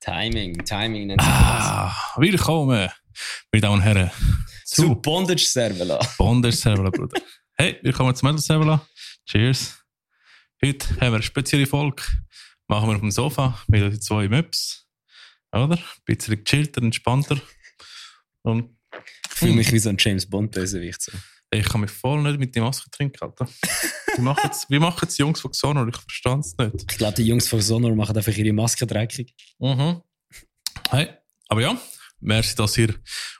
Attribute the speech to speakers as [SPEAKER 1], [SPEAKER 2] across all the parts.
[SPEAKER 1] Timing, Timing nennt sich
[SPEAKER 2] Ah, willkommen, meine Damen und Herren,
[SPEAKER 1] das. Zu Bondage Servola.
[SPEAKER 2] Bonder Servola, Bruder. Hey, willkommen zum Metal Servola. Cheers. Heute haben wir eine spezielle Folge. Machen wir auf dem Sofa mit unseren zwei Möps. Oder? Ein bisschen gechillter, entspannter. Und
[SPEAKER 1] Ich fühle mich wie so ein James Bond Bösewicht. So.
[SPEAKER 2] ich kann mich voll nicht mit der Maske trinken, Alter. Wie machen es wie machen's die Jungs von Xonor? Ich verstehe es nicht.
[SPEAKER 1] Ich glaube, die Jungs von Sonor machen einfach ihre Maske dreckig.
[SPEAKER 2] Mhm. Hey, aber ja, merci, dass ihr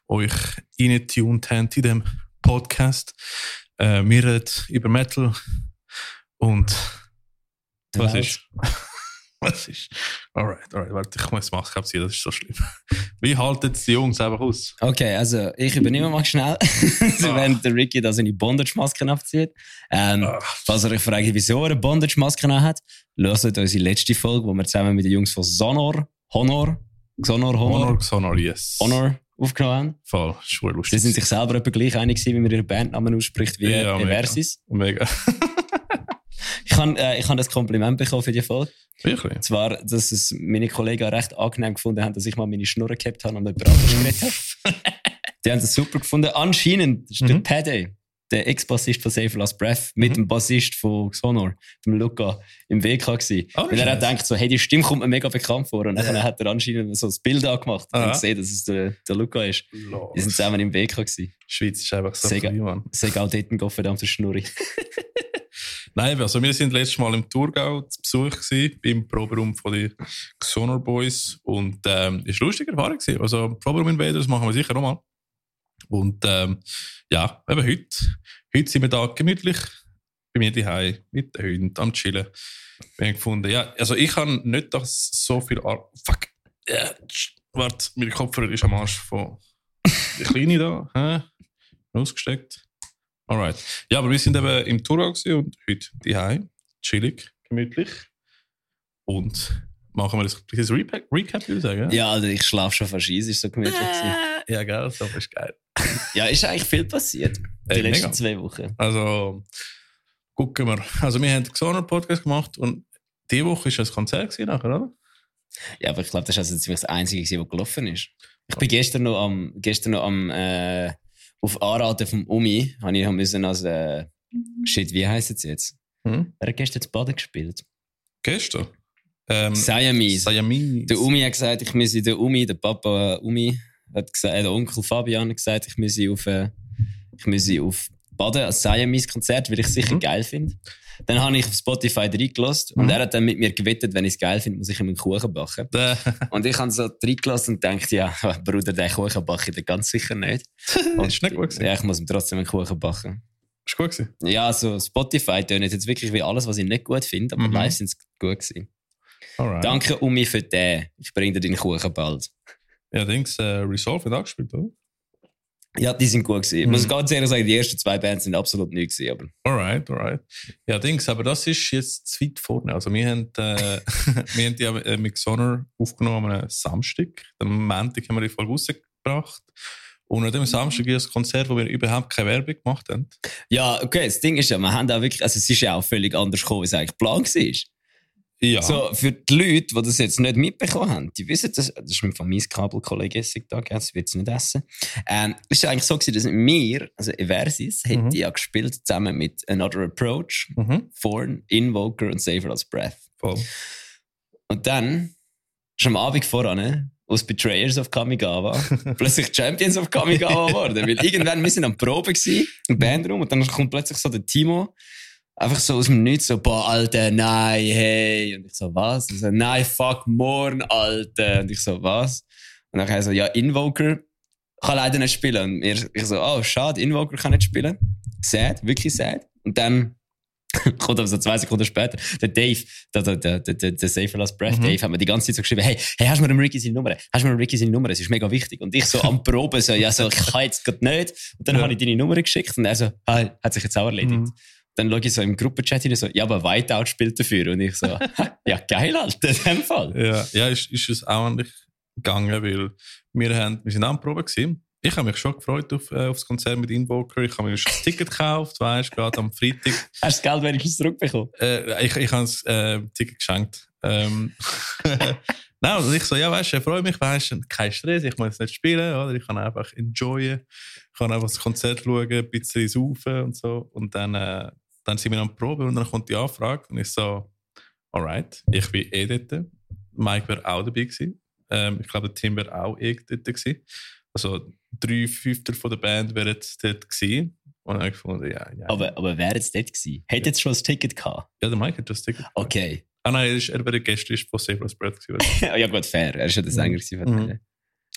[SPEAKER 2] euch reingetuned habt in dem Podcast. Äh, wir reden über Metal und was
[SPEAKER 1] Genau.
[SPEAKER 2] ist? Was ist? Alright, alright, warte, ich muss Maske abziehen, das ist so schlimm. Wie halten die Jungs einfach aus?
[SPEAKER 1] Okay, also ich übernehme mal schnell,
[SPEAKER 2] Ah.
[SPEAKER 1] so, während der Ricky da seine Bondage-Masken abzieht. Ähm,
[SPEAKER 2] Ach,
[SPEAKER 1] Falls ihr euch fragt, wieso er eine Bondage-Maske hat, hört unsere letzte Folge, wo wir zusammen mit den Jungs von Sonor, Honor, Sonor, Honor,
[SPEAKER 2] Honor, Honor, yes.
[SPEAKER 1] Honor aufgenommen haben.
[SPEAKER 2] Voll, schwer
[SPEAKER 1] Die
[SPEAKER 2] lustig.
[SPEAKER 1] sind sich selber etwa gleich einig gewesen, wie man ihren Bandnamen ausspricht, wie
[SPEAKER 2] Ja,
[SPEAKER 1] ja,
[SPEAKER 2] mega.
[SPEAKER 1] Eversis.
[SPEAKER 2] Mega.
[SPEAKER 1] Ich habe äh, ich hab das Kompliment bekommen für die Folge.
[SPEAKER 2] Wirklich?
[SPEAKER 1] Und zwar, dass es meine Kollegen recht angenehm gefunden haben, dass ich mal meine Schnurren gehabt habe und jemand anderes geredet habe. Die haben das super gefunden. Anscheinend ist der
[SPEAKER 2] Mhm.
[SPEAKER 1] Paddy, der Ex-Bassist von Save Last Breath, mit
[SPEAKER 2] Mhm.
[SPEAKER 1] dem Bassist von Xonor, dem Luca, im WK gewesen.
[SPEAKER 2] Oh,
[SPEAKER 1] Weil er
[SPEAKER 2] nice.
[SPEAKER 1] hat gedacht, so, hey, die Stimme kommt mir mega bekannt vor. Und dann
[SPEAKER 2] Ja.
[SPEAKER 1] hat er anscheinend so ein Bild angemacht
[SPEAKER 2] Aha.
[SPEAKER 1] und gesehen, dass es der, der Luca ist. Die sind zusammen im WK gewesen.
[SPEAKER 2] Schweiz ist einfach so
[SPEAKER 1] Sega.
[SPEAKER 2] frei, Mann.
[SPEAKER 1] Sag auch dort einen verdammten Schnurri.
[SPEAKER 2] Nein, also wir sind letztes Mal im Thurgau zu Besuch gewesen, im Proberaum von den Xonor Boys und ähm, ist eine lustige Erfahrung gewesen. Also Proberaum Invaders machen wir sicher nochmal. Und ähm, ja, eben heute, heute sind wir da gemütlich bei mir daheim mit den Hunden am Chillen. Wir haben gefunden, ja, also ich habe nicht das so viel Ar Fuck. Ja, tsch, warte, mein Kopfhörer ist am Arsch von der Kleine da. Hä? Ausgesteckt. Alright. Ja, aber wir sind eben im Thurgau gewesen und heute daheim. Chillig, gemütlich. Und machen wir das, dieses Repack, Recap, würde ich sagen.
[SPEAKER 1] Ja, also ich schlafe schon fast ein, es ist so
[SPEAKER 2] Äh.
[SPEAKER 1] gemütlich. gewesen.
[SPEAKER 2] ja gell, das ist geil.
[SPEAKER 1] Ja, ist eigentlich viel passiert. Die
[SPEAKER 2] Ey,
[SPEAKER 1] letzten
[SPEAKER 2] mega.
[SPEAKER 1] zwei Wochen.
[SPEAKER 2] Also, gucken wir. Also, wir haben einen Xaner-Podcast gemacht und diese Woche war ein Konzert gewesen nachher, oder?
[SPEAKER 1] Ja, aber ich glaube, das ist also ziemlich das Einzige, gewesen, was gelaufen ist. Ich bin gestern noch am, gestern noch am äh, auf Anraten vom Umi, habe ich müssen als, äh, shit, wie heisst es jetzt?
[SPEAKER 2] Hm?
[SPEAKER 1] Wer hat gestern zu Baden gespielt?
[SPEAKER 2] Gestern. Ähm,
[SPEAKER 1] Siamese.
[SPEAKER 2] Siamese.
[SPEAKER 1] Der Umi hat gesagt, ich müsse der Umi, der Papa äh, Umi, hat gesagt, äh, der Onkel Fabian hat gesagt, ich müsse auf, äh, ich müsse auf Baden als Siamese-Konzert, weil ich es sicher
[SPEAKER 2] Mhm.
[SPEAKER 1] geil finde. Dann habe ich auf Spotify reingelassen und
[SPEAKER 2] Mhm.
[SPEAKER 1] er hat dann mit mir gewettet, wenn ich es geil finde, muss ich ihm einen Kuchen backen.
[SPEAKER 2] Äh,
[SPEAKER 1] Und ich habe so reingelassen und gedacht, ja, Bruder, den Kuchen backe ich dir ganz sicher nicht. Und
[SPEAKER 2] ist nicht gut gewesen.
[SPEAKER 1] ja, ich muss ihm trotzdem einen Kuchen backen.
[SPEAKER 2] Ist gut gewesen.
[SPEAKER 1] Ja, also Spotify tönt jetzt wirklich wie alles, was ich nicht gut finde, aber
[SPEAKER 2] Mhm.
[SPEAKER 1] live sind es gut gewesen.
[SPEAKER 2] Alright.
[SPEAKER 1] Danke, Umi, für den. Ich bringe dir deinen Kuchen bald.
[SPEAKER 2] Ja, denkst äh, Resolve hat auch gespielt, oder?
[SPEAKER 1] Ja, die sind gut gewesen. Ich muss
[SPEAKER 2] Mhm.
[SPEAKER 1] ganz ehrlich sagen, die ersten zwei Bands sind absolut neu gewesen, aber
[SPEAKER 2] Alright, alright. Ja, Dings, aber das ist jetzt zu weit vorne. Also, wir haben, äh, wir haben die äh, mit Sonner aufgenommen am Samstag. Am Montag haben wir die Folge rausgebracht. Und an dem Samstag ist das Konzert, wo wir überhaupt keine Werbung gemacht haben.
[SPEAKER 1] ja, okay, das Ding ist ja, wir haben auch wirklich, also es ist ja auch völlig anders gekommen, als eigentlich geplant war.
[SPEAKER 2] Ja.
[SPEAKER 1] So, für die Leute, die das jetzt nicht mitbekommen haben, die wissen das, das ist mein von meinem Kabelkollege Essig da, gell, das wird es nicht essen. Ähm, es war eigentlich so, gewesen, dass wir, also Eversis,
[SPEAKER 2] Mhm.
[SPEAKER 1] hätte ja gespielt zusammen mit Another Approach,
[SPEAKER 2] Mhm,
[SPEAKER 1] Forn, Invoker und Saver als Breath.
[SPEAKER 2] voll.
[SPEAKER 1] Und dann, schon am Abend voran, äh, aus Betrayers of Kamigawa, plötzlich Champions of Kamigawa geworden. Weil irgendwann, wir sind am Proben gewesen, im Bandraum, und dann kommt plötzlich so der Timo, einfach so aus dem Nichts, so, boah, Alter, nein, hey. Und ich so, was? Und er so, nein, fuck, morgen, Alter. Und ich so, was? Und dann er so, ja, Invoker kann leider nicht spielen. Und wir- ich so, oh, schade, Invoker kann nicht spielen. Sad, wirklich sad. Und dann kommt aber so zwei Sekunden später, der Dave, der, der, der, der, der, der Safer Last Breath
[SPEAKER 2] Mhm.
[SPEAKER 1] Dave, hat mir die ganze Zeit so geschrieben, hey, hey, hast du mir dem Ricky seine Nummer? Hast du mir dem Ricky seine Nummer? Es ist mega wichtig. Und ich so am Proben, so, ja, so, ich kann jetzt gerade nicht. Und dann
[SPEAKER 2] Ja.
[SPEAKER 1] habe ich deine Nummer geschickt und er so, ah, hat sich jetzt auch erledigt.
[SPEAKER 2] Mhm.
[SPEAKER 1] Dann schaue ich so im Gruppenchat hin, so, ja, aber Whiteout spielt dafür. Und ich so, ja, geil, Alter, in dem Fall.
[SPEAKER 2] Ja, ja ist, ist es auch ähnlich gegangen, weil wir, haben, wir sind auch am Proben gewesen. Ich habe mich schon gefreut auf, äh, auf das Konzert mit Invoker. Ich habe mir schon das Ticket gekauft, weißt gerade am Freitag.
[SPEAKER 1] Hast du das Geld wenigstens zurückbekommen?
[SPEAKER 2] Äh, ich ich habe das äh, Ticket geschenkt. Ähm, Nein, und ich so, ja, weißt du, ich freue mich, weißt du, kein Stress, ich muss nicht spielen, oder? Ich kann einfach enjoyen, ich kann einfach das Konzert schauen, ein bisschen saufen und so. Und dann, äh, dann sind wir an der Probe und dann kommt die Anfrage und ich so, alright, ich bin eh dort. Mike war auch dabei gewesen. Ähm, ich glaube, der Tim war auch eh dort gewesen. Also drei Fünfter von der Band wären jetzt dort gewesen. Und dann habe ich gefunden, ja, ja.
[SPEAKER 1] Aber, aber wer jetzt dort gewesen? Hätte jetzt schon das Ticket gehabt?
[SPEAKER 2] ja, der Mike hat das Ticket.
[SPEAKER 1] Okay.
[SPEAKER 2] Ah nein, er ist- er war der Gästeliste von Sabrous Breath gewesen.
[SPEAKER 1] ja gut, fair. Er war ja der Sänger. gewesen von
[SPEAKER 2] Mhm.
[SPEAKER 1] denen.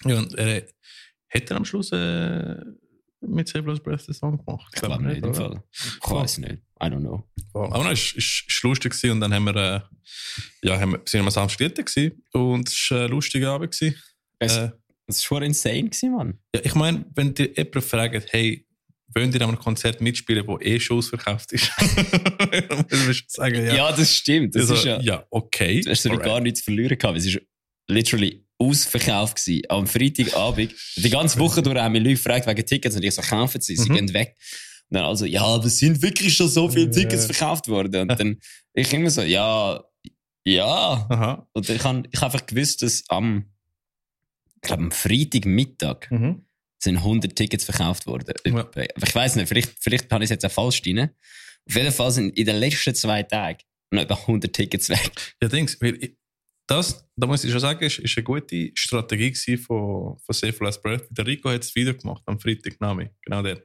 [SPEAKER 2] Ja, und äh, hat er am Schluss äh, mit Sabrina's Breath den Song gemacht?
[SPEAKER 1] Ich glaube nicht, im
[SPEAKER 2] oder?
[SPEAKER 1] Fall. Ich weiß nicht. I don't know.
[SPEAKER 2] Voll. Aber nein, es ist, ist lustig gewesen. und dann haben wir, äh, ja, haben wir, sind wir am Samstag dort gewesen. und es war ein lustiger Abend. Gewesen.
[SPEAKER 1] Es-
[SPEAKER 2] Äh,
[SPEAKER 1] Das war schon insane, gewesen, Mann.
[SPEAKER 2] ja, ich meine, wenn dir jemand fragt, hey, wollt ihr an einem Konzert mitspielen, wo eh schon ausverkauft ist? dann muss man schon sagen,
[SPEAKER 1] Ja,
[SPEAKER 2] ja.
[SPEAKER 1] das stimmt. Das
[SPEAKER 2] Also,
[SPEAKER 1] ist ja,
[SPEAKER 2] ja, okay.
[SPEAKER 1] du hast sogar gar nichts zu verlieren gehabt. weil Es war literally ausverkauft. Gewesen. Am Freitagabend, die ganze Woche durch haben mich Leute gefragt wegen Tickets und ich so, kaufen sie, sie
[SPEAKER 2] Mhm.
[SPEAKER 1] gehen weg. Und dann also, ja, aber es sind wirklich schon so viele Tickets verkauft worden? Und dann, ich immer so, ja, ja.
[SPEAKER 2] Aha.
[SPEAKER 1] Und ich habe ich hab einfach gewusst, dass am, ich glaube, am Freitagmittag
[SPEAKER 2] Mhm.
[SPEAKER 1] sind 100 Tickets verkauft worden.
[SPEAKER 2] Ja.
[SPEAKER 1] Aber Ich weiß nicht, vielleicht, vielleicht habe ich es jetzt auch falsch drin. Auf jeden Fall sind in den letzten zwei Tagen noch etwa 100 Tickets weg.
[SPEAKER 2] Ja, Dings, weil ich, das, da muss ich schon sagen, ist, ist eine gute Strategie gewesen von, von Safe Last Breath. Der Rico hat es wieder gemacht am Freitagnachmittag, genau der.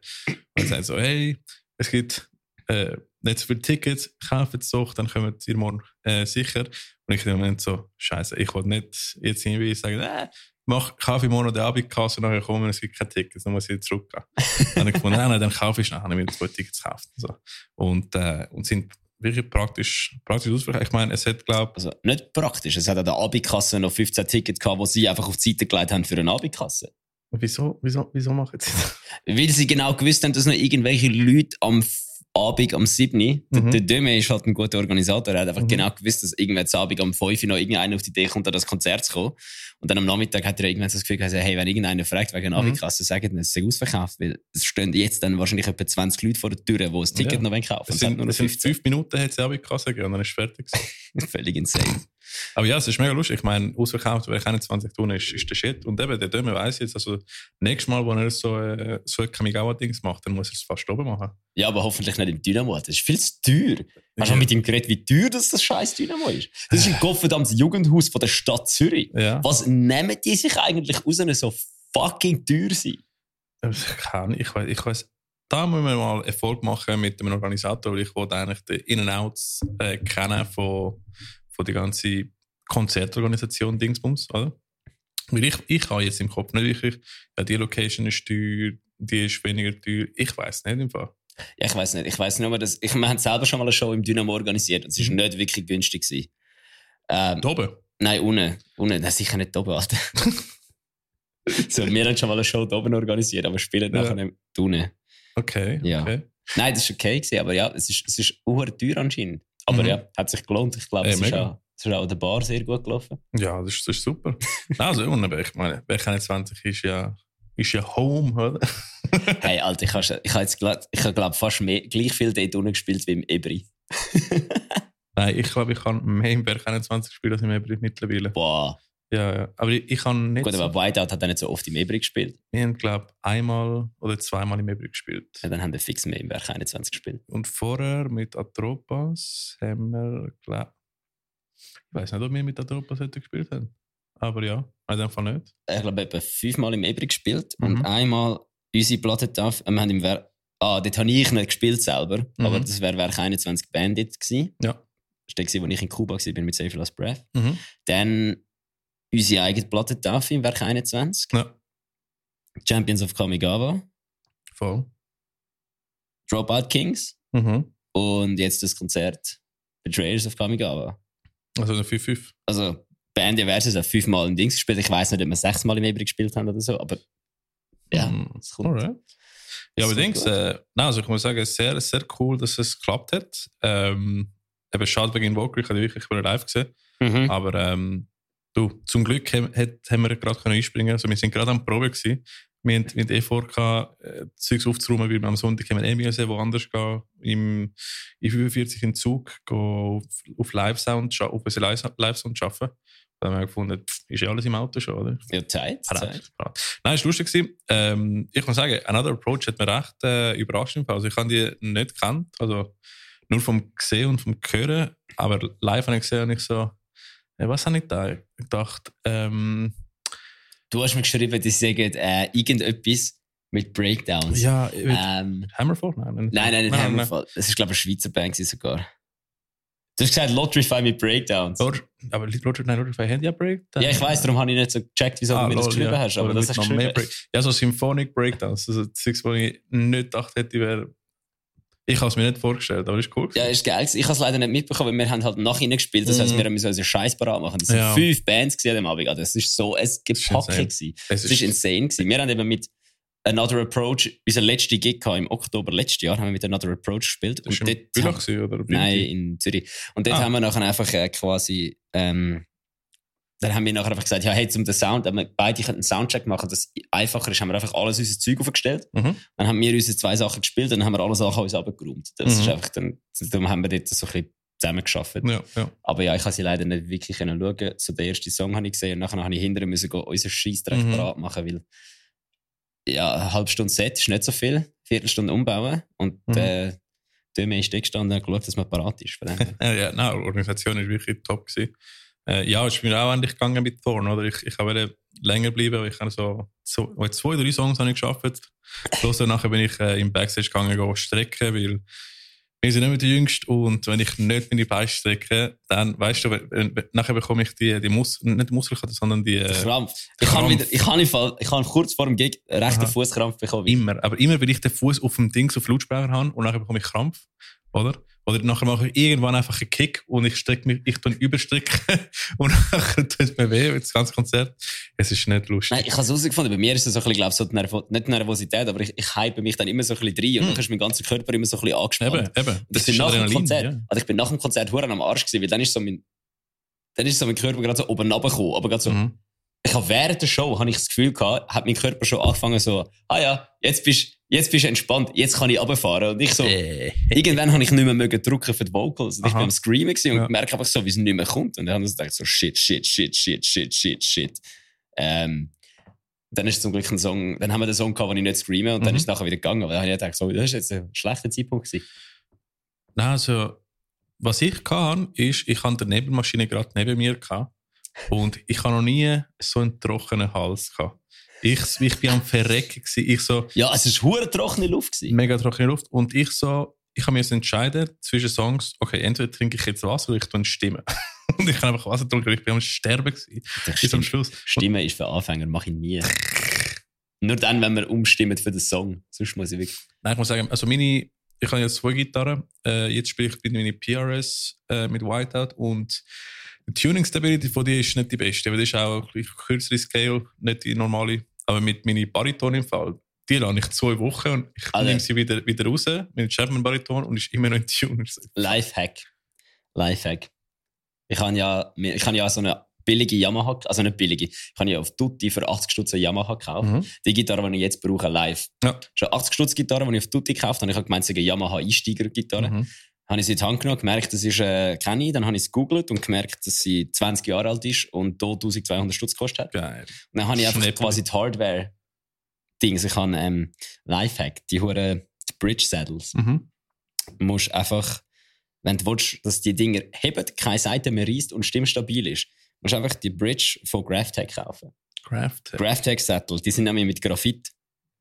[SPEAKER 2] Und sagt so, hey, es gibt äh, nicht so viele Tickets, kauft es doch, dann kommt ihr morgen äh, sicher. Und ich im Moment so, scheiße, ich will nicht jetzt irgendwie sagen, äh, mach, kaufe ich morgen den Abendkasse und nachher kommen und es gibt keine Tickets, dann muss ich zurückgehen. dann habe ich gefunden, nein, nein, dann kaufe ich es nachher, wenn ich zwei Tickets gekauft. und So. Und, äh, und sind wirklich praktisch, praktisch ausverkauft. Ich meine, es hat, glaube
[SPEAKER 1] Also nicht praktisch. Es hat an der Abikasse noch 15 Tickets gehabt, die sie einfach auf die Seite gelegt haben für eine Abikasse.
[SPEAKER 2] Wieso, wieso, wieso machen sie das?
[SPEAKER 1] Weil sie genau gewusst haben, dass noch irgendwelche Leute am F- Abend, am 7. Der,
[SPEAKER 2] Mhm.
[SPEAKER 1] der Döme ist halt ein guter Organisator. Er hat einfach
[SPEAKER 2] Mhm.
[SPEAKER 1] genau gewusst, dass irgendwann am Abend am 5. Uhr noch irgendeiner auf die Idee kommt, an das Konzert zu kommen. Und dann am Nachmittag hat er irgendwann so das Gefühl gehabt, hey, wenn irgendeiner fragt wegen einer
[SPEAKER 2] Mhm.
[SPEAKER 1] Abendkasse, sagen sie, es sei ausverkauft. Weil es stehen jetzt dann wahrscheinlich etwa 20 Leute vor der Tür, die das Ticket
[SPEAKER 2] Ja.
[SPEAKER 1] noch wollen kaufen
[SPEAKER 2] Es
[SPEAKER 1] wollen.
[SPEAKER 2] sind,
[SPEAKER 1] nur noch
[SPEAKER 2] es sind
[SPEAKER 1] 15.
[SPEAKER 2] fünf Minuten, hat sie auch Kasse gegeben und dann ist es fertig. gewesen.
[SPEAKER 1] Völlig insane.
[SPEAKER 2] Aber ja, es ist mega lustig. Ich meine, ausverkauft, wer keine 20 Tonnen ist, ist der Shit. Und eben, der Döme weiss jetzt, also, nächstes Mal, wenn er so, äh, so ein Kamigawa-Dings macht, dann muss er es fast oben machen.
[SPEAKER 1] Ja, aber hoffentlich nicht im Dynamo. Das ist viel zu teuer. Hast du
[SPEAKER 2] Ja.
[SPEAKER 1] mal Also mit ihm geredet, wie teuer das, das scheiß Dynamo ist? Das ist ein gottverdammtes Jugendhaus von der Stadt Zürich.
[SPEAKER 2] Ja.
[SPEAKER 1] Was nehmen die sich eigentlich raus, wenn sie so fucking teuer sind?
[SPEAKER 2] Ich kann, Ähm, ich weiß, ich weiß. Da müssen wir mal Erfolg machen mit dem Organisator, weil ich wollte eigentlich den In and Outs äh, kennen von, von der ganzen Konzertorganisation Dingsbums, oder? Weil ich, ich habe jetzt im Kopf nicht wirklich, ja, die Location ist teuer, die ist weniger teuer. Ich weiß nicht im Fall.
[SPEAKER 1] Ja, ich weiß nicht. Ich weiß nur, mehr, dass ich, wir haben selber schon mal eine Show im Dynamo organisiert und es ist
[SPEAKER 2] Mhm.
[SPEAKER 1] nicht wirklich günstig gewesen. Ähm,
[SPEAKER 2] Da oben.
[SPEAKER 1] nein, unten. unten. Nein, sicher nicht oben, Alter. so, wir haben schon mal eine Show da oben organisiert, aber spielen
[SPEAKER 2] Ja.
[SPEAKER 1] nachher nicht unten.
[SPEAKER 2] Okay.
[SPEAKER 1] Ja.
[SPEAKER 2] okay.
[SPEAKER 1] Nein, das war okay, gewesen, aber ja, es ist, es ist sehr teuer anscheinend. Aber
[SPEAKER 2] Mhm.
[SPEAKER 1] ja, hat sich gelohnt. Ich glaube,
[SPEAKER 2] Ey,
[SPEAKER 1] es, ist
[SPEAKER 2] mega.
[SPEAKER 1] auch, es ist auch an der Bar sehr gut gelaufen.
[SPEAKER 2] ja das, ist, das ist super. Nein, also, und eben, ich meine, wer keine 20 ist ja, ist ja Home, oder?
[SPEAKER 1] hey, Alter, ich habe ich hab jetzt glatt- ich hab, glaub, fast mehr, gleich viel dort unten gespielt wie im Ebri.
[SPEAKER 2] Nein, ich glaube, ich kann mehr im Wer keine 20 spielen als im Ebrid mittlerweile.
[SPEAKER 1] Boah.
[SPEAKER 2] Ja, ja. Aber ich, ich kann nicht.
[SPEAKER 1] Gut, aber Whiteout hat er nicht so oft im Ebri gespielt.
[SPEAKER 2] Wir haben, glaube einmal oder zweimal im Ebro gespielt.
[SPEAKER 1] Ja, dann haben wir fix mehr im Werk 21 gespielt.
[SPEAKER 2] Und vorher mit Atropas haben wir, glaube ich weiß nicht, ob wir mit Atropas hätten gespielt haben. Aber ja, in dem Fall nicht.
[SPEAKER 1] Ich glaube, etwa fünfmal im Ebri gespielt
[SPEAKER 2] Mhm.
[SPEAKER 1] und einmal unsere Platte darf. Wir haben im Werk. Ah, dort habe ich nicht gespielt selber,
[SPEAKER 2] Mhm.
[SPEAKER 1] aber das wäre Werk 21 Bandit gewesen. Das
[SPEAKER 2] Ja.
[SPEAKER 1] war der, gewesen, wo ich in Kuba war mit Save Last Breath.
[SPEAKER 2] Mhm.
[SPEAKER 1] Dann unsere eigene Platte Tafel im Werk 21.
[SPEAKER 2] Ja,
[SPEAKER 1] Champions of Kamigawa,
[SPEAKER 2] voll.
[SPEAKER 1] Dropout Kings
[SPEAKER 2] Mhm.
[SPEAKER 1] und jetzt das Konzert Betrayers of Kamigawa.
[SPEAKER 2] Also eine 5-5.
[SPEAKER 1] Also Band Versus hat fünfmal im Dings gespielt. Ich weiß nicht, ob wir sechsmal im Ebri gespielt haben oder so, aber ja,
[SPEAKER 2] Mhm.
[SPEAKER 1] es kommt.
[SPEAKER 2] Alright. Ja,
[SPEAKER 1] Das
[SPEAKER 2] aber
[SPEAKER 1] kommt
[SPEAKER 2] denkst
[SPEAKER 1] gut.
[SPEAKER 2] äh, nein, also ich muss sagen, sehr, sehr cool, dass es geklappt hat. Ähm, eben schade wegen Invoker, ich habe die wirklich wieder live gesehen.
[SPEAKER 1] Mhm.
[SPEAKER 2] Aber ähm, du, zum Glück haben, hat, haben wir gerade können einspringen. Also wir sind gerade am Probe gewesen. Wir haben, wir haben eh vor, gehabt, äh, Zeugs aufzuräumen, weil wir am Sonntag haben wir eh müssen, woanders gehen. Im, im 45 in Zug gehen auf, auf Live-Sound, scha- auf unseren Live- Live-Sound arbeiten. Dann haben wir gefunden, pff, ist ja alles im Auto schon, oder?
[SPEAKER 1] Ja, Zeit. Zeit.
[SPEAKER 2] Parat. Parat. Nein, es war lustig. gewesen. Ähm, ich muss sagen, Another Approach hat mir recht äh, überrascht. im Fall. Also ich habe die nicht gekannt, also nur vom Gesehen und vom Hören. Aber live habe ich gesehen und ich so, ja, was habe ich da gedacht? Ähm,
[SPEAKER 1] Du hast mir geschrieben, die sagen äh, irgendetwas mit Breakdowns.
[SPEAKER 2] ja, ich will-
[SPEAKER 1] Ähm,
[SPEAKER 2] Hammerfall? Äh, Nein, nicht-
[SPEAKER 1] nein, nein, nicht Hammerfall. Es ist, glaube ich, eine Schweizer Band gewesen sogar. Du hast gesagt, Lotterify mit Breakdowns.
[SPEAKER 2] Roger, aber Roger, nein, Roger Fay hat ja Breakdown.
[SPEAKER 1] Ja, ich weiß, darum habe ich nicht so gecheckt,
[SPEAKER 2] Ah,
[SPEAKER 1] wieso du mir das geschrieben hast, aber das hast du geschrieben.
[SPEAKER 2] Ja, so Symphonic Breakdowns. Also Six, wo ich nicht gedacht hätte, wäre. Ich habe es mir nicht vorgestellt, aber ist cool.
[SPEAKER 1] Ja, ist geil. gewesen. Ich habe es leider nicht mitbekommen, weil wir haben halt nach ihnen gespielt. Das
[SPEAKER 2] Mhm.
[SPEAKER 1] heisst, wir müssen unseren Scheiß parat machen. Das
[SPEAKER 2] Ja.
[SPEAKER 1] sind fünf Bands gewesen an dem Abend. Also, Das ist so ein Gepacke
[SPEAKER 2] insane.
[SPEAKER 1] gewesen.
[SPEAKER 2] es
[SPEAKER 1] Das ist insane gewesen. Wir haben eben mit Another Approach, unser letzter Gig gehabt, im Oktober letzten Jahr, haben wir mit Another Approach gespielt.
[SPEAKER 2] das ist
[SPEAKER 1] Und
[SPEAKER 2] im
[SPEAKER 1] dort haben,
[SPEAKER 2] Bülach gewesen, oder?
[SPEAKER 1] nein, in Zürich. Und dort
[SPEAKER 2] Ah.
[SPEAKER 1] haben wir nachher einfach äh, quasi, ähm, dann haben wir nachher einfach gesagt, ja, hey, zum den Sound, haben wir beide können einen Soundcheck machen, das einfacher ist, haben wir einfach alles unser Zeug aufgestellt.
[SPEAKER 2] Mhm.
[SPEAKER 1] Dann haben wir unsere zwei Sachen gespielt und dann haben wir alle Sachen uns abgeräumt. Das
[SPEAKER 2] Mhm.
[SPEAKER 1] ist einfach dann, darum haben wir dort so ein bisschen zusammengeschafft.
[SPEAKER 2] Ja, ja.
[SPEAKER 1] Aber ja, ich habe sie leider nicht wirklich können schauen. So den ersten Song habe ich gesehen und nachher habe ich hinterher müssen gehen, unseren Scheißdreck
[SPEAKER 2] Mhm.
[SPEAKER 1] parat machen, weil ja, eine halbe Stunde Set ist nicht so viel, Viertelstunde umbauen und
[SPEAKER 2] Mhm.
[SPEAKER 1] äh, Döme ist dort gestanden und hat geschaut, dass man parat ist. Von dem her.
[SPEAKER 2] Äh, Ja, ja, nein, die Organisation war wirklich top. Gewesen. Äh, ja, es ist mir auch endlich gegangen mit Thorn, oder? Ich, ich wollte länger bleiben, weil ich habe so, so oh, zwei, drei Songs habe ich geschafft. Plus nachher bin ich äh, im Backstage gegangen, go strecken, weil wir sind nicht mehr die Jüngsten und wenn ich nicht meine Beine strecke, dann, weißt du, wenn, wenn, nachher bekomme ich die, die Mus nicht Muskelkater, sondern die,
[SPEAKER 1] Der
[SPEAKER 2] äh,
[SPEAKER 1] Krampf.
[SPEAKER 2] der
[SPEAKER 1] Ich habe,
[SPEAKER 2] Krampf.
[SPEAKER 1] wieder, ich, habe im Fall, ich habe kurz vor dem Gig einen rechten
[SPEAKER 2] Aha.
[SPEAKER 1] Fußkrampf bekommen.
[SPEAKER 2] immer. Aber immer, wenn ich den Fuß auf dem Ding, auf den Lautsprecher habe und nachher bekomme ich Krampf, oder? Oder nachher mache ich irgendwann einfach einen Kick und ich strecke mich, ich tue überstrecken und nachher tut mir weh, das ganze Konzert. Es ist nicht lustig.
[SPEAKER 1] Nein, ich habe es herausgefunden. Bei mir ist es so ein bisschen, glaube ich, so die Nervo nicht die Nervosität, aber ich, ich hype mich dann immer so ein bisschen rein und
[SPEAKER 2] Hm.
[SPEAKER 1] dann ist mein ganzer Körper immer so ein bisschen angespannt.
[SPEAKER 2] eben, eben.
[SPEAKER 1] Das ich bin nach dem Konzert, also ich bin nach dem Konzert hure am Arsch gewesen, weil dann ist so mein, dann ist so mein Körper gerade so oben runtergekommen. Aber gerade so,
[SPEAKER 2] Ja. Mhm.
[SPEAKER 1] ich habe während der Show, habe ich das Gefühl gehabt, hat mein Körper schon angefangen so, ah ja, jetzt bist, jetzt bist du entspannt, jetzt kann ich runterfahren. Und ich so, irgendwann habe ich nicht mehr mögen drücken für die Vocals. Und ich
[SPEAKER 2] Äh. Aha.
[SPEAKER 1] bin am Screamen gewesen und
[SPEAKER 2] Ja.
[SPEAKER 1] merke einfach so, wie es nicht mehr kommt. Und dann habe ich so gedacht, so shit, shit, shit, shit, shit, shit, shit. Ähm, dann ist zum Glück ein Song, dann haben wir den Song gehabt, wo ich nicht screame und dann
[SPEAKER 2] Mhm.
[SPEAKER 1] ist es nachher wieder gegangen. Weil dann habe ich gedacht, so, das ist jetzt ein schlechter Zeitpunkt gewesen.
[SPEAKER 2] Nein, also, was ich kann, ist, ich hatte die Nebelmaschine gerade neben mir gehabt und ich habe noch nie so einen trockenen Hals gehabt. Ich, ich bin am Verrecken gewesen. Ich so,
[SPEAKER 1] Ja, es war hure trockene Luft. Gewesen.
[SPEAKER 2] mega trockene Luft. Und ich so, ich habe mich entscheiden zwischen Songs, okay, entweder trinke ich jetzt Wasser oder ich tue Stimme. und ich habe einfach Wasser getrunken, weil ich bin am Sterben gewesen. Bis
[SPEAKER 1] Stimme,
[SPEAKER 2] am Schluss.
[SPEAKER 1] Stimme ist für Anfänger, mache ich nie. Nur dann, wenn wir umstimmen für den Song. Sonst muss ich wirklich.
[SPEAKER 2] Nein, ich muss sagen, also meine, ich habe jetzt zwei Gitarren. Äh, jetzt spiele ich mit meiner PRS äh, mit Whiteout und die Tuning Stability von dir ist nicht die beste, weil das ist auch ein bisschen kürzere Scale, nicht die normale. Aber mit meiner Bariton im Fall, die lasse ich zwei Wochen und ich
[SPEAKER 1] Alter.
[SPEAKER 2] nehme sie wieder, wieder raus, mit Chapman Bariton und ist immer noch in Tuner.
[SPEAKER 1] Lifehack. Lifehack. Ich habe ja, ich habe ja so eine billige Yamaha, also nicht billige, ich habe ja auf Tutti für 80 Stutz eine Yamaha gekauft.
[SPEAKER 2] Mhm.
[SPEAKER 1] Die Gitarre, die ich jetzt brauche, live.
[SPEAKER 2] Ja.
[SPEAKER 1] Schon 80 Stutz Gitarre, die ich auf Tutti gekauft habe, ich habe gemeint, es sei eine Yamaha Einsteiger-Gitarre.
[SPEAKER 2] Mhm.
[SPEAKER 1] Habe ich sie in die Hand genommen, gemerkt, das ist äh, keine, dann habe ich es gegoogelt und gemerkt, dass sie 20 Jahre alt ist und hier 1200 Stutz gekostet hat.
[SPEAKER 2] Geil.
[SPEAKER 1] Und dann habe ich einfach
[SPEAKER 2] Schnäppchen.
[SPEAKER 1] quasi die Hardware-Dings. Ich habe ähm, Lifehack, die hure die Bridge-Saddles.
[SPEAKER 2] Mhm.
[SPEAKER 1] Du musst einfach, wenn du willst, dass die Dinger heben, keine Seite mehr reißt und stimmstabil ist, musst du einfach die Bridge von Graftec kaufen.
[SPEAKER 2] Craft.
[SPEAKER 1] Graftec-Sattel, die sind nämlich mit Graphit.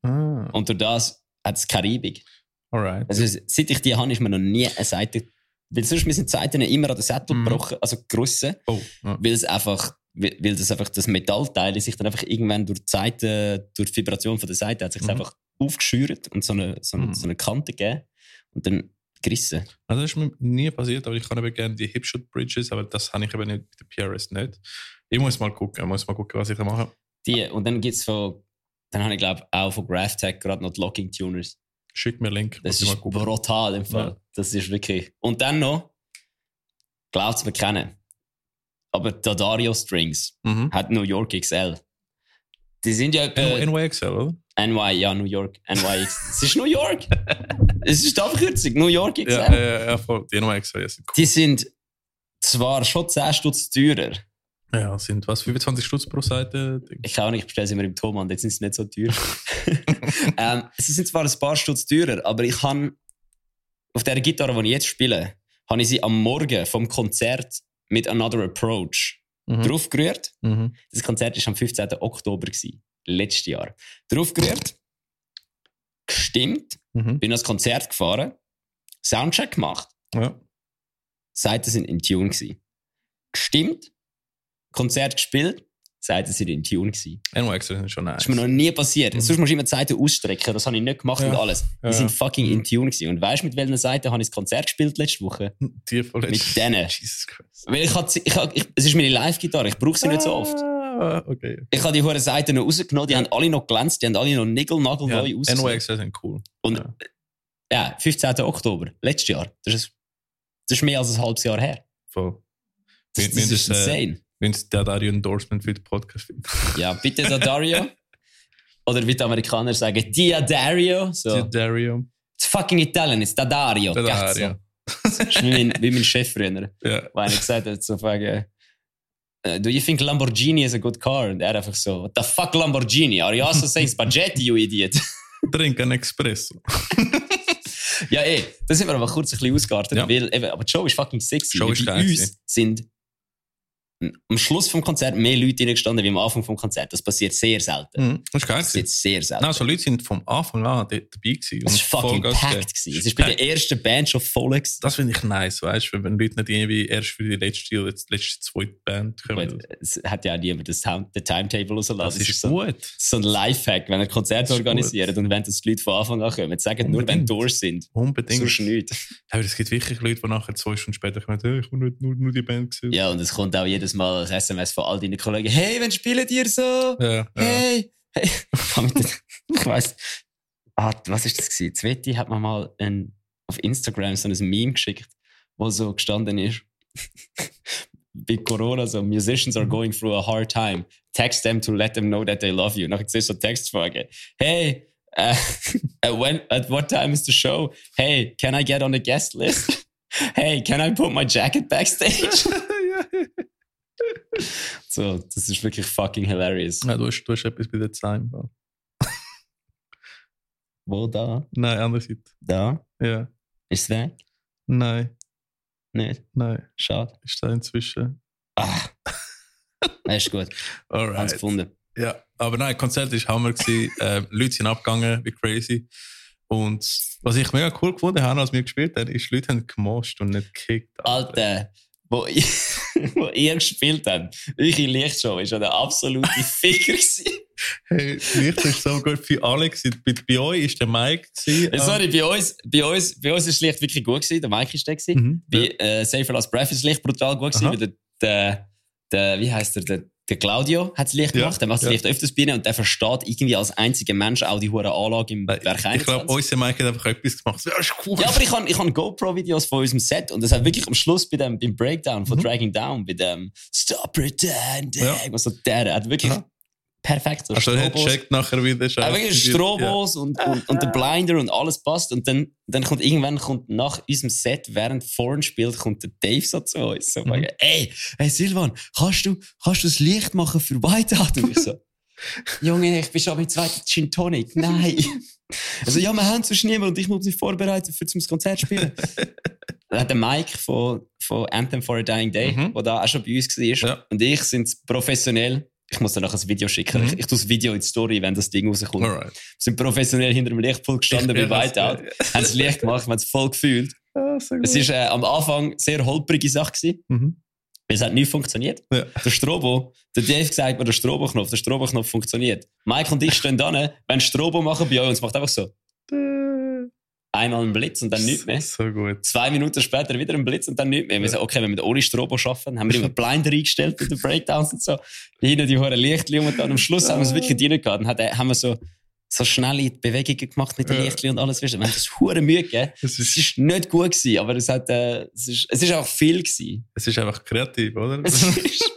[SPEAKER 2] Ah,
[SPEAKER 1] Und durch das hat es Karibik.
[SPEAKER 2] alright.
[SPEAKER 1] Also seit ich die habe, ist mir noch nie eine Seite... Weil sonst müssen die Seiten immer an den Sattel
[SPEAKER 2] Mhm.
[SPEAKER 1] gebrochen, also gerissen,
[SPEAKER 2] Oh, ja.
[SPEAKER 1] weil es einfach... Weil weil das einfach das Metallteil sich dann einfach irgendwann durch die Seite, durch die Vibration von der Seite hat sich
[SPEAKER 2] Mhm.
[SPEAKER 1] einfach aufgeschürt und so eine, so, eine,
[SPEAKER 2] Mhm.
[SPEAKER 1] so eine Kante gegeben und dann gerissen.
[SPEAKER 2] Also das ist mir nie passiert, aber ich kann eben gerne die Hipshot Bridges, aber das habe ich eben nicht mit der PRS nicht. Ich muss mal gucken, ich muss mal gucken, was ich da mache.
[SPEAKER 1] Die, und dann gibt's von, dann habe ich glaube auch von GraphTech gerade noch die Locking Tuners.
[SPEAKER 2] Schick mir einen Link,
[SPEAKER 1] Das
[SPEAKER 2] muss ich
[SPEAKER 1] ist
[SPEAKER 2] mal gucken.
[SPEAKER 1] brutal im Fall.
[SPEAKER 2] Ja.
[SPEAKER 1] Das ist wirklich. Und dann noch, glaubt's mir kennen, aber Dadario Strings
[SPEAKER 2] Mhm.
[SPEAKER 1] hat New York XL. Die sind ja äh,
[SPEAKER 2] Äh, NYXL, oder? XL.
[SPEAKER 1] NY, ja, New York, NYX. es ist New York! es ist die Abkürzung, New York XL.
[SPEAKER 2] äh, Ja, ja, ja, voll. Die NYXL, ja, sind cool.
[SPEAKER 1] Die sind zwar schon 10 Stutz teurer,
[SPEAKER 2] Ja, es sind was, 25 Stutz pro Seite?
[SPEAKER 1] Ich auch nicht, ich bestelle sie immer im Thomann, jetzt sind sie nicht so teuer. ähm, sie sind zwar ein paar Stutz teurer, aber ich kann auf der Gitarre, die ich jetzt spiele, habe ich sie am Morgen vom Konzert mit Another Approach
[SPEAKER 2] Mhm.
[SPEAKER 1] draufgerührt.
[SPEAKER 2] Mhm.
[SPEAKER 1] Das Konzert war am 15. Oktober, gewesen, letztes Jahr. Draufgerührt, gestimmt,
[SPEAKER 2] Mhm.
[SPEAKER 1] bin ans Konzert gefahren, Soundcheck gemacht,
[SPEAKER 2] Ja.
[SPEAKER 1] Seiten sind in Tune gewesen. Gestimmt, Konzert gespielt, Seiten sind in Tune gewesen.
[SPEAKER 2] Anyway, excellent ist schon nice.
[SPEAKER 1] Das ist mir noch nie passiert.
[SPEAKER 2] Mhm.
[SPEAKER 1] Sonst musst du immer die Seite ausstrecken. Das habe ich nicht gemacht
[SPEAKER 2] Ja.
[SPEAKER 1] und alles. Die
[SPEAKER 2] Ja. Mhm.
[SPEAKER 1] sind fucking in Tune gewesen. Und weißt du, mit welcher Seite habe ich das Konzert gespielt letzte Woche?
[SPEAKER 2] Die verletzt-
[SPEAKER 1] Mit denen.
[SPEAKER 2] Jesus Christ.
[SPEAKER 1] Weil ich habe, sie- ich habe, ich, es ist meine Live-Gitarre. Ich brauche sie nicht so oft.
[SPEAKER 2] Ah, okay.
[SPEAKER 1] Ich habe die hohen Seiten noch rausgenommen. Die haben alle noch glänzt. Die haben alle noch nickel-nagel
[SPEAKER 2] Ja,
[SPEAKER 1] neu ausgesehen.
[SPEAKER 2] Anyway, excellent sind cool.
[SPEAKER 1] Und
[SPEAKER 2] Ja.
[SPEAKER 1] ja, 15. Oktober, letztes Jahr. Das ist, das ist mehr als ein halbes Jahr her.
[SPEAKER 2] Voll.
[SPEAKER 1] Das,
[SPEAKER 2] Wir-
[SPEAKER 1] das
[SPEAKER 2] wir
[SPEAKER 1] ist
[SPEAKER 2] müssen, äh,
[SPEAKER 1] insane.
[SPEAKER 2] Wenn es der Dario Endorsement für den Podcast findet.
[SPEAKER 1] Ja, bitte da Dario. Oder wie die Amerikaner sagen, Dia Dario. So.
[SPEAKER 2] Die Dario.
[SPEAKER 1] Das fucking Italien ist da Dario.
[SPEAKER 2] Der
[SPEAKER 1] cazzo.
[SPEAKER 2] Dario.
[SPEAKER 1] Das ist wie mein, wie mein Chef früher.
[SPEAKER 2] Ja.
[SPEAKER 1] Weil ich gesagt hat, so fragen, äh, do you think Lamborghini is a good car? Und er einfach so, what the fuck Lamborghini? Are you also saying Spaghetti, you idiot?
[SPEAKER 2] Trink einen Espresso.
[SPEAKER 1] ja, ey, da sind wir aber kurz ein bisschen ausgeartet,
[SPEAKER 2] Ja.
[SPEAKER 1] weil, eben, aber die Show ist fucking sexy.
[SPEAKER 2] Die Show
[SPEAKER 1] weil
[SPEAKER 2] ist
[SPEAKER 1] bei
[SPEAKER 2] geil
[SPEAKER 1] uns
[SPEAKER 2] gewesen.
[SPEAKER 1] sind am Schluss vom Konzert mehr Leute reingestanden wie am Anfang vom Konzert. Das passiert sehr selten.
[SPEAKER 2] Mhm. Das ist geil.
[SPEAKER 1] Das passiert
[SPEAKER 2] gewesen.
[SPEAKER 1] sehr selten.
[SPEAKER 2] Nein, so Leute sind vom Anfang an dort dabei gewesen.
[SPEAKER 1] es
[SPEAKER 2] und
[SPEAKER 1] war fucking
[SPEAKER 2] Vollgas gegeben.
[SPEAKER 1] packed. gewesen. Es war bei der ersten Band schon voll. gewesen.
[SPEAKER 2] Das finde ich nice, weißt du, wenn Leute nicht irgendwie erst für die letzte oder die letzte zweite Band kommen.
[SPEAKER 1] Gut, Es hat ja auch niemand das Tim- den Timetable rausgelassen.
[SPEAKER 2] Das ist
[SPEAKER 1] so,
[SPEAKER 2] gut.
[SPEAKER 1] so ein Lifehack, wenn ihr Konzerte
[SPEAKER 2] Das ist gut.
[SPEAKER 1] organisiert und wenn das die Leute von Anfang an kommen, sagen nur, wenn
[SPEAKER 2] Unbedingt.
[SPEAKER 1] durch sind. Sonst
[SPEAKER 2] Unbedingt.
[SPEAKER 1] nicht.
[SPEAKER 2] Aber es gibt wirklich Leute, die nachher zwei Stunden später kommen, hey, ich habe nur, nur, nur die Band gesehen.
[SPEAKER 1] Ja, und es kommt auch jedes Mal ein SMS von all deinen Kollegen. Hey, wann spielt ihr so?
[SPEAKER 2] Ja, ja.
[SPEAKER 1] Hey! hey. Ich hab mit den- ich weiss. Ah, was ist das? Gewesen? Zwetti hat mir mal ein, auf Instagram so ein Meme geschickt, wo so gestanden ist. Bei Corona so, Musicians are going through a hard time. Text them to let them know that they love you. Nachher siehst du so Textfrage. Hey, äh, at, when, at what time is the show? Hey, can I get on the guest list? Hey, can I put my jacket backstage? so, das ist wirklich fucking hilarious.
[SPEAKER 2] Ja, du, hast, du hast etwas bei der Zeit.
[SPEAKER 1] Wo da?
[SPEAKER 2] Nein, andererseits.
[SPEAKER 1] Da?
[SPEAKER 2] Ja.
[SPEAKER 1] Ist es weg?
[SPEAKER 2] Nein,
[SPEAKER 1] Nicht?
[SPEAKER 2] nein.
[SPEAKER 1] Schade.
[SPEAKER 2] Ist da inzwischen.
[SPEAKER 1] Ah. Nein, ist gut. Haben es
[SPEAKER 2] Alright.
[SPEAKER 1] gefunden.
[SPEAKER 2] Ja, aber nein, Konzert war Hammer. gewesen. ähm, Leute sind abgegangen, wie crazy. Und was ich mega cool gefunden habe, als wir gespielt haben, ist, die Leute haben gemoscht und nicht gekickt.
[SPEAKER 1] Alter, wo, ich, wo ihr gespielt habt, eure Lichtshow war der absolute Ficker. gewesen.
[SPEAKER 2] Hey, nicht das ist so gut für alle. gewesen. Bei, bei euch war der Mike. ähm, Gewesen,
[SPEAKER 1] Äh, Sorry, bei uns, bei uns, bei uns ist das Licht wirklich gut gewesen. Der Mike ist da gewesen.
[SPEAKER 2] Mhm.
[SPEAKER 1] Bei äh, Safer Last Breath ist das Licht brutal gut gewesen.
[SPEAKER 2] Aha.
[SPEAKER 1] weil Der, der, der, wie heißt er? Der, der Claudio hat das Licht
[SPEAKER 2] Ja,
[SPEAKER 1] gemacht. Der macht das
[SPEAKER 2] ja.
[SPEAKER 1] Licht öfters bei ihnen und der versteht irgendwie als einziger Mensch auch die hohe Anlage im
[SPEAKER 2] Nein,
[SPEAKER 1] Werk
[SPEAKER 2] Äh, ich glaube,
[SPEAKER 1] 21.
[SPEAKER 2] unser Mike hat einfach etwas gemacht. Das ist cool.
[SPEAKER 1] Ja, aber ich habe ich hab GoPro-Videos von unserem Set und es hat wirklich am Schluss bei dem, beim Breakdown von
[SPEAKER 2] Mhm.
[SPEAKER 1] Dragging Down, bei dem Stop Pretending,
[SPEAKER 2] Ja.
[SPEAKER 1] was so der, hat wirklich
[SPEAKER 2] Aha.
[SPEAKER 1] perfekt so
[SPEAKER 2] also, er hat checkt nachher wieder.
[SPEAKER 1] Äh,
[SPEAKER 2] Scheiße.
[SPEAKER 1] wirklich Strobos und, und, und der Blinder und alles passt. Und dann, dann kommt irgendwann kommt nach unserem Set, während vorn spielt, kommt der Dave so zu uns. So
[SPEAKER 2] Mhm.
[SPEAKER 1] sagen, ey, hey Silvan, kannst du, kannst du das Licht machen für Whiteout? Und ich so, Junge, ich bin schon mit zweiten Gin Tonic. Nein. Also, ja, wir haben sonst niemanden und ich muss mich vorbereiten, für zum Konzert zu spielen. Dann hat der Mike von, von Anthem for a Dying Day,
[SPEAKER 2] Mhm.
[SPEAKER 1] der da auch schon bei uns war,
[SPEAKER 2] Ja.
[SPEAKER 1] und ich sind professionell. Ich muss dir nachher ein Video schicken.
[SPEAKER 2] Mhm.
[SPEAKER 1] Ich, ich tue das Video in die Story, wenn das Ding rauskommt
[SPEAKER 2] Ja. Alright.
[SPEAKER 1] sind professionell hinter dem Lichtpult gestanden bei Whiteout, haben das Licht gemacht, haben es voll gefühlt.
[SPEAKER 2] Ja, sehr
[SPEAKER 1] Es
[SPEAKER 2] gut.
[SPEAKER 1] war äh, am Anfang sehr holprige Sache, gewesen,
[SPEAKER 2] Mhm.
[SPEAKER 1] weil es hat nicht funktioniert.
[SPEAKER 2] Ja.
[SPEAKER 1] Der Strobo, der Dave sagt mir, der Strobo-Knopf, der Strobo-Knopf funktioniert. Mike und ich stehen da, wenn Strobo machen bei euch, und es macht einfach so einmal einen Blitz und dann nichts mehr.
[SPEAKER 2] So gut.
[SPEAKER 1] Zwei Minuten später wieder ein Blitz und dann nichts mehr. Wir
[SPEAKER 2] Ja.
[SPEAKER 1] sagen, okay, wenn wir ohne Strobo schaffen, haben wir immer Blinder eingestellt mit den Breakdowns und so. Hinten die hohen Lichtli und dann am Schluss haben wir es wirklich drin gehabt. Dann hat er- haben wir so, so schnelle Bewegungen gemacht mit den
[SPEAKER 2] Ja.
[SPEAKER 1] Lichtli und alles. Weißt du, Wir haben das hure Mühe gegeben.
[SPEAKER 2] Es
[SPEAKER 1] Es
[SPEAKER 2] ist,
[SPEAKER 1] ist nicht gut gewesen, aber es hat, äh, es ist, es ist auch viel gewesen.
[SPEAKER 2] es ist einfach kreativ, oder?
[SPEAKER 1] Es ist,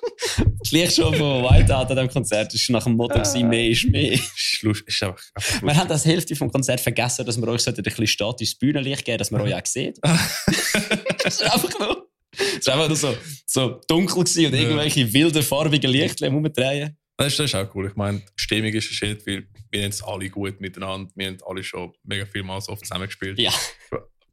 [SPEAKER 1] die Lichtshow von Whiteout an diesem Konzert ist nach dem Motto gewesen, mehr ist mehr.
[SPEAKER 2] ist lust- ist einfach. einfach
[SPEAKER 1] Wir haben das Hälfte vom Konzert vergessen,
[SPEAKER 2] Ah.
[SPEAKER 1] dass wir euch sollten ein bisschen statisches Bühnenlicht geben, dass wir euch auch sehen. das ist einfach nur. Es war einfach nur so, so dunkel gewesen und
[SPEAKER 2] Ja.
[SPEAKER 1] irgendwelche wilden, farbigen Lichtchen rumdrehen.
[SPEAKER 2] Das ist, das ist auch cool. Ich meine, die Stimmung ist ein Shit, weil wir haben es alle gut miteinander. Wir haben alle schon mega vielmals oft zusammengespielt.
[SPEAKER 1] Ja.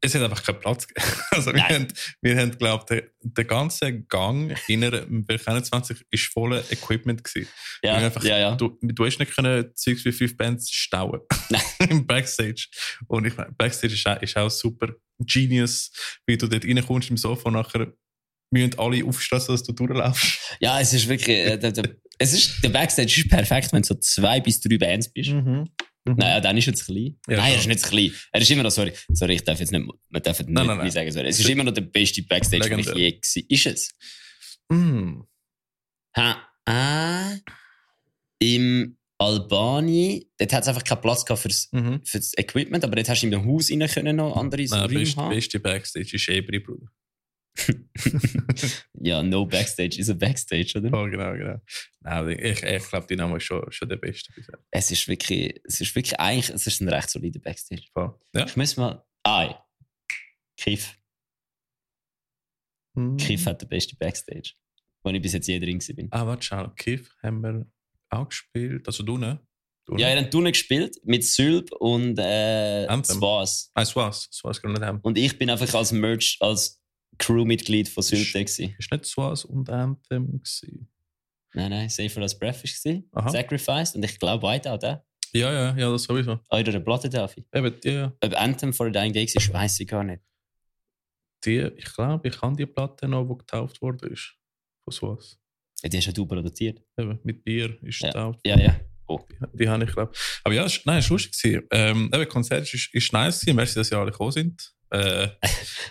[SPEAKER 2] Es hat einfach keinen Platz gegeben. Also wir
[SPEAKER 1] Nein.
[SPEAKER 2] haben, wir haben glaube ich, den ganzen Gang in einer wir kennen 20 ist voller Equipment. Gewesen.
[SPEAKER 1] Ja,
[SPEAKER 2] Wir einfach-
[SPEAKER 1] ja, ja.
[SPEAKER 2] Du, du hast nicht können Zeugs wie fünf Bands stauen.
[SPEAKER 1] Nein.
[SPEAKER 2] Im Backstage. Und ich meine, Backstage ist auch, ist auch super genius, wie du dort reinkommst im Sofa nachher müssen alle aufstehen, dass du durchlaufst.
[SPEAKER 1] Ja, es ist wirklich. Äh, der, der, es ist, der Backstage ist perfekt, wenn du so zwei bis drei Bands bist.
[SPEAKER 2] Mhm.
[SPEAKER 1] Naja, dann ist er zu klein.
[SPEAKER 2] Ja,
[SPEAKER 1] nein,
[SPEAKER 2] klar.
[SPEAKER 1] er ist nicht zu klein. Er ist immer noch, sorry, sorry, ich darf jetzt nicht, wir dürfen nicht,
[SPEAKER 2] Nein, nein, nein.
[SPEAKER 1] nicht sagen, sorry. Es ist immer noch der beste Backstage, den ich
[SPEAKER 2] Legendär.
[SPEAKER 1] je gewesen Ist es?
[SPEAKER 2] Mm.
[SPEAKER 1] Ha, ah, Im Albani, dort hat es einfach keinen Platz gehabt fürs,
[SPEAKER 2] Mhm.
[SPEAKER 1] fürs Equipment, aber dort hast du in dem Haus rein können noch andere
[SPEAKER 2] Nein,
[SPEAKER 1] Räume
[SPEAKER 2] best,
[SPEAKER 1] haben.
[SPEAKER 2] beste Backstage ist Ebri, Bruder.
[SPEAKER 1] Ja, no Backstage ist ein Backstage, oder?
[SPEAKER 2] Ja, genau, genau. Nein, ich, ich glaube, Dynamo ist schon, schon der Beste bisher.
[SPEAKER 1] Es ist wirklich, es ist wirklich eigentlich, es ist ein recht solider Backstage.
[SPEAKER 2] Voll. Ja.
[SPEAKER 1] Ich muss mal, ah, ja. Kiff.
[SPEAKER 2] Hm.
[SPEAKER 1] Kiff hat den besten Backstage, wo ich bis jetzt je drin war.
[SPEAKER 2] Mhm. Ah, warte, schau. Kiff haben wir auch gespielt. Also du, ne? Du,
[SPEAKER 1] Ja,
[SPEAKER 2] ne?
[SPEAKER 1] ihr habt Turnen gespielt mit Sylb und äh,
[SPEAKER 2] Anthem.
[SPEAKER 1] Swas.
[SPEAKER 2] Ah, es war's. Es war's gar nicht. Amp.
[SPEAKER 1] Und ich bin einfach als Merch, als Crewmitglied von Sylb da gewesen.
[SPEAKER 2] Ist nicht Swas und Anthem gewesen.
[SPEAKER 1] Nein, nein, Safer als Breath war
[SPEAKER 2] Aha.
[SPEAKER 1] Sacrificed und ich glaube Whiteout auch.
[SPEAKER 2] Ja, ja, ja, das sowieso.
[SPEAKER 1] Eure Platte darf ich.
[SPEAKER 2] Eben, die,
[SPEAKER 1] Ob Anthem vor Dying Day war, weiß ich gar nicht.
[SPEAKER 2] die ich glaube, ich habe die Platte noch, die getauft worden ist. Von Swas.
[SPEAKER 1] Ja, die hast ja du produziert.
[SPEAKER 2] Eben, mit Bier ist getauft.
[SPEAKER 1] Ja, ja.
[SPEAKER 2] Die, die habe ich, glaube Aber ja, es- nein, es war lustig. gewesen. Ähm, eben, Konzert ist, ist nice gewesen. Merci, dass ihr alle gekommen sind. Äh,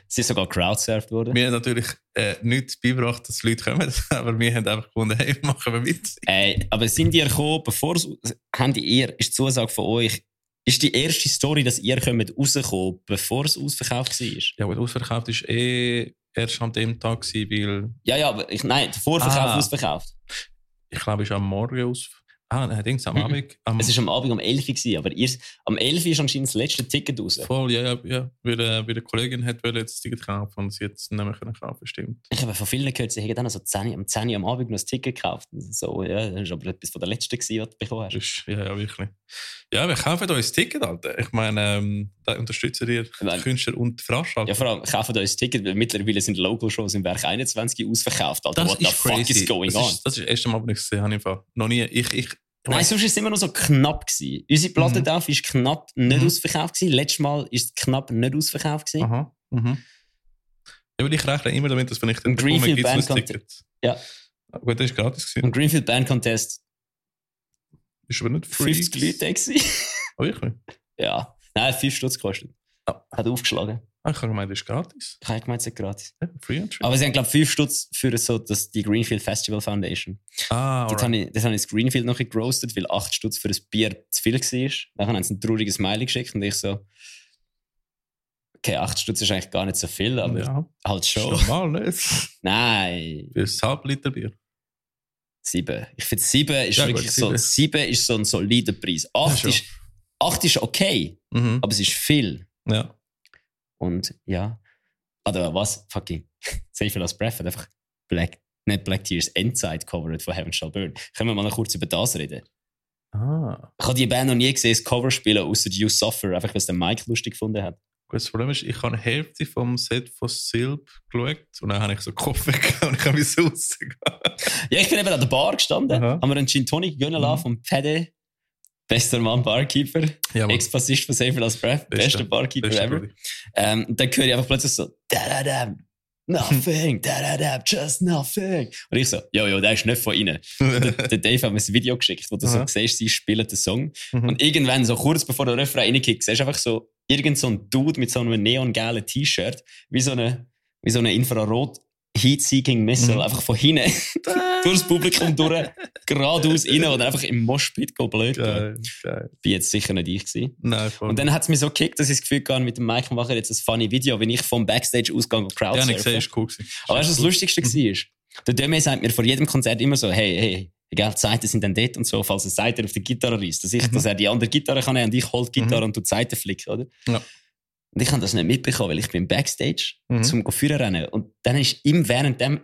[SPEAKER 1] Sie ist sogar crowdsurft worden.
[SPEAKER 2] Wir haben natürlich äh, nichts beigebracht, dass Leute kommen, aber wir haben einfach gefunden, hey, machen wir mit.
[SPEAKER 1] Ey, aber sind ihr gekommen, bevor es- haben die ihr, ist die Zusage von euch, ist die erste Story, dass ihr kommt rausgekommen, bevor es ausverkauft war?
[SPEAKER 2] Ja, aber ausverkauft ist eh erst am dem Tag, gewesen, weil
[SPEAKER 1] Ja, ja, aber ich, nein, der Vorverkauf
[SPEAKER 2] Ah.
[SPEAKER 1] ausverkauft.
[SPEAKER 2] ich glaube, es ist am Morgen aus. Ah, nein, Dings, am
[SPEAKER 1] Mhm.
[SPEAKER 2] Abend. Am
[SPEAKER 1] Es war am Abend um 11 Uhr, gewesen, aber ihr, am 11 Uhr ist anscheinend das letzte Ticket raus.
[SPEAKER 2] voll, ja, ja, ja. Weil, äh, weil eine Kollegin hat wollte jetzt das Ticket kaufen und sie hat es nicht mehr können kaufen, stimmt.
[SPEAKER 1] Ich habe von vielen gehört, sie hätten dann so 10, Uhr- um 10 Uhr am Abend noch ein Ticket gekauft. Und So, ja, das war aber etwas von der letzten, gewesen, was du bekommen
[SPEAKER 2] Das
[SPEAKER 1] hast.
[SPEAKER 2] Ist, ja, ja, wirklich. Ja, wir kaufen euch das Ticket, Alter. Ich meine, ähm, da unterstützen ihr die
[SPEAKER 1] Nein.
[SPEAKER 2] Künstler und die
[SPEAKER 1] Ja,
[SPEAKER 2] Veranstalter.
[SPEAKER 1] vor allem kaufen uns Ticket, weil mittlerweile sind Local-Shows im Werk 21 ausverkauft. Alter, what the fuck is going
[SPEAKER 2] das,
[SPEAKER 1] on?
[SPEAKER 2] Ist, das ist das erste Mal, wo ich es gesehen habe. im Fall. Noch nie. Ich, ich,
[SPEAKER 1] Nein, sonst war es immer noch so knapp. Gewesen. Unsere Platte
[SPEAKER 2] Mhm.
[SPEAKER 1] mhm. war knapp nicht
[SPEAKER 2] Mhm.
[SPEAKER 1] ausverkauft. Gewesen. Letztes Mal war es knapp nicht ausverkauft. Gewesen.
[SPEAKER 2] Aha. Mhm. Ja, weil ich rechne immer damit, dass wenn ich dann
[SPEAKER 1] Im Greenfield
[SPEAKER 2] bekomme, gibt's
[SPEAKER 1] Band
[SPEAKER 2] ein Ticket.
[SPEAKER 1] Ja.
[SPEAKER 2] Ah, Gut, das ist gratis gewesen.
[SPEAKER 1] Im Greenfield Band Contest
[SPEAKER 2] Ist aber nicht free.
[SPEAKER 1] 50 Leute da gewesen.
[SPEAKER 2] Oh, wirklich?
[SPEAKER 1] ja. Nein, 5 Stutz gekostet.
[SPEAKER 2] Ja.
[SPEAKER 1] Hat aufgeschlagen.
[SPEAKER 2] Ah, ich habe gemeint, das ist gratis.
[SPEAKER 1] Ich habe gemeint, es ist gratis.
[SPEAKER 2] Ja, free entry.
[SPEAKER 1] Aber sie haben, glaube ich, 5 Stutz für so das, die Greenfield Festival Foundation.
[SPEAKER 2] ah,
[SPEAKER 1] Dort
[SPEAKER 2] alright.
[SPEAKER 1] habe ich, dort habe ich das Greenfield noch ein bisschen gerostet, weil 8 Stutz für ein Bier zu viel war. Dann haben sie ein trauriges Smiley geschickt und ich so, okay, 8 Stutz ist eigentlich gar nicht so viel, aber
[SPEAKER 2] ja,
[SPEAKER 1] halt
[SPEAKER 2] ist
[SPEAKER 1] schon.
[SPEAKER 2] normal, nicht?
[SPEAKER 1] Nein,
[SPEAKER 2] Für ein halb Liter Bier.
[SPEAKER 1] 7. Ich finde 7 ist
[SPEAKER 2] Ja, gut,
[SPEAKER 1] wirklich so,
[SPEAKER 2] sieben.
[SPEAKER 1] 7 ist so ein solider Preis. 8
[SPEAKER 2] schon.
[SPEAKER 1] ist, 8 ist okay,
[SPEAKER 2] Mhm.
[SPEAKER 1] aber es ist viel.
[SPEAKER 2] Ja.
[SPEAKER 1] Und ja, oder was, fucking, Safer als Breath hat einfach Black, nicht Black Tears Endzeit covered von Heaven Shall Burn. Können wir mal noch kurz über das reden?
[SPEAKER 2] Ah.
[SPEAKER 1] Ich habe die Band noch nie gesehen, das Cover spielen, außer You Suffer, einfach weil es den Mike lustig gefunden hat.
[SPEAKER 2] Gut, das Problem ist, ich habe die Hälfte vom Set von Silb geschaut und dann habe ich so den Kopf weggehauen und ich habe mich rausgegangen.
[SPEAKER 1] Ja, ich bin eben an der Bar gestanden,
[SPEAKER 2] Aha.
[SPEAKER 1] haben wir einen Gin Tonic gönnen lassen
[SPEAKER 2] Mhm.
[SPEAKER 1] vom Pede, bester Mann Barkeeper,
[SPEAKER 2] Ja, Mann.
[SPEAKER 1] Ex-Bassist von Safer als Breath,
[SPEAKER 2] Bester.
[SPEAKER 1] bester Barkeeper
[SPEAKER 2] Beste
[SPEAKER 1] ever.
[SPEAKER 2] Brudi.
[SPEAKER 1] Ähm, und dann höre ich einfach plötzlich so, da da da, nothing, da da da, just nothing. Und ich so, jo, jo, der ist nicht von ihnen. Der, der Dave hat mir ein Video geschickt, wo du so
[SPEAKER 2] Aha.
[SPEAKER 1] siehst, sie spielen den Song.
[SPEAKER 2] Mhm.
[SPEAKER 1] Und irgendwann, so kurz bevor der Refrain reinkickt, siehst du einfach so irgend so ein Dude mit so einem neongelben T-Shirt, wie so eine, wie so eine Infrarot Heat-Seeking Missile,
[SPEAKER 2] Mhm.
[SPEAKER 1] einfach von hinten durchs Publikum durch, geradeaus rein oder einfach im Moshpit go blöd. Ja.
[SPEAKER 2] Geil, geil.
[SPEAKER 1] Bin jetzt sicher nicht ich gewesen.
[SPEAKER 2] Nein, voll.
[SPEAKER 1] Und dann hat es mich so gekickt, dass ich das Gefühl hatte, mit dem Mike machen wir jetzt ein funny Video, wenn ich vom Backstage-Ausgang
[SPEAKER 2] Ja, habe ich
[SPEAKER 1] crowdsurfe.
[SPEAKER 2] gesehen, ist cool gewesen.
[SPEAKER 1] Aber weißt du, was das Lustigste war? Der Döme sagt mir vor jedem Konzert immer so, hey, hey, egal, die Seiten sind dann dort und so, falls er Seiten auf der Gitarre reißt, dass, ich,
[SPEAKER 2] Mhm.
[SPEAKER 1] dass er die andere Gitarre kann nehmen und ich hole die Gitarre und du die Seiten flickst, oder?
[SPEAKER 2] Ja.
[SPEAKER 1] Und ich habe das nicht mitbekommen, weil ich bin Backstage
[SPEAKER 2] Mhm.
[SPEAKER 1] zum Führer rennen. Und dann ist ihm während dem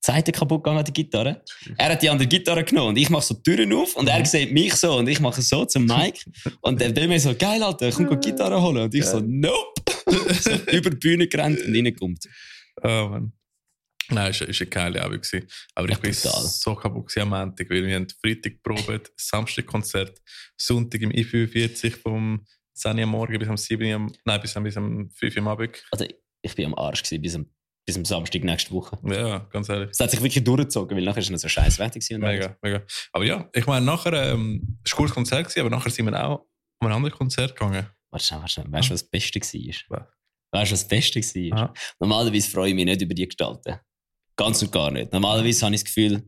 [SPEAKER 1] Seite kaputt gegangen an der Gitarre. Er hat die andere Gitarre genommen und ich mache so die Türen auf und
[SPEAKER 2] Mhm.
[SPEAKER 1] er sieht mich so und ich mache so zum Mike. Und dann will mir so, geil, Alter, komm, geh Gitarre holen. Und ich so, nope. so über die Bühne gerannt und reinkommt.
[SPEAKER 2] Oh Mann. Nein, es war eine geile Abend. gewesen. Aber ich
[SPEAKER 1] Ja,
[SPEAKER 2] bin
[SPEAKER 1] total.
[SPEAKER 2] so kaputt gewesen am Montag, weil wir haben Freitag probiert, Samstag Konzert, Sonntag im I45 vom 10 Uhr am Morgen bis am 7 Uhr, am- nein, bis, am- bis am 5 Uhr am Abend.
[SPEAKER 1] Also ich bin am Arsch gewesen, bis am, bis am Samstag nächste Woche.
[SPEAKER 2] Ja, ganz ehrlich.
[SPEAKER 1] Es hat sich wirklich durchgezogen, weil nachher war es so scheiß Wetter. gewesen und alles.
[SPEAKER 2] Mega, mega. Aber ja, ich meine, nachher, ähm, es war ein cooles Konzert, gewesen, aber nachher sind wir auch an ein anderes Konzert gegangen.
[SPEAKER 1] Warte schnell, warte schnell. Weißt du, was das Beste war?
[SPEAKER 2] Was?
[SPEAKER 1] Weißt du, was das Beste war?
[SPEAKER 2] Aha.
[SPEAKER 1] Normalerweise freue ich mich nicht über die Gestalten. Ganz und gar nicht. Normalerweise habe ich das Gefühl,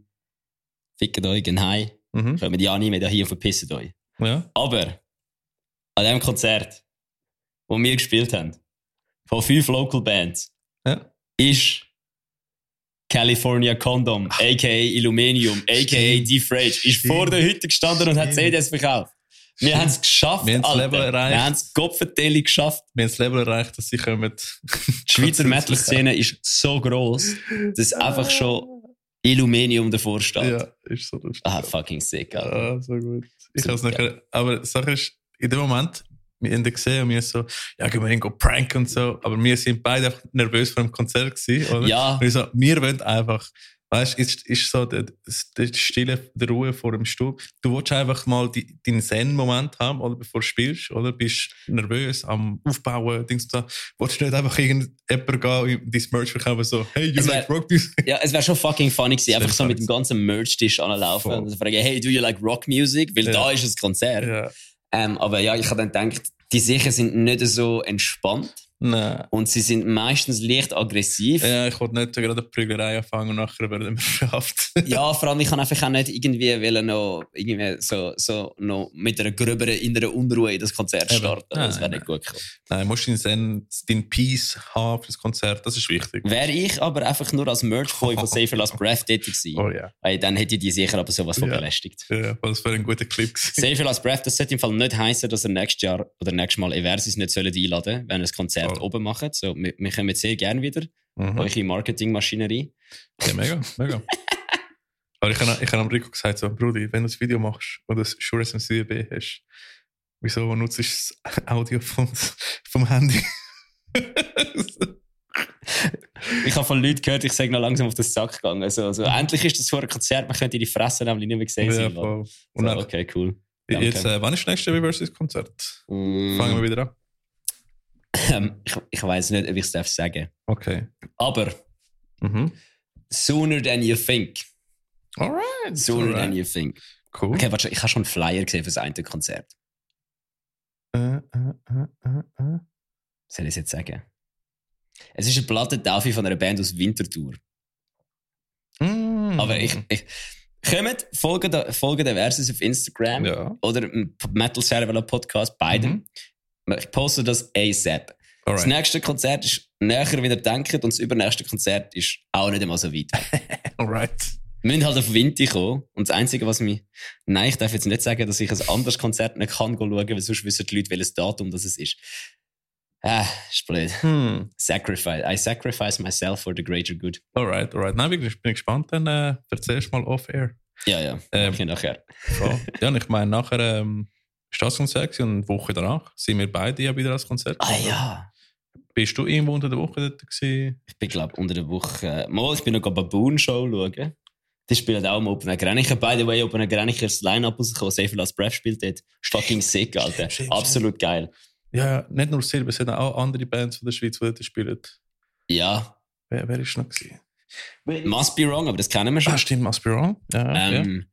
[SPEAKER 1] fickt euch, gehen heim,
[SPEAKER 2] Mhm.
[SPEAKER 1] kommt ja nicht mehr hier und verpisst euch.
[SPEAKER 2] Ja.
[SPEAKER 1] Aber an dem Konzert, wo wir gespielt haben, von fünf Local Bands,
[SPEAKER 2] Ja.
[SPEAKER 1] ist California Condom, a.k.a. Illuminium, a.k.a. D-Frage, ist
[SPEAKER 2] Stimmt.
[SPEAKER 1] vor der Hütte gestanden und hat
[SPEAKER 2] Stimmt.
[SPEAKER 1] CDs verkauft. Wir haben es geschafft,
[SPEAKER 2] Wir haben's
[SPEAKER 1] Alter.
[SPEAKER 2] Level erreicht.
[SPEAKER 1] Wir haben es Kopfentelli geschafft.
[SPEAKER 2] Wir haben das Level erreicht, dass sie kommen.
[SPEAKER 1] Die Schweizer Metal-Szene ist so gross, dass einfach schon Illuminium davor steht.
[SPEAKER 2] Ah. Ja, ist so lustig.
[SPEAKER 1] Ah, fucking sick, Alter.
[SPEAKER 2] Ja, so gut. Ich
[SPEAKER 1] Super.
[SPEAKER 2] hab's nachher, aber die Sache ist, in dem Moment, wir haben gesehen und wir so, ja, gehen wir irgendwo pranken und so, aber wir sind beide einfach nervös vor dem Konzert gewesen, oder?
[SPEAKER 1] Ja,
[SPEAKER 2] Und ich so, wir wollen einfach, weißt du, ist, ist so der, der Stille, der Ruhe vor dem Stub. Du willst einfach mal die, deinen Zen-Moment haben, oder bevor du spielst, oder? Bist nervös am Aufbauen, Dings und so. Willst du nicht einfach irgendjemand gehen und dein Merch verkaufen, so, hey, you
[SPEAKER 1] Es
[SPEAKER 2] like rock music?
[SPEAKER 1] Ja, es wäre schon fucking funny gewesen,
[SPEAKER 2] Das wär
[SPEAKER 1] einfach so mit
[SPEAKER 2] funny
[SPEAKER 1] dem ganzen Merch-Tisch anlaufen
[SPEAKER 2] Voll.
[SPEAKER 1] und fragen, hey, do you like rock music? Weil
[SPEAKER 2] Ja.
[SPEAKER 1] da ist ein Konzert.
[SPEAKER 2] Ja.
[SPEAKER 1] Ähm, aber ja, ich habe dann gedacht, die sicher sind nicht so entspannt
[SPEAKER 2] Nein.
[SPEAKER 1] und sie sind meistens leicht aggressiv. Ja,
[SPEAKER 2] Ja, ich wollte nicht gerade eine Prügerei anfangen und nachher werden wir verhaftet.
[SPEAKER 1] vor allem, ich kann einfach auch nicht irgendwie, wollen noch, irgendwie so, so noch mit einer gröberen inneren Unruhe in das Konzert
[SPEAKER 2] Eben.
[SPEAKER 1] starten. das wäre
[SPEAKER 2] Nein,
[SPEAKER 1] nicht gut gekommen.
[SPEAKER 2] Nein, musst du deinen Zen, deinen Peace haben für das Konzert, das ist wichtig.
[SPEAKER 1] Wäre ich aber einfach nur als Merch-Boy von Safer Last Breath tätig gewesen,
[SPEAKER 2] Oh ja.
[SPEAKER 1] ey, dann hätte ich die sicher aber sowas von
[SPEAKER 2] Ja.
[SPEAKER 1] belästigt.
[SPEAKER 2] ja das wäre ein guter Clip gewesen.
[SPEAKER 1] Safer als Breath, das sollte im Fall nicht heißen, dass er nächstes Jahr oder nächstes Mal Eversis nicht sollen einladen sollen, wenn er ein Konzert
[SPEAKER 2] Voll.
[SPEAKER 1] oben macht. So, wir, wir kommen sehr gerne wieder,
[SPEAKER 2] Mhm.
[SPEAKER 1] eure Marketingmaschinerie.
[SPEAKER 2] Ja, mega, mega. Aber ich habe ich hab am Rico gesagt, so, Brudi, wenn du das Video machst und das Shure SMCB hast, wieso nutzt du das Audio vom, vom Handy?
[SPEAKER 1] Ich habe von Leuten gehört, ich sage noch langsam auf den Sack gegangen. Also, so, endlich ist das vor einem Konzert, man könnte die Fresse nämlich nicht mehr gesehen
[SPEAKER 2] ja,
[SPEAKER 1] sein. lassen.
[SPEAKER 2] voll. Und
[SPEAKER 1] so,
[SPEAKER 2] dann,
[SPEAKER 1] okay, cool. danke.
[SPEAKER 2] jetzt, äh, wann ist das nächste Reverses-Konzert? Fangen wir
[SPEAKER 1] Mm,
[SPEAKER 2] wieder an.
[SPEAKER 1] Ähm, ich ich weiß nicht, ob ich es darf sagen.
[SPEAKER 2] Okay.
[SPEAKER 1] Aber
[SPEAKER 2] Mhm.
[SPEAKER 1] sooner than you think.
[SPEAKER 2] Alright.
[SPEAKER 1] Sooner than
[SPEAKER 2] Alright.
[SPEAKER 1] you think.
[SPEAKER 2] Cool.
[SPEAKER 1] Okay, warte, ich habe schon einen Flyer gesehen für das eine Konzert.
[SPEAKER 2] Äh, äh, äh, äh, äh.
[SPEAKER 1] Soll ich es jetzt sagen? Es ist eine Plattentaufe von einer Band aus Winterthur.
[SPEAKER 2] Mm.
[SPEAKER 1] Aber ich, ich kommt, folgt, der- folgt den Versus auf Instagram
[SPEAKER 2] Ja.
[SPEAKER 1] oder im P- Metal Cervelo Podcast, beidem. Ich poste das ASAP. Das
[SPEAKER 2] Alright.
[SPEAKER 1] nächste Konzert ist näher, wie ihr denkt, und das übernächste Konzert ist auch nicht einmal so weit. weg.
[SPEAKER 2] Alright.
[SPEAKER 1] Wir müssen halt auf Winter kommen. Und das Einzige, was mich. Nein, ich darf jetzt nicht sagen, dass ich ein anderes Konzert nicht kann gehen schauen, weil sonst wissen die Leute, welches Datum das es ist. Ah, ist blöd.
[SPEAKER 2] Hm.
[SPEAKER 1] Sacrifice. I sacrifice myself for the greater good.
[SPEAKER 2] Alright, alright. Nein, wirklich, bin ich gespannt. Dann äh, erzählst du mal off-air.
[SPEAKER 1] Ja, ja.
[SPEAKER 2] Ähm,
[SPEAKER 1] Okay, nachher.
[SPEAKER 2] Ja, ja und ich meine, nachher ähm, ist das Konzert gewesen und eine Woche danach sind wir beide ja wieder als Konzert.
[SPEAKER 1] Ah
[SPEAKER 2] gegangen.
[SPEAKER 1] ja.
[SPEAKER 2] Bist du irgendwo unter der Woche dort gewesen?
[SPEAKER 1] Ich bin, glaube unter der Woche. Äh, mal, ich bin noch Baboon-Show schauen. Die spielen auch im Open Air Grenicher. By the way, Open Air Grenicher ist das Line-Up rausgekommen. Safe Last Breath spielt dort. Fucking sick, Alter.
[SPEAKER 2] stimmt, stimmt.
[SPEAKER 1] Absolut geil.
[SPEAKER 2] Ja, ja, nicht nur Silber, es sind auch andere Bands von der Schweiz, die dort spielen.
[SPEAKER 1] Ja.
[SPEAKER 2] Wer, wer ist noch gewesen?
[SPEAKER 1] Must be wrong, aber das kennen wir schon.
[SPEAKER 2] Ah, stimmt, Aspiron. Ja, ja.
[SPEAKER 1] Ähm,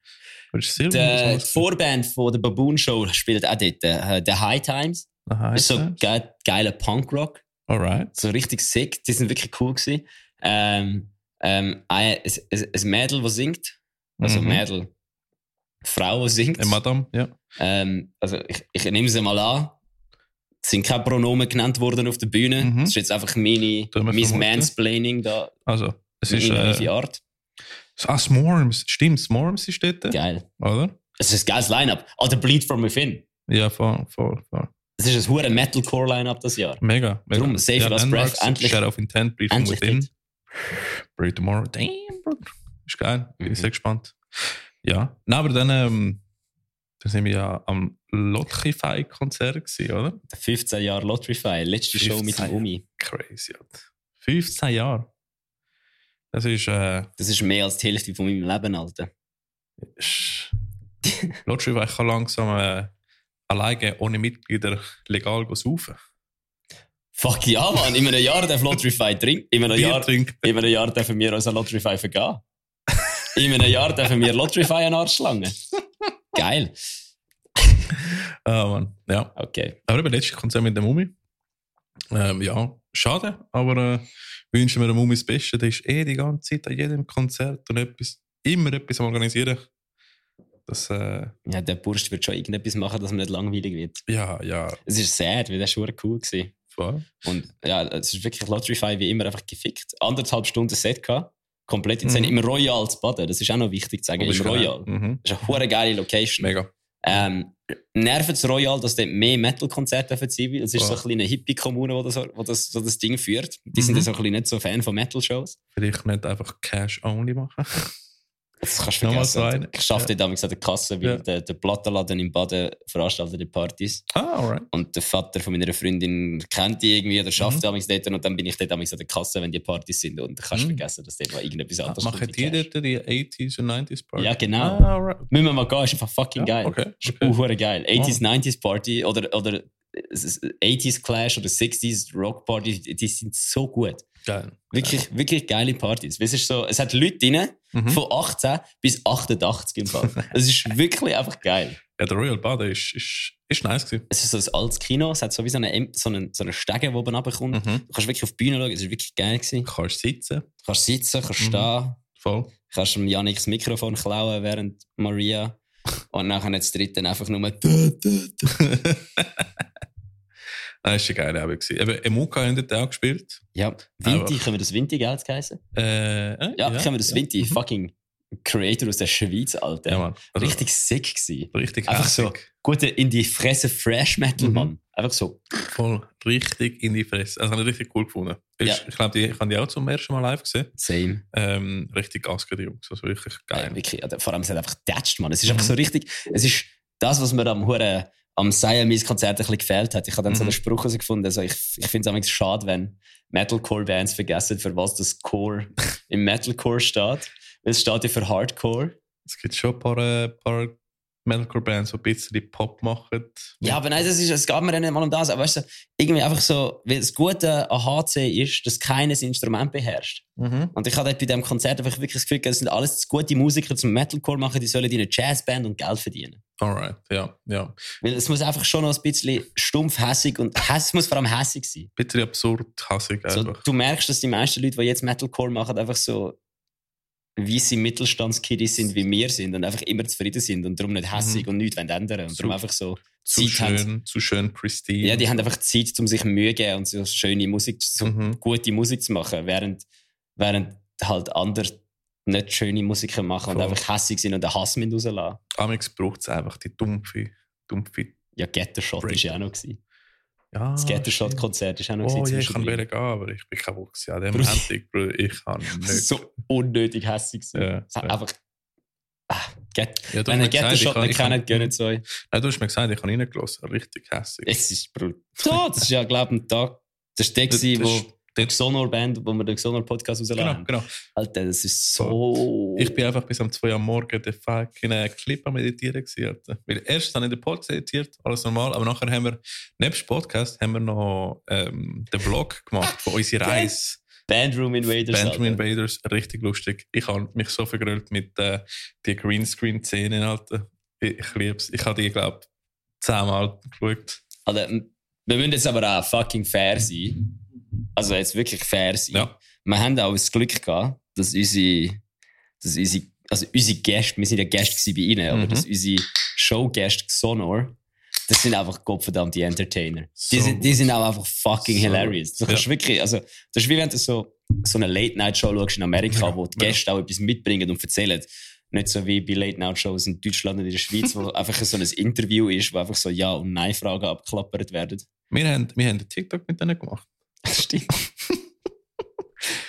[SPEAKER 2] Das ist Silber.
[SPEAKER 1] der-
[SPEAKER 2] das
[SPEAKER 1] die
[SPEAKER 2] ist
[SPEAKER 1] Vorband von der Baboon Show spielt auch dort. Äh, The High Times.
[SPEAKER 2] alles- Aha,
[SPEAKER 1] Das ist so
[SPEAKER 2] ja.
[SPEAKER 1] ge geiler Punkrock.
[SPEAKER 2] Alright.
[SPEAKER 1] So richtig sick. Die sind wirklich cool gewesen. Ähm, ähm, ein, ein, ein ein Mädel, das singt. Also
[SPEAKER 2] Mhm.
[SPEAKER 1] Mädel. Frau, die singt.
[SPEAKER 2] Äh, Madame, ja.
[SPEAKER 1] Ähm, also ich, ich nehme sie mal an. Es sind keine Pronomen genannt worden auf der Bühne.
[SPEAKER 2] Mhm.
[SPEAKER 1] Das ist jetzt einfach meine,
[SPEAKER 2] wir
[SPEAKER 1] mein
[SPEAKER 2] vermuten.
[SPEAKER 1] Mansplaining da.
[SPEAKER 2] Also, es
[SPEAKER 1] in
[SPEAKER 2] ist.
[SPEAKER 1] äh,
[SPEAKER 2] Äh,
[SPEAKER 1] Art.
[SPEAKER 2] ah, Smorms. Stimmt, Smorms ist dort,
[SPEAKER 1] Geil.
[SPEAKER 2] oder?
[SPEAKER 1] Es ist ein geiles Line-Up. Alter, Bleed Ah, From Within.
[SPEAKER 2] Ja, voll, voll, voll.
[SPEAKER 1] Es ist ein hure Metalcore-Line-Up das Jahr.
[SPEAKER 2] Mega. mega.
[SPEAKER 1] Darum, Safe Last
[SPEAKER 2] Dan
[SPEAKER 1] Breath,
[SPEAKER 2] Marks,
[SPEAKER 1] endlich-
[SPEAKER 2] Shadow of Intent, Brief from
[SPEAKER 1] Endlich
[SPEAKER 2] Within.
[SPEAKER 1] dort.
[SPEAKER 2] Pray Tomorrow. Damn, Bruder. Ist geil. Bin
[SPEAKER 1] Mhm.
[SPEAKER 2] ich sehr gespannt. Ja. Nein, aber dann, ähm, dann sind wir ja am Lotkify-Konzert gewesen, oder?
[SPEAKER 1] 15 Jahre Lotterify, letzte Show mit
[SPEAKER 2] 15
[SPEAKER 1] dem
[SPEAKER 2] Jahre.
[SPEAKER 1] Umi.
[SPEAKER 2] Crazy. Alter. 15 Jahre. Das ist, äh,
[SPEAKER 1] Das ist mehr als die Hälfte von meinem Leben, Alter.
[SPEAKER 2] ist Lotkify kann langsam äh, alleine ohne Mitglieder legal go saufen.
[SPEAKER 1] Fuck ja, Mann. In einem Jahr darf Lotterify trinken. In einem
[SPEAKER 2] Bier
[SPEAKER 1] Jahr,
[SPEAKER 2] trinken.
[SPEAKER 1] in einem Jahr dürfen wir unseren Lotterify vergehen. In einem Jahr dürfen wir Lotterify an den Arsch langen. Geil.
[SPEAKER 2] Ah, Mann. Ja.
[SPEAKER 1] Okay.
[SPEAKER 2] Aber eben, letztes Konzert mit der Mumi. Ähm, ja, schade, aber äh, wünschen wir der Mumi das Beste. Der ist eh die ganze Zeit an jedem Konzert und etwas, immer etwas am Organisieren. Das, äh,
[SPEAKER 1] Ja, der Bursch wird schon irgendetwas machen, dass man nicht langweilig wird.
[SPEAKER 2] ja, ja,
[SPEAKER 1] Es ist sad, weil der war verdammt cool. Gewesen.
[SPEAKER 2] voll.
[SPEAKER 1] Und ja, es ist wirklich Lotterify wie immer einfach gefickt. Anderthalb Stunden Set gehabt. Komplett in
[SPEAKER 2] Mhm.
[SPEAKER 1] im Royal zu baden. Das ist auch noch wichtig zu sagen.
[SPEAKER 2] Und
[SPEAKER 1] Im
[SPEAKER 2] geil.
[SPEAKER 1] Royal.
[SPEAKER 2] Mhm.
[SPEAKER 1] Das ist eine hure geile Location.
[SPEAKER 2] Mega.
[SPEAKER 1] Ähm, nervt das Royal, dass dort mehr Metal-Konzerte dürfen sein weil Es ist
[SPEAKER 2] Ja.
[SPEAKER 1] so eine kleine Hippie-Kommune, die das, wo das, so das Ding führt. Die sind
[SPEAKER 2] Mhm.
[SPEAKER 1] ja so ein bisschen nicht so Fan von Metal-Shows.
[SPEAKER 2] Vielleicht nicht einfach Cash-only machen.
[SPEAKER 1] Das kannst du
[SPEAKER 2] Nochmal
[SPEAKER 1] vergessen.
[SPEAKER 2] so eine.
[SPEAKER 1] ich schaffte
[SPEAKER 2] Ja.
[SPEAKER 1] ja. damals an der Kasse, weil
[SPEAKER 2] Ja.
[SPEAKER 1] der, der Plattenladen im Baden veranstaltet die Partys.
[SPEAKER 2] Ah, alright.
[SPEAKER 1] Und der Vater von meiner Freundin kennt die irgendwie oder schafft
[SPEAKER 2] Mhm.
[SPEAKER 1] damals dort. Und dann bin ich dort damals an der Kasse, wenn die Partys sind. Und kannst
[SPEAKER 2] Mhm. halt
[SPEAKER 1] vergessen, dass dort mal irgendetwas anderes
[SPEAKER 2] Machen
[SPEAKER 1] Ah, kommt wie
[SPEAKER 2] die
[SPEAKER 1] Cash.
[SPEAKER 2] dort die 80s und 90s Party?
[SPEAKER 1] Ja, genau.
[SPEAKER 2] Ah, alright.
[SPEAKER 1] Müssen wir mal gehen, ist einfach fucking
[SPEAKER 2] Ja,
[SPEAKER 1] geil.
[SPEAKER 2] okay,
[SPEAKER 1] Ist
[SPEAKER 2] okay.
[SPEAKER 1] okay. geil. 80s, 90s Party oder, oder es ist 80s Clash oder 60s Rock Party, die die sind so gut.
[SPEAKER 2] Geil.
[SPEAKER 1] Wirklich, wirklich geile Partys. Es, ist so, es hat Leute drin,
[SPEAKER 2] Mhm.
[SPEAKER 1] von 18 bis 88 im Fall. Es ist wirklich einfach geil.
[SPEAKER 2] Ja, der Royal Baden ist, ist, ist nice gewesen.
[SPEAKER 1] Es ist so ein altes Kino, es hat so wie so einen so einen, so einen Stegen, der oben runterkommt.
[SPEAKER 2] Mhm.
[SPEAKER 1] Du kannst wirklich auf die Bühne schauen, es war wirklich geil. Gewesen. Du
[SPEAKER 2] Kannst sitzen.
[SPEAKER 1] kannst sitzen, kannst
[SPEAKER 2] Mhm.
[SPEAKER 1] stehen,
[SPEAKER 2] Voll.
[SPEAKER 1] kannst dem Janik das Mikrofon klauen während Maria und nachher jetzt dritten einfach nur da, da, da.
[SPEAKER 2] Das war Ah, eine geile Abend. gewesen. Eben, Emuka haben dort auch gespielt.
[SPEAKER 1] Ja, Vinti,
[SPEAKER 2] Einfach.
[SPEAKER 1] können wir das Vinti, gell, heißen?
[SPEAKER 2] Äh, äh,
[SPEAKER 1] Ja, können wir das Vinti,
[SPEAKER 2] Mhm.
[SPEAKER 1] fucking Creator aus der Schweiz, Alter.
[SPEAKER 2] Ja, Mann. Also,
[SPEAKER 1] Richtig sick gewesen.
[SPEAKER 2] Richtig
[SPEAKER 1] Einfach so.
[SPEAKER 2] hässig.
[SPEAKER 1] Gute in die Fresse Fresh Metal,
[SPEAKER 2] Mhm.
[SPEAKER 1] Mann. Einfach so.
[SPEAKER 2] Voll richtig in die Fresse. Also, habe ich richtig cool gefunden. Ich,
[SPEAKER 1] Ja.
[SPEAKER 2] ich glaube, die, ich habe die auch zum ersten Mal live gesehen.
[SPEAKER 1] Same.
[SPEAKER 2] Ähm, richtig Gas die Jungs. Also wirklich
[SPEAKER 1] Geil.
[SPEAKER 2] geil.
[SPEAKER 1] wirklich, ja, vor allem, es hat einfach getatscht, Mann. Es ist
[SPEAKER 2] Mhm.
[SPEAKER 1] einfach so richtig, es ist das, was mir am Huren, am Siamese-Konzert ein bisschen gefehlt hat. Ich habe dann so
[SPEAKER 2] Mhm.
[SPEAKER 1] einen Spruch herausgefunden, also ich, ich finde es manchmal schade, wenn Metalcore-Bands vergessen, für was das Core im Metalcore steht. Weil es steht ja für Hardcore.
[SPEAKER 2] Es gibt schon ein paar, äh, paar Metalcore-Bands, die ein bisschen die Pop machen.
[SPEAKER 1] Ja, aber nein, das ist, es geht mir ja nicht mal um das. Aber weißt du, irgendwie einfach so, weil das Gute an HC ist, dass keines Instrument beherrscht.
[SPEAKER 2] Mhm.
[SPEAKER 1] Und ich hatte bei diesem Konzert einfach wirklich das Gefühl, das sind alles zu gute Musiker zum Metalcore machen, die sollen in eine Jazzband und Geld verdienen.
[SPEAKER 2] Alright, ja, ja. Ein
[SPEAKER 1] Weil es muss einfach schon noch ein bisschen stumpf, hässig und häss- es muss vor allem hässig sein.
[SPEAKER 2] bisschen absurd, hassig
[SPEAKER 1] So,
[SPEAKER 2] einfach.
[SPEAKER 1] du merkst, dass die meisten Leute, die jetzt Metalcore machen, einfach so weisse Mittelstandskiddies sind, wie wir sind und einfach immer zufrieden sind und darum nicht hässig und nichts wollen ändern und darum
[SPEAKER 2] Mhm. Zu-
[SPEAKER 1] einfach so
[SPEAKER 2] zu
[SPEAKER 1] Zeit haben.
[SPEAKER 2] schön, zu schön pristine.
[SPEAKER 1] Ja, die haben einfach Zeit, um sich Mühe zu geben und so schöne Musik, so
[SPEAKER 2] Mhm.
[SPEAKER 1] gute Musik zu machen, während, während halt andere nicht schöne Musiker machen und
[SPEAKER 2] Voll.
[SPEAKER 1] einfach hässig sind und den Hass mit rauslassen.
[SPEAKER 2] Amix braucht es einfach die dumpfe, dumpfe.
[SPEAKER 1] Ja, Gettershot war
[SPEAKER 2] Break.
[SPEAKER 1] ja auch noch. Gewesen.
[SPEAKER 2] Ja,
[SPEAKER 1] Das halt
[SPEAKER 2] shit.
[SPEAKER 1] Gettershot-Konzert war auch noch.
[SPEAKER 2] Oh
[SPEAKER 1] gewesen,
[SPEAKER 2] ja, ich kann
[SPEAKER 1] zwischendrin.
[SPEAKER 2] wieder gehen, aber ich bin kaputt. gewesen. An dem
[SPEAKER 1] Bruder.
[SPEAKER 2] Montag, Bruder, ich kann nicht.
[SPEAKER 1] so unnötig hässig gewesen.
[SPEAKER 2] Ja,
[SPEAKER 1] Es hat
[SPEAKER 2] ja.
[SPEAKER 1] Einfach. Ah, Get
[SPEAKER 2] Ja, du
[SPEAKER 1] Wenn ihr
[SPEAKER 2] hast mir gesagt, ich
[SPEAKER 1] Gettershot
[SPEAKER 2] kann-
[SPEAKER 1] nicht
[SPEAKER 2] ich kann-
[SPEAKER 1] kennt, gönnt es euch.
[SPEAKER 2] Nein, du hast mir gesagt, ich habe reingelassen. Richtig hässlich.
[SPEAKER 1] Es ist brutal. Das ist ja, glaube ich, ein Tag. Das war der,
[SPEAKER 2] Das-
[SPEAKER 1] gewesen,
[SPEAKER 2] das
[SPEAKER 1] wo
[SPEAKER 2] ist-
[SPEAKER 1] die Sonor-Band, wo wir den Sonor-Podcast rausgeladen
[SPEAKER 2] Genau,
[SPEAKER 1] haben.
[SPEAKER 2] genau.
[SPEAKER 1] Alter, das ist so.
[SPEAKER 2] Ich bin einfach bis um 2 Uhr am Morgen den fucking äh, Clip am Meditieren. gewesen, Alter. Weil erst habe ich den Podcast editiert, alles normal. Aber nachher haben wir, nebst Podcast, haben wir noch ähm, den Vlog gemacht von unserer
[SPEAKER 1] Geil.
[SPEAKER 2] Reise.
[SPEAKER 1] Bandroom Invaders.
[SPEAKER 2] Phantom
[SPEAKER 1] Alter.
[SPEAKER 2] Invaders, richtig lustig. Ich habe mich so vergrölt mit äh, die Greenscreen-Szenen, Alter. Ich, ich liebe es. Ich habe die, glaube ich, zehnmal geschaut.
[SPEAKER 1] Also, m- wir müssen jetzt aber auch fucking fair sein. Also jetzt wirklich fair sein.
[SPEAKER 2] Ja.
[SPEAKER 1] Wir haben auch das Glück gehabt, dass unsere, dass unsere, also unsere Gäste, wir sind ja Gäste gewesen bei ihnen, aber
[SPEAKER 2] Mhm.
[SPEAKER 1] dass unsere Showgäste Sonor, das sind einfach gottverdammte Entertainer. Die,
[SPEAKER 2] So
[SPEAKER 1] sind, die
[SPEAKER 2] gut.
[SPEAKER 1] sind auch einfach fucking
[SPEAKER 2] So
[SPEAKER 1] hilarious. Du kannst wirklich, also, das ist wie wenn du so, so eine Late-Night-Show schaust in Amerika,
[SPEAKER 2] Ja,
[SPEAKER 1] wo die
[SPEAKER 2] ja.
[SPEAKER 1] Gäste auch etwas mitbringen und erzählen. Nicht so wie bei Late-Night-Shows in Deutschland und in der Schweiz, wo einfach so ein Interview ist, wo einfach so Ja- und Nein-Fragen abklappert werden.
[SPEAKER 2] Wir haben, wir haben einen TikTok mit denen gemacht.
[SPEAKER 1] Das stimmt.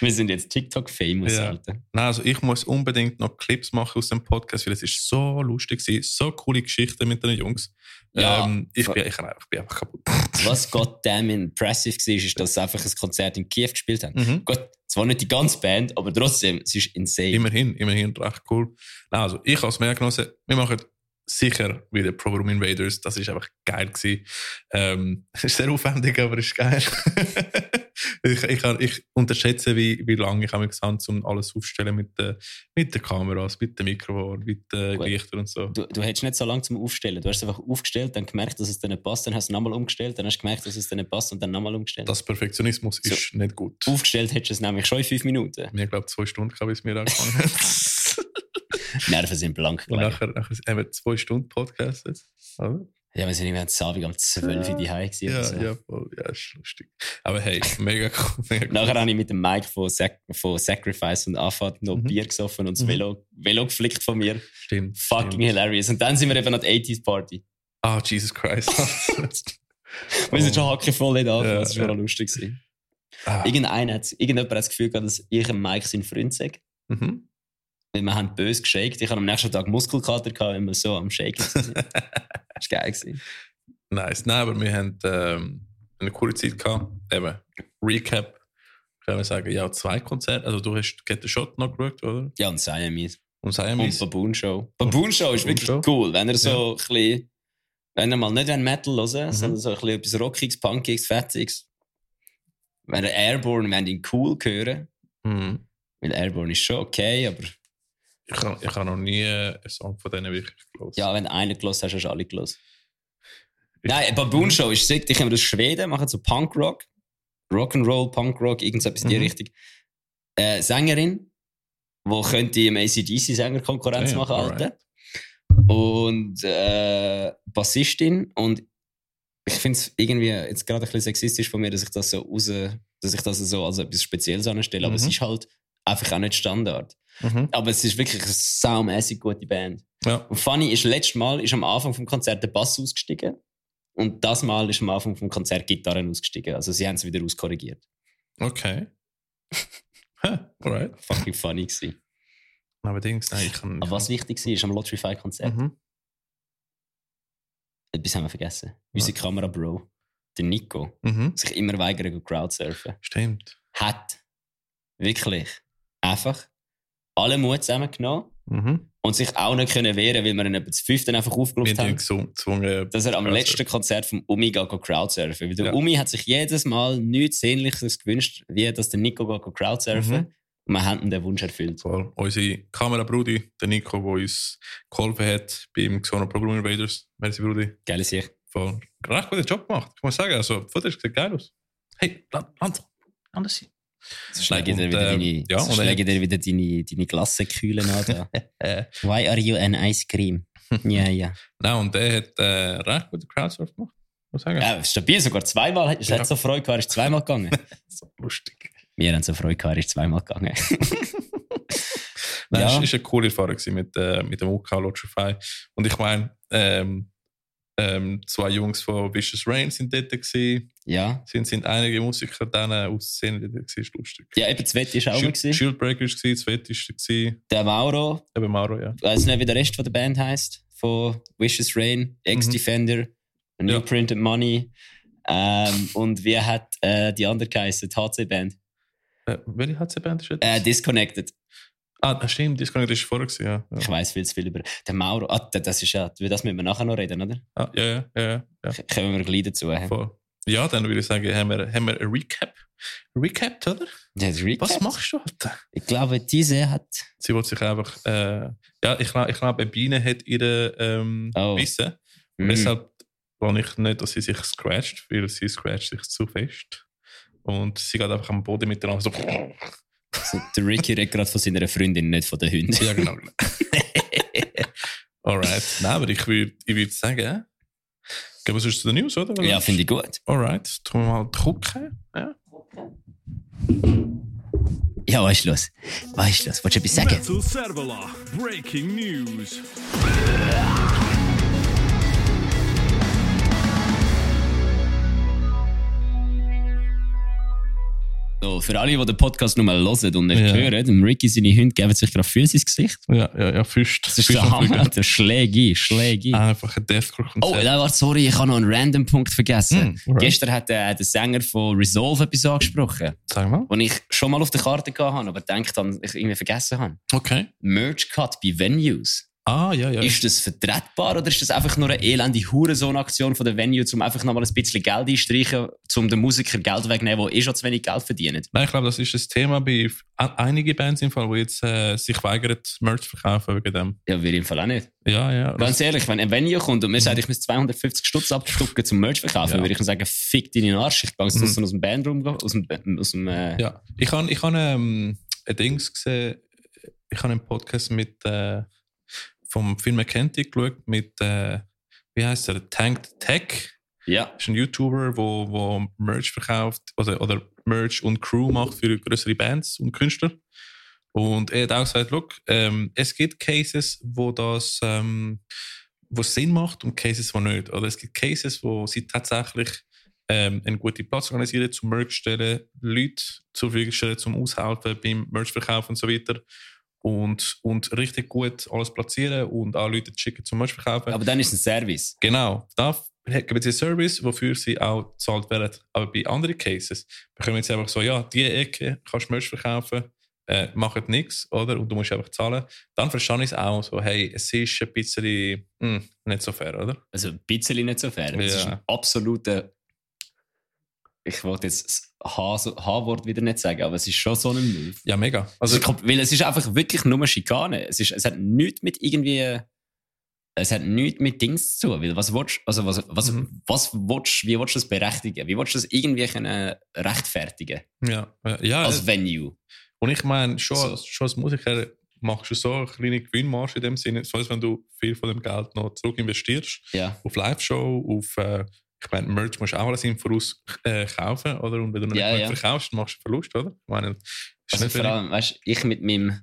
[SPEAKER 1] Wir sind jetzt TikTok-famous,
[SPEAKER 2] Ja.
[SPEAKER 1] Alter.
[SPEAKER 2] Nein, also ich muss unbedingt noch Clips machen aus dem Podcast, weil es ist so lustig gewesen, so coole Geschichten mit den Jungs.
[SPEAKER 1] Ja.
[SPEAKER 2] Ähm, ich, bin, ich, kann einfach- ich bin einfach kaputt.
[SPEAKER 1] Was goddamn impressive war, ist, dass sie einfach ein Konzert in Kiew gespielt haben.
[SPEAKER 2] Mhm.
[SPEAKER 1] Gut, zwar nicht die ganze Band, aber trotzdem, es ist insane.
[SPEAKER 2] Immerhin, immerhin recht cool. Nein, also ich als genossen, wir machen sicher wieder Pro Room Invaders. Das ist einfach geil gewesen. Ähm, ist sehr aufwendig, aber ist geil. ich, ich, kann- ich unterschätze, wie, wie lange ich habe gesamt, um alles aufzustellen mit, den- mit den Kameras, mit dem Mikrofon, mit den
[SPEAKER 1] Gut.
[SPEAKER 2] Lichtern und so.
[SPEAKER 1] Du, du hättest nicht so lange zum Aufstellen. Du hast es einfach aufgestellt, dann gemerkt, dass es dir nicht passt, dann hast du es nochmal umgestellt, dann hast du gemerkt, dass es dir nicht passt und dann nochmal umgestellt.
[SPEAKER 2] Das Perfektionismus
[SPEAKER 1] So.
[SPEAKER 2] ist nicht gut.
[SPEAKER 1] Aufgestellt hättest du es nämlich schon in fünf Minuten.
[SPEAKER 2] Mir glaube zwei Stunden gehabt, bis wir angefangen haben.
[SPEAKER 1] Die Nerven sind blank
[SPEAKER 2] Und
[SPEAKER 1] gelegen.
[SPEAKER 2] nachher, nachher haben wir zwei Stunden podcastet. Oder?
[SPEAKER 1] Ja, wir sind irgendwie am Abend um 12 Uhr die gewesen.
[SPEAKER 2] Ja,
[SPEAKER 1] oder so.
[SPEAKER 2] ja, voll. Ja, ist lustig. Aber hey, mega cool. Mega cool.
[SPEAKER 1] Nachher habe ich mit dem Mike von, Sac von Sacrifice und Anfahrt noch
[SPEAKER 2] Mhm.
[SPEAKER 1] Bier gesoffen und das
[SPEAKER 2] Mhm.
[SPEAKER 1] Velo, Velo geflickt von mir.
[SPEAKER 2] Stimmt.
[SPEAKER 1] Fucking
[SPEAKER 2] stimmt.
[SPEAKER 1] hilarious. Und dann sind wir eben an die 80s Party.
[SPEAKER 2] Ah, Jesus Christ.
[SPEAKER 1] Wir sind schon hackevoll nicht an,
[SPEAKER 2] Ja,
[SPEAKER 1] das war
[SPEAKER 2] ja.
[SPEAKER 1] schon lustig. Gewesen.
[SPEAKER 2] Ah,
[SPEAKER 1] Irgendeiner hat, irgendjemand hat das Gefühl gehabt, dass ich und Mike sein Freund sei.
[SPEAKER 2] mhm.
[SPEAKER 1] Weil wir haben böse geshakt. Ich habe am nächsten Tag Muskelkater gehabt, wenn wir so am Shaken waren. Das war geil. Gewesen.
[SPEAKER 2] Nice. Nein, aber wir haben ähm, eine coole Zeit gehabt. Eben, Recap. Können wir sagen, ja, zwei Konzerte. Also, du hast Get the Shot noch geschaut, oder?
[SPEAKER 1] Ja, und Siamese.
[SPEAKER 2] Und
[SPEAKER 1] Und
[SPEAKER 2] Siamese.
[SPEAKER 1] Baboon Show. Baboon Show ist
[SPEAKER 2] Baboon
[SPEAKER 1] wirklich
[SPEAKER 2] Show.
[SPEAKER 1] cool. Wenn ihr so ein bisschen, wenn ihr mal nicht ein Metal hören
[SPEAKER 2] Mhm.
[SPEAKER 1] sondern so ein bisschen etwas Rockiges, Punkiges, Fettiges. Wenn ihr Airborne, wenn ihr ihn cool hören.
[SPEAKER 2] Mhm.
[SPEAKER 1] Weil Airborne ist schon okay, aber
[SPEAKER 2] Ich habe ich hab noch nie einen Song von denen wirklich gelesen.
[SPEAKER 1] ja, wenn du einen gelost hast, hast du alle gelost.
[SPEAKER 2] Ich-
[SPEAKER 1] Nein,
[SPEAKER 2] Mhm.
[SPEAKER 1] Baboon Show ist sick. Die kommen aus Schweden, machen so Punkrock, Rock'n'Roll, Punkrock, irgendetwas in die
[SPEAKER 2] Mhm.
[SPEAKER 1] Richtung. Äh, Sängerin, wo könnte im ACDC-Sänger Konkurrenz
[SPEAKER 2] Ah Ja, ja,
[SPEAKER 1] machen,
[SPEAKER 2] alright.
[SPEAKER 1] Alter. Und äh, Bassistin. Und ich finde es irgendwie jetzt gerade ein bisschen sexistisch von mir, dass ich das so raus, dass ich das so als etwas Spezielles anstelle. Aber
[SPEAKER 2] Mhm.
[SPEAKER 1] es ist halt einfach auch nicht Standard.
[SPEAKER 2] Mhm.
[SPEAKER 1] Aber es ist wirklich eine saumässig gute Band.
[SPEAKER 2] Ja.
[SPEAKER 1] Und funny ist, letztes Mal ist am Anfang vom Konzert der Bass ausgestiegen. Und das Mal ist am Anfang vom Konzert die Gitarre ausgestiegen. Also sie haben es wieder auskorrigiert.
[SPEAKER 2] Okay. Ha, Alright.
[SPEAKER 1] Fucking funny gewesen.
[SPEAKER 2] Aber Dings, nein, ich kann.
[SPEAKER 1] Aber was wichtig war, ist am Lotrify-Konzert,
[SPEAKER 2] Mhm.
[SPEAKER 1] etwas haben wir vergessen. Unser Kamera-Bro, der Nico,
[SPEAKER 2] Mhm.
[SPEAKER 1] sich immer weigern, go Crowdsurfen.
[SPEAKER 2] Stimmt.
[SPEAKER 1] Hat wirklich einfach alle Mut zusammengenommen
[SPEAKER 2] Mhm.
[SPEAKER 1] und sich auch nicht können wehren, weil wir ihn etwa zu fünften einfach
[SPEAKER 2] Wir
[SPEAKER 1] aufgerufen
[SPEAKER 2] haben ihn
[SPEAKER 1] haben.
[SPEAKER 2] gezwungen- gezwungen.
[SPEAKER 1] dass er am
[SPEAKER 2] Crowdsurfen.
[SPEAKER 1] letzten Konzert vom Umi geht go Crowdsurfen. Weil der
[SPEAKER 2] Also- Ja.
[SPEAKER 1] Umi hat sich jedes Mal nichts Sehnliches gewünscht, wie dass der Nico geht go Crowdsurfen.
[SPEAKER 2] Mhm.
[SPEAKER 1] Und wir haben ihm den Wunsch erfüllt.
[SPEAKER 2] Voll. Unsere Kamerabrudi, der Nico, der uns geholfen hat beim Xono Problem Invaders. Merci, Brudi.
[SPEAKER 1] Geil ist ich.
[SPEAKER 2] Voll. Recht guten Job gemacht. Ich muss sagen, also, die Fotos sieht geil aus. Hey, Lanzo, anders sein.
[SPEAKER 1] So schlage ich dir
[SPEAKER 2] Und,
[SPEAKER 1] wieder
[SPEAKER 2] ähm,
[SPEAKER 1] deine,
[SPEAKER 2] ja,
[SPEAKER 1] so
[SPEAKER 2] und
[SPEAKER 1] schlage ich dir wieder deine, deine Glassenkühlen an. Da.
[SPEAKER 2] Äh,
[SPEAKER 1] Why are you an ice cream? Ja, ja.
[SPEAKER 2] nein, und der hat äh, recht guten Crowdsurf gemacht. Muss sagen.
[SPEAKER 1] ja stabil, sogar zweimal. Es
[SPEAKER 2] Ja.
[SPEAKER 1] hat so Freude gehabt, er ist zweimal gegangen.
[SPEAKER 2] So lustig.
[SPEAKER 1] Wir haben so Freude gehabt, er ist zweimal gegangen.
[SPEAKER 2] Nein,
[SPEAKER 1] Ja.
[SPEAKER 2] es war eine coole Erfahrung gewesen mit, äh, mit dem UK Lotrify. Und ich meine, ähm, ähm, zwei Jungs von Vicious Rain sind dort gewesen.
[SPEAKER 1] Ja.
[SPEAKER 2] Sind, sind einige Musiker dann aus Szenen dort gewesen. Ist lustig.
[SPEAKER 1] Ja, eben, das Wett war auch mal.
[SPEAKER 2] Shield,
[SPEAKER 1] gewesen.
[SPEAKER 2] Shieldbreaker war gewesen, das Wett ist gewesen.
[SPEAKER 1] Der Mauro,
[SPEAKER 2] Eben Mauro, ja.
[SPEAKER 1] weiß Also, nicht, wie der Rest von der Band heißt, von Vicious Rain, Ex-Defender, New
[SPEAKER 2] Mhm. Ja.
[SPEAKER 1] Printed Money. Ähm, und wie hat äh, die andere geheißen, die HC-Band?
[SPEAKER 2] Äh, welche HC-Band ist das?
[SPEAKER 1] Äh, Disconnected.
[SPEAKER 2] ah, stimmt, Disconnect ist vorher gewesen, ja. Ja,
[SPEAKER 1] Ich weiß viel zu viel über. Der Mauro, ah, da- das ist ja, über das müssen wir nachher noch reden, oder?
[SPEAKER 2] ah, ja, ja, ja, ja,
[SPEAKER 1] K- Kommen wir gleich dazu.
[SPEAKER 2] ja.
[SPEAKER 1] Ja,
[SPEAKER 2] Voll. Ja, dann würde ich sagen, haben wir, haben wir ein Recap. Recap, oder?
[SPEAKER 1] das Recap.
[SPEAKER 2] Was machst du heute?
[SPEAKER 1] Ich glaube, diese hat.
[SPEAKER 2] Sie wollte sich einfach. Äh, ja, ich, glaub- ich glaube, eine Biene hat ihre ähm,
[SPEAKER 1] Oh.
[SPEAKER 2] Bissen.
[SPEAKER 1] Mm.
[SPEAKER 2] Deshalb wollte ich nicht, dass sie sich scratcht, weil sie scratcht sich zu fest. Und sie geht einfach am Boden miteinander so.
[SPEAKER 1] Also, der Ricky redet gerade von seiner Freundin, nicht von den Hunden.
[SPEAKER 2] Ja, genau. genau. Alright. Nein, aber ich würde ich würd sagen, gehen wir sonst zu den News, oder? Oder?
[SPEAKER 1] Ja, finde ich gut.
[SPEAKER 2] Alright, tun wir mal gucken. Ja.
[SPEAKER 1] Ja, Ja, was ist los? Was ist los? Wolltest du etwas sagen?
[SPEAKER 3] Metal Servola, breaking news.
[SPEAKER 1] So, für alle, die den Podcast nur mal hören und nicht
[SPEAKER 2] Ja.
[SPEAKER 1] hören, dem Ricky seine Hunde geben sich gerade Füße ins Gesicht.
[SPEAKER 2] Ja, ja, ja, Ah. Füßt.
[SPEAKER 1] Das ist der Hammer, Alter. Schläge, Schläge.
[SPEAKER 2] Einfach ein Deathcore-Konzert.
[SPEAKER 1] Oh, nein, warte, sorry, ich habe noch einen random Punkt vergessen.
[SPEAKER 2] Mm, alright.
[SPEAKER 1] Gestern hat äh, der Sänger von Resolve etwas angesprochen,
[SPEAKER 2] Sag mal.
[SPEAKER 1] was ich schon mal auf der Karte gehabt habe, aber denkt dann, ich irgendwie vergessen habe.
[SPEAKER 2] Okay.
[SPEAKER 1] Merch Cut bei Venues.
[SPEAKER 2] Ah, ja, ja.
[SPEAKER 1] Ist das vertretbar oder ist das einfach nur eine elende Hurensohn-Aktion von der Venue, um einfach nochmal ein bisschen Geld einstreichen, um den Musiker Geld wegzunehmen, die eh schon zu wenig Geld verdienen?
[SPEAKER 2] Nein, ich glaube, das ist das Thema bei einigen Bands im Fall, die jetzt äh, sich weigern, Merch zu verkaufen wegen dem.
[SPEAKER 1] Ja, wir im Fall auch nicht.
[SPEAKER 2] Ja, ja.
[SPEAKER 1] Ganz ehrlich, wenn ein Venue kommt und mir sagt, ich muss 250 Stutz abstucken zum Merch verkaufen,
[SPEAKER 2] Ja.
[SPEAKER 1] würde ich ihm sagen, fick deinen Arsch, ich gehe jetzt
[SPEAKER 2] Mhm.
[SPEAKER 1] draussen aus dem Bandraum, aus dem, aus dem äh,
[SPEAKER 2] Ja, ich habe ich han, ähm, ein Dings gesehen, ich habe einen Podcast mit äh, vom Film McKenty geschaut, mit, äh, wie heißt er, Tanked Tech.
[SPEAKER 1] Ja,
[SPEAKER 2] ist ein YouTuber, wo, wo Merch verkauft oder, oder Merch und Crew macht für größere Bands und Künstler. Und er hat auch gesagt, look, ähm, es gibt Cases, wo das ähm, wo es Sinn macht und Cases, wo nicht. Oder es gibt Cases, wo sie tatsächlich ähm, einen guten Platz organisieren, zum Merch stellen, Leute zur Verfügung stellen, zum Aushelfen beim Merchverkauf und so weiter. Und, und richtig gut alles platzieren und auch Leute schicken zum Merchverkaufen.
[SPEAKER 1] aber dann ist es ein Service.
[SPEAKER 2] Genau, da f- geben sie einen Service, wofür sie auch bezahlt werden. Aber bei anderen Cases bekommen jetzt einfach so, ja, diese Ecke kannst du Merch verkaufen, äh, machen nichts, oder? Und du musst einfach zahlen. Dann verstehe ich es auch so, hey, es ist ein bisschen hm, nicht so fair, oder?
[SPEAKER 1] Also ein bisschen nicht so fair. Das
[SPEAKER 2] Ja.
[SPEAKER 1] ist ein absoluter. Ich wollte jetzt das H- so- H-Wort wieder nicht sagen, aber es ist schon so ein Move.
[SPEAKER 2] Ja, mega.
[SPEAKER 1] Also,
[SPEAKER 2] Also,
[SPEAKER 1] ich glaub, weil es ist einfach wirklich nur Schikane. Es, ist, es hat nichts mit irgendwie. Es hat nichts mit Dings zu tun. Weil was willst, also was, was,
[SPEAKER 2] Mhm.
[SPEAKER 1] was willst, wie willst du das berechtigen? Wie willst du das irgendwie können rechtfertigen
[SPEAKER 2] ja, äh, ja.
[SPEAKER 1] als Venue?
[SPEAKER 2] Und ich meine, schon,
[SPEAKER 1] Also So.
[SPEAKER 2] als- schon als Musiker machst du so eine kleine Gewinnmarge in dem Sinne, so als wenn du viel von dem Geld noch zurück investierst.
[SPEAKER 1] Ja.
[SPEAKER 2] auf Live-Show, auf, äh, ich meine, Merch musst du auch alles im Voraus äh, kaufen, oder? Und wenn du nicht
[SPEAKER 1] Ja,
[SPEAKER 2] mehr
[SPEAKER 1] ja.
[SPEAKER 2] verkaufst, machst du Verlust, oder? Ich meine, das ist
[SPEAKER 1] Also
[SPEAKER 2] nicht
[SPEAKER 1] vor
[SPEAKER 2] wenig.
[SPEAKER 1] allem, weißt, ich mit meinem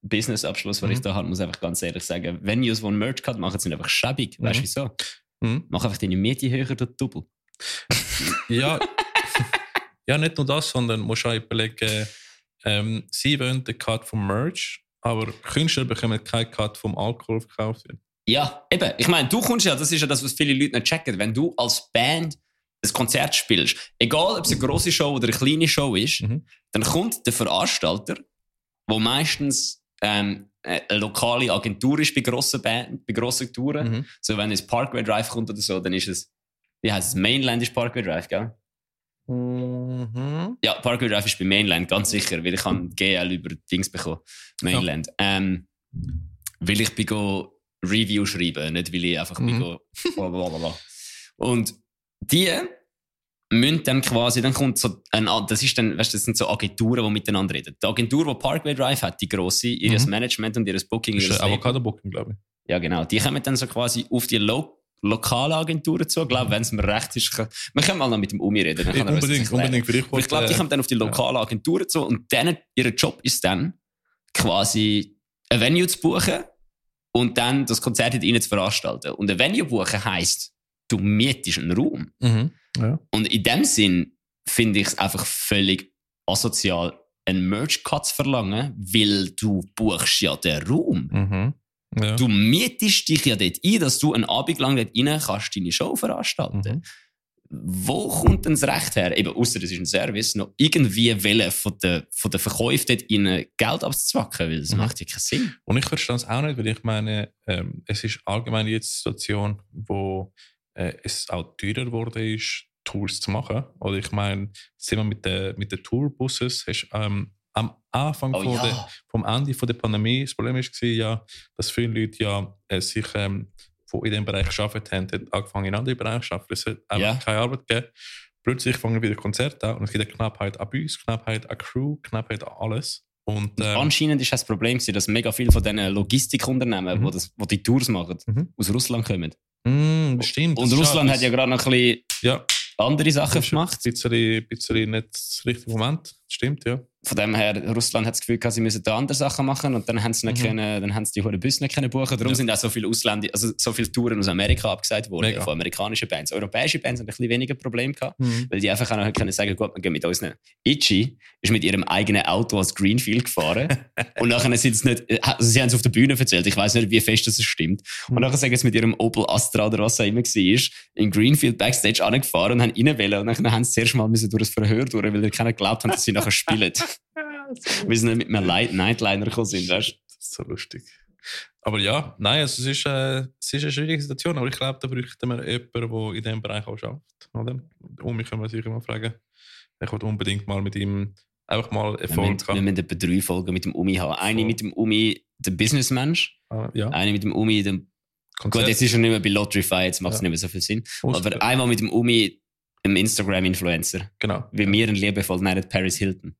[SPEAKER 1] Businessabschluss, den
[SPEAKER 2] Mhm.
[SPEAKER 1] ich da habe, muss einfach ganz ehrlich sagen, Venues, die einen Merch Cut machen, sind einfach schäbig. Weißt du
[SPEAKER 2] Mhm.
[SPEAKER 1] wieso?
[SPEAKER 2] Mhm.
[SPEAKER 1] Mach einfach deine Miete höher durch Double.
[SPEAKER 2] Ja. ja, nicht nur das, sondern musst auch überlegen, ähm, sie wollen den Cut vom Merch, aber Künstler bekommen keinen Cut vom Alkohol verkauft. wird.
[SPEAKER 1] Ja, eben. Ich meine, du kommst ja, das ist ja das, was viele Leute nicht checken. Wenn du als Band ein Konzert spielst, egal ob es eine grosse Show oder eine kleine Show ist,
[SPEAKER 2] Mhm.
[SPEAKER 1] dann kommt der Veranstalter, wo meistens ähm, äh, eine lokale Agentur ist bei grossen, Band, bei grossen Touren.
[SPEAKER 2] Mhm.
[SPEAKER 1] So, wenn es Parkway Drive kommt oder so, dann ist es, wie heißt es, Mainland ist Parkway Drive, gell?
[SPEAKER 2] Mhm.
[SPEAKER 1] Ja, Parkway Drive ist bei Mainland, ganz sicher, weil ich habe GL über Dings bekommen. Mainland. Ähm, weil ich bin go Review schreiben, nicht weil ich einfach
[SPEAKER 2] Mhm.
[SPEAKER 1] bin go blablabla. Und die müssen dann quasi, dann kommt so ein, das ist dann, weißt du, das sind so Agenturen, die miteinander reden. Die Agentur, die Parkway Drive hat, die grosse, ihres
[SPEAKER 2] Mhm.
[SPEAKER 1] Management und ihres Booking,
[SPEAKER 2] Das
[SPEAKER 1] ihres
[SPEAKER 2] ist ein
[SPEAKER 1] Label.
[SPEAKER 2] Avocado-Booking, glaube ich.
[SPEAKER 1] Ja, genau. Die kommen dann so quasi auf die lo lokale Agenturen zu, glaube wenn es mir recht ist. kann- Wir können mal noch mit dem Umi reden. Dann kann er uns das
[SPEAKER 2] Mhm. unbedingt,
[SPEAKER 1] erklären.
[SPEAKER 2] unbedingt. Für dich
[SPEAKER 1] Aber ich glaube, die kommen dann auf die lokalen Agenturen zu und denen, ihr Job ist dann, quasi ein Venue zu buchen und dann das Konzert in ihnen zu veranstalten. Und ein Venue buchen heisst, du mietest einen Raum.
[SPEAKER 2] Mhm. Ja.
[SPEAKER 1] Und in dem Sinn finde ich es einfach völlig asozial, einen Merch-Cut zu verlangen, weil du buchst ja den Raum.
[SPEAKER 2] Mhm. Ja.
[SPEAKER 1] Du mietest dich ja dort ein, dass du einen Abend lang dort rein kannst deine Show veranstalten.
[SPEAKER 2] Mhm.
[SPEAKER 1] Wo kommt denn das Recht her? Eben, außer es ist ein Service, noch irgendwie wollen, von den von der Verkäufen dort ihnen Geld abzuzwacken, weil das
[SPEAKER 2] Mhm.
[SPEAKER 1] macht ja keinen Sinn.
[SPEAKER 2] Und ich verstehe es auch nicht, weil ich meine, ähm, es ist allgemein jetzt die Situation, wo äh, es auch teurer geworden ist, Tours zu machen. Oder ich meine, sind wir mit den mit den Tourbuses, hast, ähm, am Anfang
[SPEAKER 1] Oh
[SPEAKER 2] von der,
[SPEAKER 1] ja,
[SPEAKER 2] vom Ende von der Pandemie. Das Problem war, ja, dass viele Leute ja, äh, sich ähm, die in diesem Bereich gearbeitet haben, haben angefangen in anderen Bereichen zu arbeiten. Es hat einfach
[SPEAKER 1] Ja.
[SPEAKER 2] keine Arbeit gegeben. Plötzlich fangen wieder Konzerte an und es gibt eine Knappheit an Büs, Knappheit an Crew, Knappheit an alles. Und, ähm,
[SPEAKER 1] anscheinend ist das Problem, gewesen, dass mega viele von diesen Logistikunternehmen,
[SPEAKER 2] Mhm.
[SPEAKER 1] wo das, wo die Tours machen,
[SPEAKER 2] Mhm.
[SPEAKER 1] aus Russland kommen.
[SPEAKER 2] Mm, stimmt.
[SPEAKER 1] Und
[SPEAKER 2] das ist
[SPEAKER 1] Russland
[SPEAKER 2] auch
[SPEAKER 1] hat ja
[SPEAKER 2] etwas-
[SPEAKER 1] gerade noch ein bisschen
[SPEAKER 2] Ja,
[SPEAKER 1] andere Sachen
[SPEAKER 2] Das ist
[SPEAKER 1] gemacht.
[SPEAKER 2] Ein bisschen, bisschen nicht das richtige Moment. Stimmt, ja.
[SPEAKER 1] von dem her, Russland hat das Gefühl gehabt, sie müssen da andere Sachen machen und dann haben sie, nicht
[SPEAKER 2] Mhm.
[SPEAKER 1] können, dann haben sie die hohen Busse nicht können buchen Darum
[SPEAKER 2] Ja.
[SPEAKER 1] sind auch so viele Ausländer, also so viele Touren aus Amerika abgesagt worden,
[SPEAKER 2] Mega.
[SPEAKER 1] von amerikanischen Bands. Europäische Bands haben ein bisschen weniger Probleme gehabt.
[SPEAKER 2] Mhm.
[SPEAKER 1] Weil die einfach auch noch können sagen gut, wir gehen mit uns nicht. Itchy ist mit ihrem eigenen Auto als Greenfield gefahren. und nachher sind sie nicht, also sie haben es auf der Bühne erzählt, ich weiß nicht, wie fest das stimmt.
[SPEAKER 2] Hm.
[SPEAKER 1] Und nachher sagen sie mit ihrem Opel Astra oder was auch immer war, in Greenfield Backstage angefahren und haben reinwählen. Und dann haben sie zuerst mal müssen durch das Verhör durch, weil die keiner geglaubt haben, dass sie nachher spielen. weil sie nicht mit einem Light Nightliner gekommen sind, weißt du?
[SPEAKER 2] Das ist so lustig. Aber ja, nein, also es, ist, äh, es ist eine schwierige Situation, aber ich glaube, da bräuchten wir jemanden, der in diesem Bereich auch arbeitet. Oder? Und mich können wir sicher mal fragen. Ich wollte unbedingt mal mit ihm einfach mal
[SPEAKER 1] Wir
[SPEAKER 2] Erfolg
[SPEAKER 1] müssen, wir
[SPEAKER 2] haben.
[SPEAKER 1] müssen etwa drei Folgen mit dem Umi haben. Eine
[SPEAKER 2] Voll.
[SPEAKER 1] mit dem Umi, der Businessmensch.
[SPEAKER 2] Ah, Ja,
[SPEAKER 1] Eine mit dem Umi, der Gut, jetzt ist er nicht mehr bei Lotterify, jetzt macht es
[SPEAKER 2] Ja.
[SPEAKER 1] nicht mehr so viel Sinn.
[SPEAKER 2] Ausser-
[SPEAKER 1] Aber einmal mit dem Umi, einem Instagram-Influencer,
[SPEAKER 2] Genau.
[SPEAKER 1] wie wir ihn liebevoll nennen, Paris Hilton.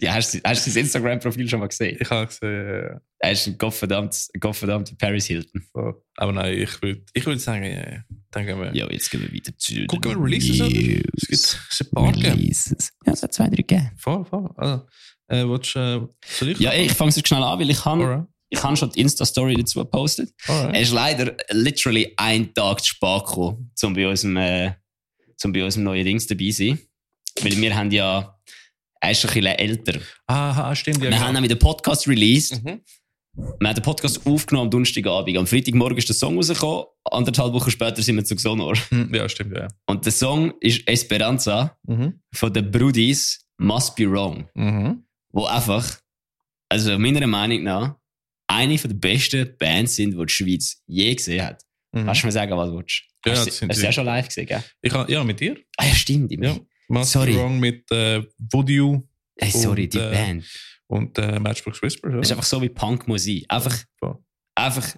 [SPEAKER 1] ja, hast du hast du sein Instagram-Profil schon mal gesehen?
[SPEAKER 2] Ich habe gesehen,
[SPEAKER 1] Er ist ein gottverdammtes, gottverdammter Paris Hilton.
[SPEAKER 2] so. aber nein, ich würde ich würd sagen, ja, ja. dann gehen wir.
[SPEAKER 1] Ja, jetzt gehen wir weiter zu
[SPEAKER 2] Gucken wir Releases an. Es gibt
[SPEAKER 1] News.
[SPEAKER 2] es gibt ein paar. gell?
[SPEAKER 1] Releases. Ja, es hat zwei, drei gegeben.
[SPEAKER 2] Voll, voll. Also, äh, willst, du, äh, soll ich?
[SPEAKER 1] Ja, ey, ich fange jetzt schnell an, weil ich habe
[SPEAKER 2] Alright.
[SPEAKER 1] ich hab schon die Insta-Story dazu gepostet. Er
[SPEAKER 2] Alright.
[SPEAKER 1] ist leider literally einen Tag zu spät gekommen, um bei unserem, äh, zum bei unserem neuen Dings dabei zu sein. Weil wir haben ja, er ist schon ein bisschen älter.
[SPEAKER 2] Aha, stimmt. Ja,
[SPEAKER 1] wir haben
[SPEAKER 2] genau.
[SPEAKER 1] nämlich den Podcast released.
[SPEAKER 2] Mhm.
[SPEAKER 1] Wir haben den Podcast aufgenommen am Donnerstagabend. Am Freitagmorgen ist der Song rausgekommen. Anderthalb Wochen später sind wir zu Xonor.
[SPEAKER 2] Hm, ja, stimmt, ja. ja.
[SPEAKER 1] Und der Song ist Esperanza
[SPEAKER 2] Mhm.
[SPEAKER 1] von den Brudis Must Be Wrong.
[SPEAKER 2] Mhm.
[SPEAKER 1] Wo einfach, also meiner Meinung nach, eine der besten Bands sind, die die Schweiz je gesehen hat.
[SPEAKER 2] Mhm.
[SPEAKER 1] Kannst du mir sagen, was du willst?
[SPEAKER 2] Ja,
[SPEAKER 1] hast du
[SPEAKER 2] das sind
[SPEAKER 1] hast du
[SPEAKER 2] sie.
[SPEAKER 1] ja schon live gesehen, gell?
[SPEAKER 2] Ich ha- ja, mit dir.
[SPEAKER 1] Ah ja, stimmt.
[SPEAKER 2] Ja. Must
[SPEAKER 1] Sorry.
[SPEAKER 2] Be Wrong mit äh, Voodoo
[SPEAKER 1] Hey, sorry,
[SPEAKER 2] Und,
[SPEAKER 1] die
[SPEAKER 2] äh,
[SPEAKER 1] Band.
[SPEAKER 2] und äh, Matchbox Whisper. Ja.
[SPEAKER 1] Das ist einfach so wie Punkmusik. Einfach,
[SPEAKER 2] Voll.
[SPEAKER 1] einfach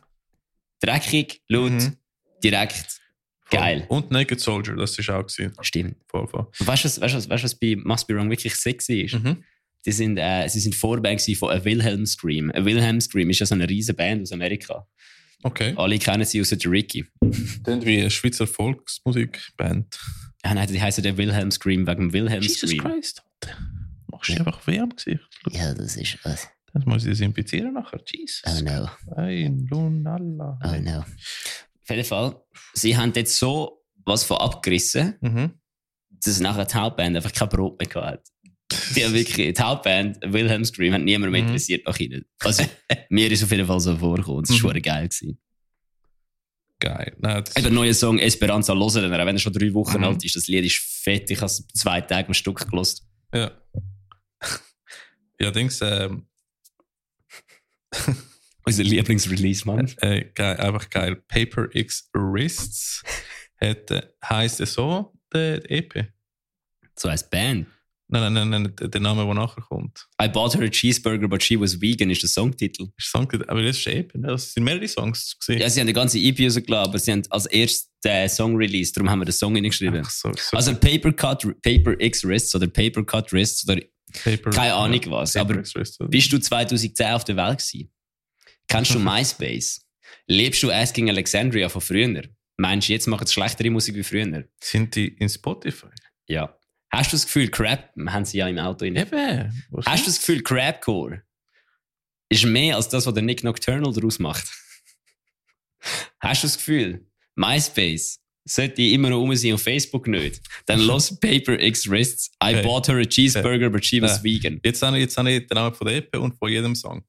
[SPEAKER 1] dreckig, laut,
[SPEAKER 2] Mhm.
[SPEAKER 1] direkt.
[SPEAKER 2] Voll.
[SPEAKER 1] geil.
[SPEAKER 2] Und Naked Soldier, das ist auch gewesen.
[SPEAKER 1] Stimmt.
[SPEAKER 2] Voll, voll.
[SPEAKER 1] Und weißt du, was, weißt, du, was, weißt, du, was bei Must Be Wrong wirklich sexy ist?
[SPEAKER 2] Mhm.
[SPEAKER 1] Die sind, äh, sie sind Vorband gewesen von A Wilhelm Scream. A Wilhelm Scream ist ja so eine riesige Band aus Amerika.
[SPEAKER 2] Okay.
[SPEAKER 1] Alle kennen sie außer der Ricky.
[SPEAKER 2] Klingt wie eine Schweizer Volksmusikband.
[SPEAKER 1] Ah, nein, die heißen der Wilhelm Scream wegen dem Wilhelm Scream.
[SPEAKER 2] Christ. Machst du einfach weh am Gesicht.
[SPEAKER 1] Ja, das ist was.
[SPEAKER 2] Das muss ich desinfizieren nachher. Jesus.
[SPEAKER 1] Oh no.
[SPEAKER 2] Ein Lunalla.
[SPEAKER 1] Oh no. Auf jeden Fall, sie haben jetzt so was von abgerissen.
[SPEAKER 2] Mhm.
[SPEAKER 1] dass nachher die Hauptband einfach kein Brot mehr gehabt hat. Die haben wirklich, die Hauptband, Wilhelm Scream, hat niemand mehr
[SPEAKER 2] Mhm.
[SPEAKER 1] interessiert nach ihnen. Also, mir ist auf jeden Fall so vorgekommen. und Es war
[SPEAKER 2] Mhm.
[SPEAKER 1] schon geil. Gewesen.
[SPEAKER 2] Geil. Nein, das
[SPEAKER 1] Eben, neuer Song Esperanza hören, den, auch wenn er schon drei Wochen
[SPEAKER 2] Mhm.
[SPEAKER 1] alt ist. Das Lied ist fett. Ich habe es zwei Tage am Stück gelost.
[SPEAKER 2] Ja. ja, Dings, ähm,
[SPEAKER 1] Unser Lieblingsrelease, Mann.
[SPEAKER 2] äh, geil, einfach geil. Paper X Wrists hat, äh, heisst es so, der die EP?
[SPEAKER 1] So heißt die Band.
[SPEAKER 2] Nein, nein, nein, nein, der der Name, der nachher kommt.
[SPEAKER 1] I bought her a cheeseburger, but she was vegan, ist der Songtitel.
[SPEAKER 2] Ist Song, aber das ist eine EP, ne? das sind mehrere Songs. Gewesen.
[SPEAKER 1] Ja, sie haben die ganze EP rausgelassen, aber sie haben als erstes den Song released. Darum haben wir den Song reingeschrieben.
[SPEAKER 2] Ach, so, so
[SPEAKER 1] Also Paper Cut, Paper X Wrists oder Paper Cut Wrists oder
[SPEAKER 2] Paper,
[SPEAKER 1] Also, keine
[SPEAKER 2] ja,
[SPEAKER 1] Ahnung was,
[SPEAKER 2] Paper
[SPEAKER 1] aber
[SPEAKER 2] X Wrists.
[SPEAKER 1] Bist du 2010 auf der Welt gewesen? Kennst du MySpace? Lebst du Asking Alexandria von früher? Meinst du, jetzt machen sie schlechtere Musik wie früher?
[SPEAKER 2] Sind die in Spotify?
[SPEAKER 1] Ja. Hast du das Gefühl, Crap, haben sie ja im Auto in.
[SPEAKER 2] Eben. Was-
[SPEAKER 1] Hast du das Gefühl, Crapcore ist mehr als das, was der Nick Nocturnal daraus macht? Hast du das Gefühl, MySpace sollte immer noch rum sein und Facebook nicht? Dann los Paper X Wrists. I
[SPEAKER 2] Okay.
[SPEAKER 1] bought her a cheeseburger, but she was vegan.
[SPEAKER 2] Jetzt habe ich, jetzt habe ich den Namen von der EP und von jedem Song.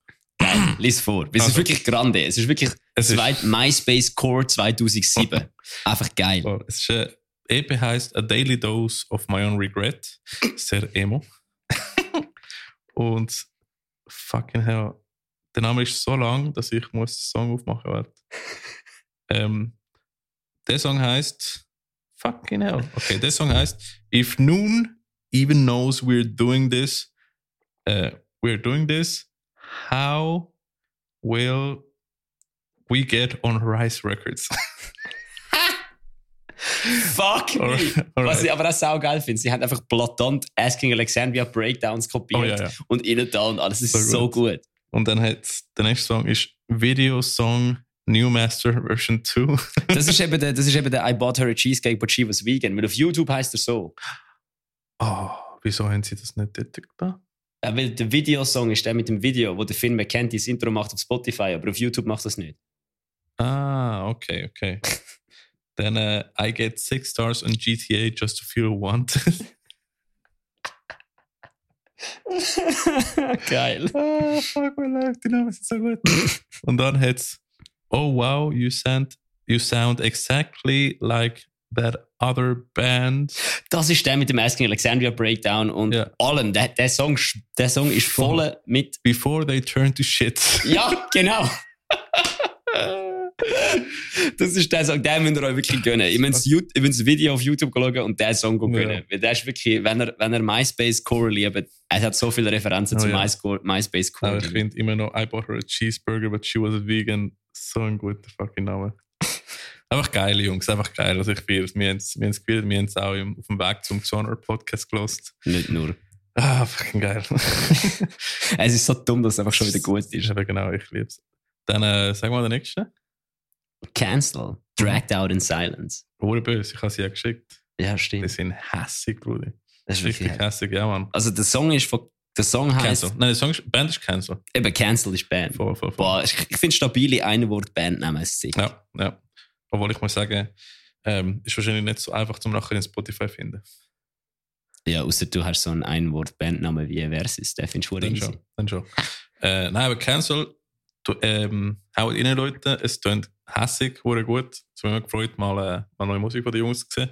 [SPEAKER 1] Lies vor. Es ist
[SPEAKER 2] Also.
[SPEAKER 1] wirklich grande. Es ist wirklich
[SPEAKER 2] Es ist-
[SPEAKER 1] zwei, MySpace Core 2007. Einfach geil.
[SPEAKER 2] Voll. Es ist eine EP heißt A Daily Dose of My Own Regret. Sehr emo. Und fucking hell. Der Name ist so lang, dass ich muss den Song aufmachen werde. ähm, der Song heißt Fucking hell. Okay, der Song heißt If Noon even knows we're doing this, äh, we're doing this, how will we get on Rice Records?
[SPEAKER 1] Fuck me.
[SPEAKER 2] Alright, alright.
[SPEAKER 1] Was ich aber auch saugeil finde, sie haben einfach blatant Asking Alexandria Breakdowns kopiert
[SPEAKER 2] Oh, ja, ja.
[SPEAKER 1] und innen da und alles ist
[SPEAKER 2] So
[SPEAKER 1] so gut.
[SPEAKER 2] Und dann hat der nächste Song ist Video Song New Master Version 2.
[SPEAKER 1] Das ist eben der, das ist eben der I bought her a cheesecake, but she was vegan. Weil auf YouTube heißt er so.
[SPEAKER 2] Oh, Wieso haben sie das nicht dort getan?
[SPEAKER 1] Ja, weil der Videosong ist der mit dem Video, wo der Film McKenty das Intro macht auf Spotify, aber auf YouTube macht das nicht.
[SPEAKER 2] Ah, okay, okay. Dann äh, I get six stars on GTA just to feel wanted.
[SPEAKER 1] Geil.
[SPEAKER 2] ah, fuck my life, die Namen sind so gut. Und dann hat's Oh wow, you sound, you sound exactly like that other band.
[SPEAKER 1] Das ist der mit dem Asking Alexandria Breakdown und
[SPEAKER 2] Ja.
[SPEAKER 1] allem. Der, der, Song, sch- der Song ist voll mit.
[SPEAKER 2] Before they turn to shit.
[SPEAKER 1] Ja, genau. Das ist der Song, den müsst ihr euch wirklich gönnen. Ich müsst Ju- ich müsst das Video auf YouTube schauen und den Song
[SPEAKER 2] Ja.
[SPEAKER 1] gönnen. Weil der ist wirklich, wenn er, wenn er MySpace Core liebt, er hat so viele Referenzen
[SPEAKER 2] Oh
[SPEAKER 1] zu
[SPEAKER 2] ja.
[SPEAKER 1] MyScore- MySpace
[SPEAKER 2] Aber
[SPEAKER 1] Core.
[SPEAKER 2] ich finde immer noch, I bought her a cheeseburger, but she was a vegan. So ein guter fucking Name. einfach geil, Jungs, einfach geil. Also ich feiere es. Wir haben es wir haben's gewählt, wir haben es auch im, auf dem Weg zum Genre Podcast gelost.
[SPEAKER 1] Nicht nur.
[SPEAKER 2] Ah, fucking geil.
[SPEAKER 1] Es ist so dumm, dass es einfach schon wieder gut
[SPEAKER 2] ist
[SPEAKER 1] ist.
[SPEAKER 2] aber genau, ich liebe es. Dann äh, sagen wir mal den nächsten.
[SPEAKER 1] Cancel. Dragged out in silence.
[SPEAKER 2] Hure böse, ich habe sie ja geschickt.
[SPEAKER 1] Ja,
[SPEAKER 2] Die
[SPEAKER 1] stimmt.
[SPEAKER 2] sind hässig, Bruder.
[SPEAKER 1] Mhm. Das ist
[SPEAKER 2] Richtig
[SPEAKER 1] wirklich hart.
[SPEAKER 2] hässig, ja, Mann.
[SPEAKER 1] Also der Song ist von. Der Song heißt.
[SPEAKER 2] Cancel. Nein, der Song ist, Band ist Cancel.
[SPEAKER 1] Eben Cancel ist Band.
[SPEAKER 2] Voll, voll, voll.
[SPEAKER 1] Boah, ich, ich finde stabile Einwort-Bandnamen ist sick.
[SPEAKER 2] Ja, ja. Obwohl ich muss sagen, ähm, ist wahrscheinlich nicht so einfach zum Nachher in Spotify finden.
[SPEAKER 1] Ja, außer du hast so einen Einwort-Bandnamen wie Versus, den findest du
[SPEAKER 2] Dann
[SPEAKER 1] easy.
[SPEAKER 2] schon, dann schon. Äh, nein, aber Cancel, du, ähm, haut rein, Leute. Es tönt hässig, hure gut. Es hat mich gefreut, mal, äh, mal neue Musik von den Jungs zu sehen.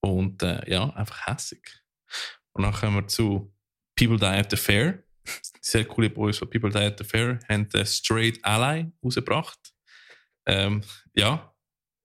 [SPEAKER 2] Und äh, ja, einfach hässig. Und dann kommen wir zu People Die at the Fair. Sehr coole Boys von People Die at the Fair haben äh, Straight Ally rausgebracht. Ähm, ja,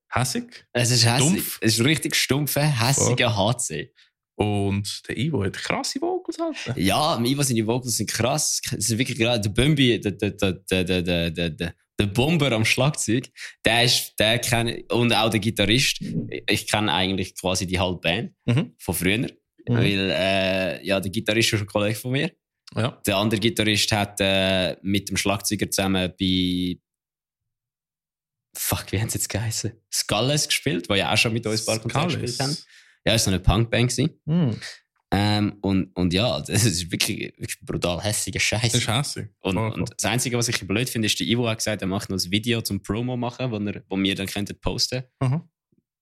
[SPEAKER 2] hässig.
[SPEAKER 1] Es ist hässig.
[SPEAKER 2] Stumpf.
[SPEAKER 1] Es ist richtig stumpfer, hässiger HC.
[SPEAKER 2] Und der Ivo hat krasse Vocals halt.
[SPEAKER 1] Ja, Ivo seine Vocals sind krass. Es sind wirklich gerade der Bumbi, der, der, der, der, der, der, der, der, der Bomber am Schlagzeug. Der ist, der kenne und auch der Gitarrist. Ich kenne eigentlich quasi die halbe Band
[SPEAKER 2] Mhm.
[SPEAKER 1] von früher. Weil, äh, ja, der Gitarrist ist ein Kollege von mir.
[SPEAKER 2] Ja,
[SPEAKER 1] Der andere Gitarrist hat äh, mit dem Schlagzeuger zusammen bei. Fuck, wie haben sie jetzt geheißen? Skulles gespielt, die ja auch schon mit uns ein paar Konzerte
[SPEAKER 2] Skullis.
[SPEAKER 1] gespielt haben. Ja, ist so eine Punkband. gewesen.
[SPEAKER 2] Mhm.
[SPEAKER 1] Ähm, und, und ja, das ist wirklich, wirklich brutal hässiger Scheiß.
[SPEAKER 2] Das ist hässig.
[SPEAKER 1] Und,
[SPEAKER 2] Voll, voll.
[SPEAKER 1] und das Einzige, was ich ein blöd finde, ist, der Ivo hat gesagt, er macht noch ein Video zum Promo machen, wo, er, wo wir dann könnten posten
[SPEAKER 2] Mhm.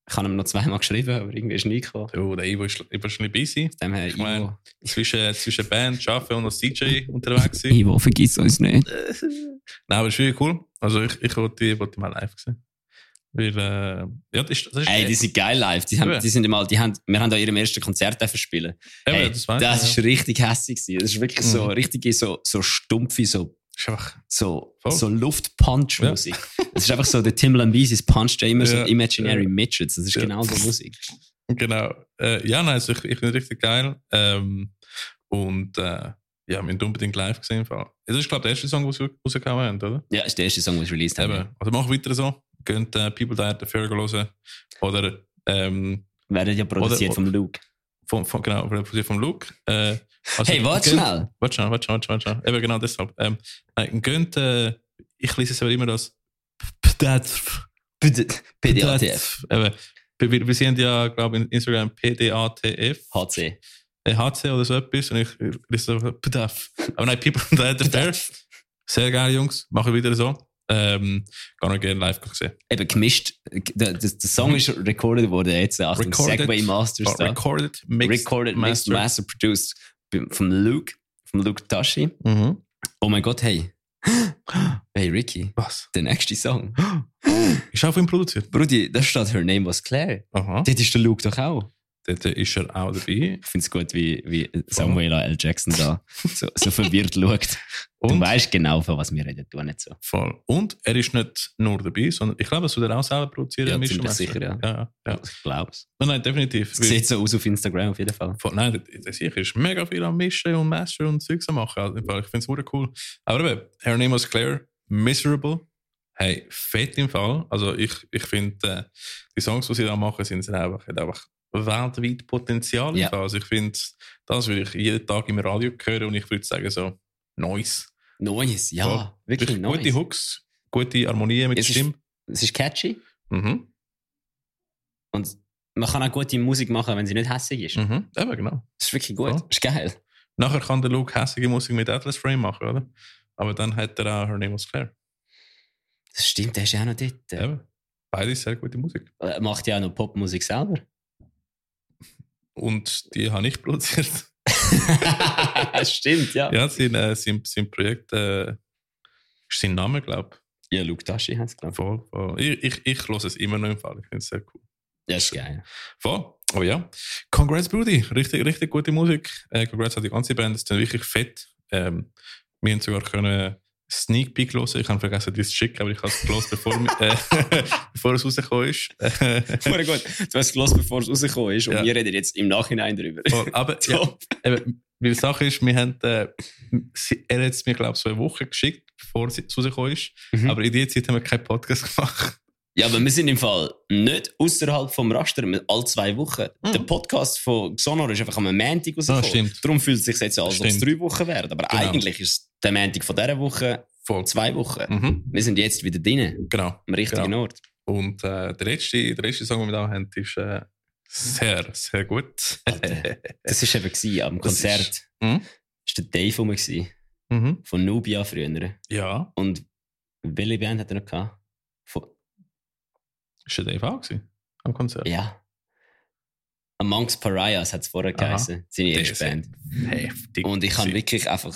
[SPEAKER 1] Ich habe ihm noch zweimal geschrieben, aber irgendwie ist nie gekommen.
[SPEAKER 2] Ja, der Ivo ist, Ivo ist wahrscheinlich busy.
[SPEAKER 1] Von Dem her,
[SPEAKER 2] Ich meine,
[SPEAKER 1] Ivo.
[SPEAKER 2] zwischen, zwischen Band, Arbeiten und als DJ unterwegs gewesen.
[SPEAKER 1] Ivo, vergiss uns nicht.
[SPEAKER 2] Nein, aber es ist wirklich cool. Also ich, ich wollte die, wollte die mal live sehen. Weil, äh, ja, das ist, das ist
[SPEAKER 1] Ey, die sind geil live. Die haben,
[SPEAKER 2] Eben.
[SPEAKER 1] die sind mal, die haben, wir haben an ihrem ersten Konzert dürfen spielen.
[SPEAKER 2] Eben,
[SPEAKER 1] Ey,
[SPEAKER 2] das, weiß
[SPEAKER 1] Das
[SPEAKER 2] ich,
[SPEAKER 1] ist
[SPEAKER 2] ja.
[SPEAKER 1] richtig hässlich. gewesen. Das ist wirklich so
[SPEAKER 2] Mhm.
[SPEAKER 1] richtige, so, so stumpfe, so,
[SPEAKER 2] ist einfach,
[SPEAKER 1] so,
[SPEAKER 2] Voll.
[SPEAKER 1] so Luft-Punch-Musik. Es ist einfach so, der Tim Lambesis puncht ja immer
[SPEAKER 2] Ja,
[SPEAKER 1] so Imaginary
[SPEAKER 2] ja.
[SPEAKER 1] Midgets. Das ist
[SPEAKER 2] Ja.
[SPEAKER 1] genau so Musik.
[SPEAKER 2] genau. Äh, ja, nein, also ich, ich finde richtig geil. Ähm, und äh, ja, wir haben unbedingt live gesehen. im Fall. Das ist, glaube ich, der erste Song, den wir rausgekommen haben, oder?
[SPEAKER 1] Ja, ist der erste Song, den ich released habe.
[SPEAKER 2] Eben. Also mach weiter so. Könnt äh, People Diet the Fair hören. Oder ähm,
[SPEAKER 1] Werden ja produziert
[SPEAKER 2] Oder-
[SPEAKER 1] vom Luke.
[SPEAKER 2] Von, von, genau, von, der- von Luke. Äh, also,
[SPEAKER 1] hey, warte
[SPEAKER 2] gönnt-
[SPEAKER 1] schnell.
[SPEAKER 2] Warte schon, warte schon, warte schon, warte schon. Eben genau deshalb. Ähm, nein, gönnt, äh, ich lese es aber immer als PDATF.
[SPEAKER 1] Bitte, PDATF.
[SPEAKER 2] Eben. Wir, wir- wir sind ja, glaube ich, in Instagram PDATF.
[SPEAKER 1] HC.
[SPEAKER 2] Äh, HC oder so etwas. Und ich lese es einfach PDATF. Aber nein, People on the Edge of the Earth. Sehr geil, Jungs. Machen wir wieder so. Ähm, kann ich gerne live sehen.
[SPEAKER 1] Eben gemischt. Der, der, der Song ist recorded worden jetzt. Achtung,
[SPEAKER 2] Recorded.
[SPEAKER 1] Segway Masters.
[SPEAKER 2] But
[SPEAKER 1] da.
[SPEAKER 2] recorded, mixed,
[SPEAKER 1] Recorded, mixed,
[SPEAKER 2] mastered.
[SPEAKER 1] master produced. Vom Luke. Vom Luke Tashi.
[SPEAKER 2] Mhm.
[SPEAKER 1] Oh mein Gott, hey. Hey, Ricky.
[SPEAKER 2] Was?
[SPEAKER 1] Der nächste Song.
[SPEAKER 2] Ist auch von ihm produziert.
[SPEAKER 1] Brudi, da steht Her Name Was Claire.
[SPEAKER 2] Aha.
[SPEAKER 1] Dort ist der Luke doch auch.
[SPEAKER 2] Dort ist er auch dabei.
[SPEAKER 1] Ich finde es gut, wie, wie Samuela L. Jackson da so, so verwirrt schaut. Du
[SPEAKER 2] Und-
[SPEAKER 1] weißt genau, von was wir reden, du nicht so.
[SPEAKER 2] Voll. Und er ist nicht nur dabei, sondern ich glaube, es wird er auch selber produzieren.
[SPEAKER 1] Ja,
[SPEAKER 2] Mist
[SPEAKER 1] ziemlich
[SPEAKER 2] und Messer.
[SPEAKER 1] sicher, ja.
[SPEAKER 2] ja, ja.
[SPEAKER 1] Ich glaub's.
[SPEAKER 2] Nein, nein, definitiv.
[SPEAKER 1] Es
[SPEAKER 2] Weil-
[SPEAKER 1] sieht so aus auf Instagram auf jeden Fall.
[SPEAKER 2] Voll, nein, das- das sicher ist mega viel am Mischen und Mastern und Zeugs am machen. Also, im Fall, ich finde es mega cool. Aber eben, Her Name was Claire, Miserable. Hey, fett im Fall. Also ich, ich finde, äh, die Songs, die sie da machen, sind sind einfach, hat einfach weltweit Potenzial. im
[SPEAKER 1] Ja.
[SPEAKER 2] Fall. Also ich finde, das würde ich jeden Tag im Radio hören und ich würde sagen so, nice.
[SPEAKER 1] Neues, ja.
[SPEAKER 2] Voll.
[SPEAKER 1] Wirklich
[SPEAKER 2] Wirklich Gute
[SPEAKER 1] neues.
[SPEAKER 2] Hooks, gute Harmonie mit Mhm.
[SPEAKER 1] Es ist-
[SPEAKER 2] der Stimme.
[SPEAKER 1] Es ist catchy
[SPEAKER 2] Mhm.
[SPEAKER 1] und man kann auch gute Musik machen, wenn sie nicht hässig ist.
[SPEAKER 2] Mhm. Eben, genau.
[SPEAKER 1] Das ist wirklich gut.
[SPEAKER 2] Ja.
[SPEAKER 1] Das ist geil.
[SPEAKER 2] Nachher kann der Luke hässige Musik mit Atlas Frame machen, oder? Aber dann hat er auch Her Name Was Claire.
[SPEAKER 1] Das stimmt, der ist ja auch noch dort.
[SPEAKER 2] Eben. Beide sehr gute Musik.
[SPEAKER 1] Er macht ja auch noch Popmusik selber.
[SPEAKER 2] Und die habe ich produziert.
[SPEAKER 1] stimmt, ja. Ja,
[SPEAKER 2] Ja, sein, äh, sein, sein Projekt äh, ist sein Name, glaube
[SPEAKER 1] Luke Dashi hat es,
[SPEAKER 2] ich.
[SPEAKER 1] glaube
[SPEAKER 2] Voll, voll. Ich, ich, ich höre es immer noch im Fall. Ich finde es sehr cool.
[SPEAKER 1] ich. Ja, ist geil.
[SPEAKER 2] Voll. Aber ja. Congrats, Brudi. Richtig, richtig gute Musik. Äh, congrats an die ganze Band. Es ist wirklich fett. Ähm, wir haben sogar können Sneak Peek hören. Ich habe vergessen, wie es zu schicken, aber ich habe es gelesen, bevor, mi- äh, bevor es rausgekommen ist. Äh,
[SPEAKER 1] Voll gut. Du hast es gehört, bevor es rausgekommen ist. Und
[SPEAKER 2] Ja.
[SPEAKER 1] wir reden jetzt im Nachhinein darüber.
[SPEAKER 2] voll. aber ja,
[SPEAKER 1] Top.
[SPEAKER 2] Eben, weil die Sache ist, wir haben, äh, sie, er hat es mir, glaube ich, so eine Woche geschickt, bevor es rausgekommen ist.
[SPEAKER 1] Mhm.
[SPEAKER 2] Aber in dieser Zeit haben wir keinen Podcast gemacht.
[SPEAKER 1] Ja, aber wir sind im Fall nicht außerhalb vom Raster, wir- alle zwei Wochen.
[SPEAKER 2] Mhm.
[SPEAKER 1] Der Podcast von Xonor ist einfach am Montag rausgekommen.
[SPEAKER 2] Ah, stimmt.
[SPEAKER 1] Darum fühlt es sich jetzt an, als ob es
[SPEAKER 2] Stimmt.
[SPEAKER 1] drei Wochen wären. Aber
[SPEAKER 2] Genau.
[SPEAKER 1] eigentlich ist es der Montag von dieser Woche
[SPEAKER 2] Voll.
[SPEAKER 1] zwei Wochen.
[SPEAKER 2] Mhm.
[SPEAKER 1] Wir sind jetzt wieder drinnen,
[SPEAKER 2] Genau.
[SPEAKER 1] am richtigen
[SPEAKER 2] Genau.
[SPEAKER 1] Ort.
[SPEAKER 2] Und äh, der, letzte, der letzte Song, den wir da haben, ist äh, sehr, sehr gut.
[SPEAKER 1] Alter. Das war eben gewesen, am
[SPEAKER 2] Das ist-
[SPEAKER 1] Konzert.
[SPEAKER 2] Mhm.
[SPEAKER 1] Ist Hm? der Dave rum gewesen,
[SPEAKER 2] mhm.
[SPEAKER 1] von Nubia früher.
[SPEAKER 2] Ja,
[SPEAKER 1] Und welche Band hat er noch gehabt? Von,
[SPEAKER 2] ist der Dave auch gewesen, am Konzert.
[SPEAKER 1] ja. Amongst Pariahs hat es vorher
[SPEAKER 2] Aha.
[SPEAKER 1] geheißen, seine
[SPEAKER 2] Der
[SPEAKER 1] erste
[SPEAKER 2] ist
[SPEAKER 1] Band.
[SPEAKER 2] Heftig.
[SPEAKER 1] Und ich habe
[SPEAKER 2] gewesen.
[SPEAKER 1] wirklich einfach,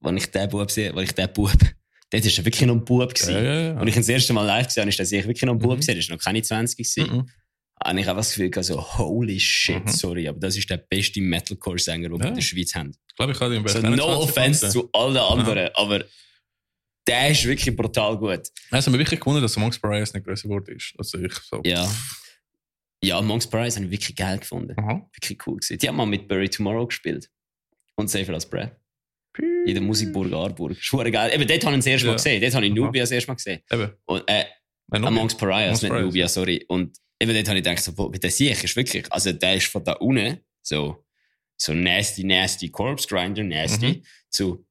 [SPEAKER 1] wenn ich den Bub sehe, wenn ich den Bub, dort war er wirklich noch ein Bub.
[SPEAKER 2] Ja,
[SPEAKER 1] Ja,
[SPEAKER 2] ja, ja.
[SPEAKER 1] Als ich ihn das erste Mal live gesehen habe, ist er wirklich noch ein Bub.
[SPEAKER 2] Mhm.
[SPEAKER 1] gewesen. Er war noch keine 20. gewesen.
[SPEAKER 2] Mhm.
[SPEAKER 1] habe ich einfach das Gefühl gehabt, so, holy shit,
[SPEAKER 2] Mhm.
[SPEAKER 1] sorry, aber das ist der beste Metalcore-Sänger, den wir
[SPEAKER 2] Ja.
[SPEAKER 1] in der Schweiz haben.
[SPEAKER 2] Ich glaube, ich habe den
[SPEAKER 1] So,
[SPEAKER 2] Berlin
[SPEAKER 1] no
[SPEAKER 2] 20
[SPEAKER 1] offense
[SPEAKER 2] gefunden.
[SPEAKER 1] zu allen anderen, aber der ist wirklich brutal gut.
[SPEAKER 2] Es hat mich wirklich gewundert, dass Monks Briars nicht größer geworden ist. Also ich so.
[SPEAKER 1] Ja. Ja, Monks Prize habe ich wirklich geil gefunden.
[SPEAKER 2] Aha.
[SPEAKER 1] Wirklich cool gewesen. Die haben mal mit Bury Tomorrow gespielt. Und Safer als Breath. In der
[SPEAKER 2] Mhm.
[SPEAKER 1] Musikburg Aarburg. Schwere geil. Eben, dort habe ich ihn das erste Mal
[SPEAKER 2] Ja.
[SPEAKER 1] gesehen. Dort habe ich
[SPEAKER 2] Aha.
[SPEAKER 1] Nubia das erste Mal gesehen.
[SPEAKER 2] Eben.
[SPEAKER 1] Und, äh,
[SPEAKER 2] Nein, noch
[SPEAKER 1] Amongst Pariahs,
[SPEAKER 2] Amongst
[SPEAKER 1] nicht
[SPEAKER 2] Pariahs,
[SPEAKER 1] Nubia, sorry. Und eben dort habe ich gedacht, so, boah, der Sieg ist wirklich, also der ist von da unten, so, so nasty, nasty Corpse Grinder, nasty,
[SPEAKER 2] Mhm.
[SPEAKER 1] zu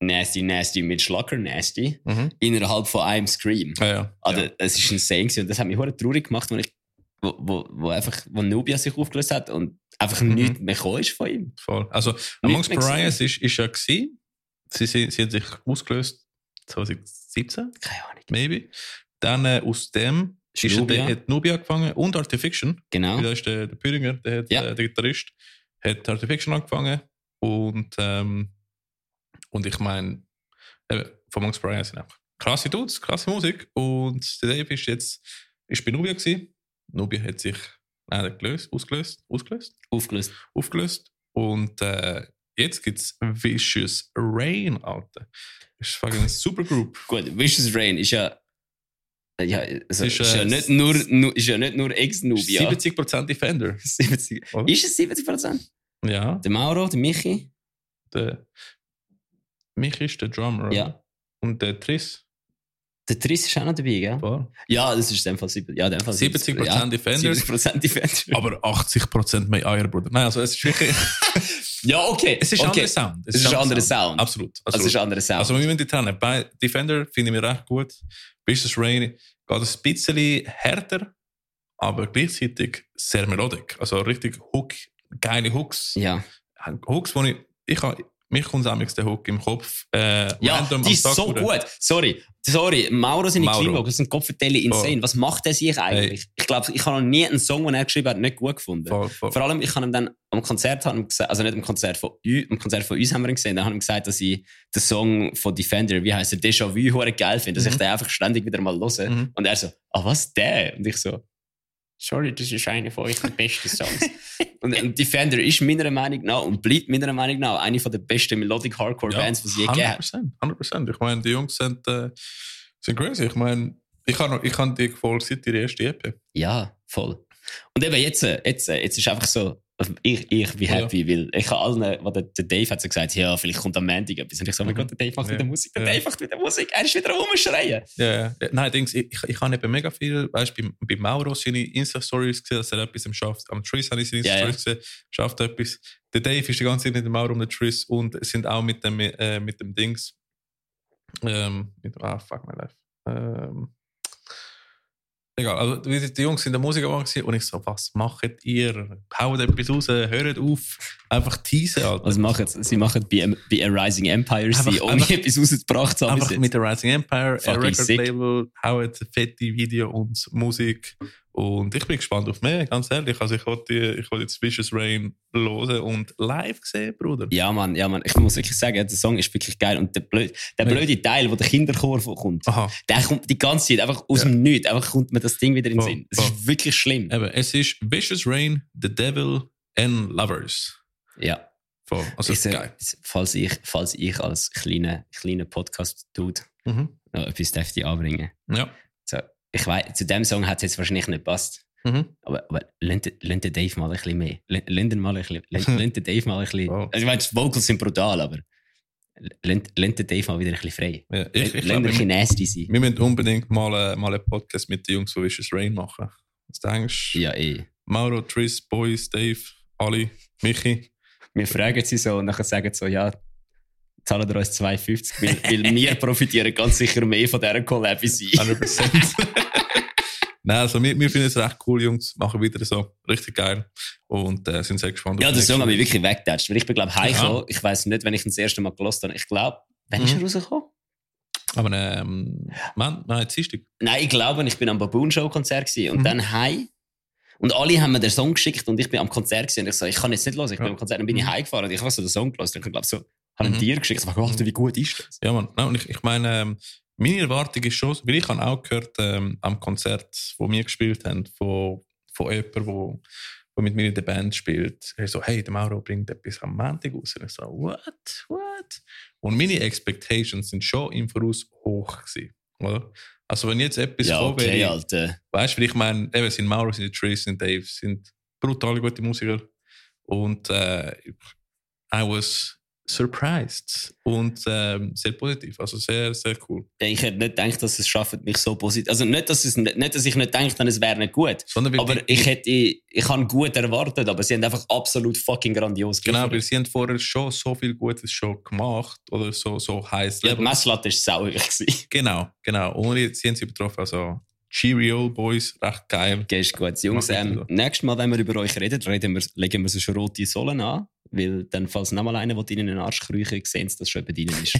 [SPEAKER 1] nasty, nasty mit Schlacker, nasty,
[SPEAKER 2] nicht. Mhm.
[SPEAKER 1] innerhalb von einem Scream.
[SPEAKER 2] Ja, ja.
[SPEAKER 1] Also,
[SPEAKER 2] ja.
[SPEAKER 1] es ist insane gewesen. und das hat mich hure traurig gemacht, weil ich, wo, wo, wo einfach, wo Nubia sich aufgelöst hat und einfach
[SPEAKER 2] Mhm.
[SPEAKER 1] nichts mehr gekommen ist von ihm.
[SPEAKER 2] Voll. Also Amongst
[SPEAKER 1] mehr gesehen.
[SPEAKER 2] Pariahs ist, ist ja gewesen. Sie, sie, sie hat sich ausgelöst 2017,
[SPEAKER 1] Keine Ahnung.
[SPEAKER 2] maybe. Dann äh, aus dem
[SPEAKER 1] Ist
[SPEAKER 2] ist
[SPEAKER 1] Nubia.
[SPEAKER 2] Der, hat Nubia angefangen und Artifiction.
[SPEAKER 1] Genau.
[SPEAKER 2] Da ist der, der Püringer, der, hat,
[SPEAKER 1] Ja.
[SPEAKER 2] äh, der Gitarrist, hat Artifiction angefangen. Und, ähm, und ich meine, eben, von Monks Brian sind einfach krasse Dudes, krasse Musik. Und der Dave ist jetzt ist bei Nubia. Gewesen. Nubia hat sich leider gelöst, ausgelöst, ausgelöst,
[SPEAKER 1] Aufgelöst.
[SPEAKER 2] aufgelöst. Und äh, jetzt gibt es Vicious Rain, Alter. Ist fucking eine Supergroup.
[SPEAKER 1] Gut, Vicious Rain ist ja, ja, also,
[SPEAKER 2] Ist,
[SPEAKER 1] ist,
[SPEAKER 2] äh,
[SPEAKER 1] ja nicht nur, nu, ist ja nicht nur Ex-Nubia.
[SPEAKER 2] 70% Defender.
[SPEAKER 1] 70.
[SPEAKER 2] Oder?
[SPEAKER 1] Ist es 70 Prozent?
[SPEAKER 2] Ja,
[SPEAKER 1] Der Mauro, der Michi?
[SPEAKER 2] der Mich ist der Drummer. oder?
[SPEAKER 1] Ja.
[SPEAKER 2] Und der Tris.
[SPEAKER 1] Der Triss ist auch noch dabei, gell?
[SPEAKER 2] Voll.
[SPEAKER 1] Ja, das ist in dem Fall 70. Ja, in dem Fall
[SPEAKER 2] 70% Defender.
[SPEAKER 1] 70 Prozent Defender.
[SPEAKER 2] Aber 80% mehr Eier, Bruder. Nein, also es ist wirklich.
[SPEAKER 1] Ja, okay.
[SPEAKER 2] Es ist ein
[SPEAKER 1] okay.
[SPEAKER 2] anderer Sound.
[SPEAKER 1] Es ist ein anderer Sound.
[SPEAKER 2] Absolut.
[SPEAKER 1] Also, es ist
[SPEAKER 2] absolut.
[SPEAKER 1] ein anderer Sound.
[SPEAKER 2] Also, wir müssen die trennen. Bei Defender finde ich mir recht gut. Business Rain geht ein bisschen härter, aber gleichzeitig sehr melodisch. Also richtig Hook, geile Hooks.
[SPEAKER 1] ja,
[SPEAKER 2] Hooks, wo ich. ich hab, mich kommt nämlich der Hook im Kopf. Äh,
[SPEAKER 1] ja
[SPEAKER 2] random
[SPEAKER 1] die
[SPEAKER 2] am
[SPEAKER 1] ist
[SPEAKER 2] Tag
[SPEAKER 1] so
[SPEAKER 2] durch.
[SPEAKER 1] gut. Sorry, sorry. Mauro seine
[SPEAKER 2] Mauro.
[SPEAKER 1] Klima, das sind Kopfverteile insane.
[SPEAKER 2] Voll.
[SPEAKER 1] Was macht der sich eigentlich? Ich glaube, ich habe noch nie einen Song, den er geschrieben hat, nicht gut gefunden.
[SPEAKER 2] Voll, voll.
[SPEAKER 1] Vor allem, ich habe ihn dann am Konzert, haben wir gese- also nicht am Konzert von uns, am Konzert von uns haben wir ihn gesehen, dann haben wir gesagt, dass ich den Song von Defender, wie heißt er, Déjà Vu, hure geil finde, dass
[SPEAKER 2] Mhm.
[SPEAKER 1] ich den einfach ständig wieder mal höre.
[SPEAKER 2] Mhm.
[SPEAKER 1] Und er so, ah, was der? Und ich so, sorry, das ist einer von euren besten Songs. und, und Defender ist meiner Meinung nach und bleibt meiner Meinung nach eine von der besten Melodic Hardcore Bands, die es je gegeben hat.
[SPEAKER 2] 100%, 100%. Ich meine, die Jungs sind, äh, sind crazy. Ich meine, ich habe ich hab die gefolgt seit ihrer ersten EP.
[SPEAKER 1] Ja, voll. Und eben jetzt, äh, jetzt, äh, jetzt ist einfach so, ich, ich bin
[SPEAKER 2] Ja.
[SPEAKER 1] happy, weil ich habe allen, äh, was der, der Dave hat so gesagt, ja, vielleicht kommt am Montag etwas. Und ich so, oh mein
[SPEAKER 2] Mhm.
[SPEAKER 1] Gott, der Dave macht
[SPEAKER 2] Ja.
[SPEAKER 1] wieder Musik, der
[SPEAKER 2] Ja.
[SPEAKER 1] Dave macht wieder Musik, er ist wieder rumschreien.
[SPEAKER 2] Ja, ja. Nein, Dings, ich, ich, ich habe eben mega viel, weißt du, bei, bei Mauro seine Insta-Stories gesehen, dass er etwas am Schafft, am Tris habe ich seine
[SPEAKER 1] Ja,
[SPEAKER 2] Insta-Stories gesehen, schafft etwas. Der Dave ist die ganze Zeit mit dem Mauro und dem Tris und sind auch mit dem, äh, mit dem Dings, ähm, mit dem, ah, fuck my life, ähm, Egal, also die die Jungs in der Musikerbank gewesen und ich so, was macht ihr? Haut etwas raus, hört auf. Einfach teasen, Alter.
[SPEAKER 1] Was machen Also sie? Sie machen bei, einem- bei A Rising Empire sie,
[SPEAKER 2] Einfach-
[SPEAKER 1] ohne
[SPEAKER 2] einfach-
[SPEAKER 1] etwas rausgebracht zu haben.
[SPEAKER 2] Einfach
[SPEAKER 1] bis jetzt.
[SPEAKER 2] mit der Rising Empire, ein
[SPEAKER 1] Fucking sick.
[SPEAKER 2] Record-Label, haut fette Video und Musik. Und ich bin gespannt auf mehr, ganz ehrlich. Also ich wollte ich wollte jetzt Vicious Rain hören und live sehen, Bruder.
[SPEAKER 1] Ja, Mann, ja, Mann. Ich muss wirklich sagen, der Song ist wirklich geil. Und der, blöd, der
[SPEAKER 2] Ja.
[SPEAKER 1] blöde Teil, wo der Kinderchor kommt,
[SPEAKER 2] Aha.
[SPEAKER 1] der kommt die ganze Zeit einfach aus
[SPEAKER 2] Ja.
[SPEAKER 1] dem Nichts. Einfach kommt mir das Ding wieder in den
[SPEAKER 2] Voll, Ähm,
[SPEAKER 1] Sinn. Es ist wirklich schlimm.
[SPEAKER 2] Eben, es ist Vicious Rain, The Devil and Lovers.
[SPEAKER 1] Ja.
[SPEAKER 2] Voll. Also
[SPEAKER 1] ich,
[SPEAKER 2] ist geil.
[SPEAKER 1] falls, ich, falls ich als kleiner, kleiner Podcast-Dude
[SPEAKER 2] Mhm.
[SPEAKER 1] noch etwas dürfte anbringen
[SPEAKER 2] Ja.
[SPEAKER 1] Ich weiß, zu dem Song hat es jetzt wahrscheinlich nicht gepasst.
[SPEAKER 2] Mhm.
[SPEAKER 1] Aber, aber lehnt lehnt den Dave mal ein bisschen mehr. Lehnt- Lehnt den mal ein bisschen. lehnt- Lehnt den Dave mal ein bisschen.
[SPEAKER 2] Wow.
[SPEAKER 1] Also, ich meine, die Vocals sind brutal, aber. Lehnt lehnt den Dave mal wieder ein bisschen frei.
[SPEAKER 2] ja. Ich,
[SPEAKER 1] Lehnt
[SPEAKER 2] ich
[SPEAKER 1] lehnt ein
[SPEAKER 2] glaube,
[SPEAKER 1] bisschen
[SPEAKER 2] wir,
[SPEAKER 1] nasty sein.
[SPEAKER 2] wir müssen unbedingt mal, äh, mal einen Podcast mit den Jungs von Vicious Rain machen. Was denkst du?
[SPEAKER 1] Ja, eh.
[SPEAKER 2] Mauro, Tris, Boys, Dave, Ali, Michi.
[SPEAKER 1] Wir fragen sie so und nachher sagen sie so, ja, zahlen wir uns 2,50, weil, weil wir profitieren ganz sicher mehr von dieser Collab wie sie.
[SPEAKER 2] 100%. Nein, also wir, wir finden es recht cool, Jungs. Machen wieder so. Richtig geil. Und äh, sind sehr gespannt.
[SPEAKER 1] Ja,
[SPEAKER 2] auf
[SPEAKER 1] der
[SPEAKER 2] den
[SPEAKER 1] Song hat mich
[SPEAKER 2] nächsten.
[SPEAKER 1] wirklich weggetatscht, weil ich bin, glaube heiko, ich weiß nicht, wenn ich ihn das erste Mal gelost habe. Ich glaube, wann ist
[SPEAKER 2] Mhm.
[SPEAKER 1] er rausgekommen?
[SPEAKER 2] Aber ähm, Mann, nein, jetzt ist
[SPEAKER 1] Nein, ich glaube, ich bin am Baboon Show Konzert gewesen und
[SPEAKER 2] Mhm.
[SPEAKER 1] dann heim. Und alle haben mir den Song geschickt und ich bin am Konzert gewesen. und ich so, ich kann jetzt nicht los, ich bin
[SPEAKER 2] Ja.
[SPEAKER 1] am Konzert, dann bin ich
[SPEAKER 2] Mhm.
[SPEAKER 1] heimgefahren und ich habe so den Song gelesen. Und ich glaube so, haben
[SPEAKER 2] Mhm.
[SPEAKER 1] dir geschickt. Ich dachte, Alter, wie gut ist das?
[SPEAKER 2] Ja, Mann. Nein, und ich, ich meine, ähm, meine Erwartung ist schon, so- weil ich habe auch gehört ähm, am Konzert, wo wir gespielt haben, von, von jemandem, wo, wo mit mir in der Band spielt, er so, hey, der Mauro bringt etwas am Montag raus. Und ich so, what? What? Und meine Expectations sind schon im Voraus hoch gewesen. Oder? Also wenn jetzt etwas
[SPEAKER 1] ja,
[SPEAKER 2] kommen
[SPEAKER 1] okay,
[SPEAKER 2] wäre,
[SPEAKER 1] Alter.
[SPEAKER 2] weißt du, weil ich meine, eben sind Mauro, sind die Trees, sind Dave, sind brutal gute Musiker. Und äh, I was surprised und ähm, sehr positiv, also sehr, sehr cool.
[SPEAKER 1] Ich hätte nicht gedacht, dass es schafft, mich so positiv. Also nicht, dass, es, nicht, dass ich nicht denke, es wäre nicht gut.
[SPEAKER 2] Sondern weil
[SPEAKER 1] Aber
[SPEAKER 2] die,
[SPEAKER 1] ich hätte, ich habe gut erwartet, aber sie haben einfach absolut fucking grandios
[SPEAKER 2] genau, weil
[SPEAKER 1] geliefert.
[SPEAKER 2] sie haben vorher schon so viel Gutes schon gemacht oder so, so heiß.
[SPEAKER 1] Ja, die Messlatte war sauer. Gehst
[SPEAKER 2] Genau, genau. Ohne sie haben sie betroffen. Also Cheerio Boys, recht geil.
[SPEAKER 1] gut. Jungs,
[SPEAKER 2] Mach weiter
[SPEAKER 1] ähm,
[SPEAKER 2] so.
[SPEAKER 1] nächstes Mal, wenn wir über euch reden, reden wir, legen wir so schon rote Sohlen an. Weil dann, falls nochmal einer will, ihnen in den Arsch kriechen sehen sie, dass schon bei ihnen ist.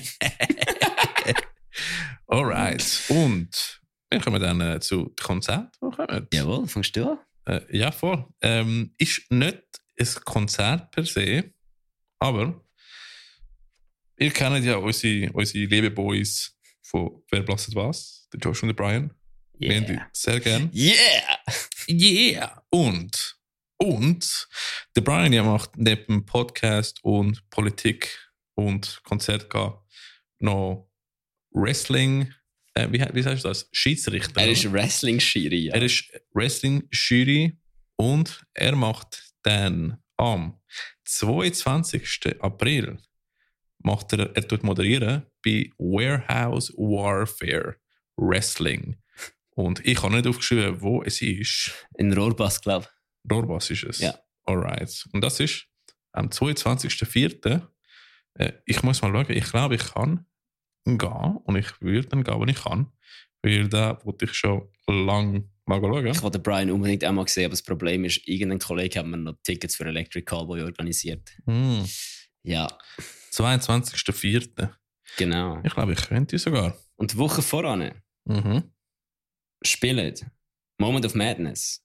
[SPEAKER 2] Alright. Und wir kommen dann äh, zu Konzert, wo kommen wir?
[SPEAKER 1] Jawohl, fängst du an?
[SPEAKER 2] Äh, ja, voll. Ähm, ist nicht ein Konzert per se, aber ihr kennt ja unsere, unsere lieben Boys von Wer blastet was? Der Josh und der Brian. Wir haben die
[SPEAKER 1] Yeah!
[SPEAKER 2] sehr gern.
[SPEAKER 1] Yeah!
[SPEAKER 2] Yeah! Und, und, der Brian ja macht neben dem Podcast und Politik und Konzert gehen noch Wrestling, äh, wie, he- wie sagst du das? Schiedsrichter.
[SPEAKER 1] Er
[SPEAKER 2] oder?
[SPEAKER 1] ist Wrestling-Schiri. Ja.
[SPEAKER 2] Er ist Wrestling-Jury und er macht dann am 22. April macht er, er tut moderieren bei Warehouse Warfare Wrestling. Und ich habe nicht aufgeschrieben, wo es ist.
[SPEAKER 1] In Rohrbass, glaube ich.
[SPEAKER 2] Rohrbass ist es.
[SPEAKER 1] Ja.
[SPEAKER 2] Alright. Und das ist am 22.04. Äh, Ich muss mal schauen, ich glaube, ich kann gehen und ich würde dann gehen, wenn ich kann. Weil da wollte ich schon lange mal schauen.
[SPEAKER 1] Ich wollte Brian unbedingt einmal sehen, aber das Problem ist, irgendein Kollege hat mir noch Tickets für Electric Cowboy organisiert.
[SPEAKER 2] Hm,
[SPEAKER 1] Ja,
[SPEAKER 2] 22.04.
[SPEAKER 1] genau.
[SPEAKER 2] Ich glaube, ich könnte sogar.
[SPEAKER 1] Und die Woche voran
[SPEAKER 2] Mhm.
[SPEAKER 1] spielt Moment of Madness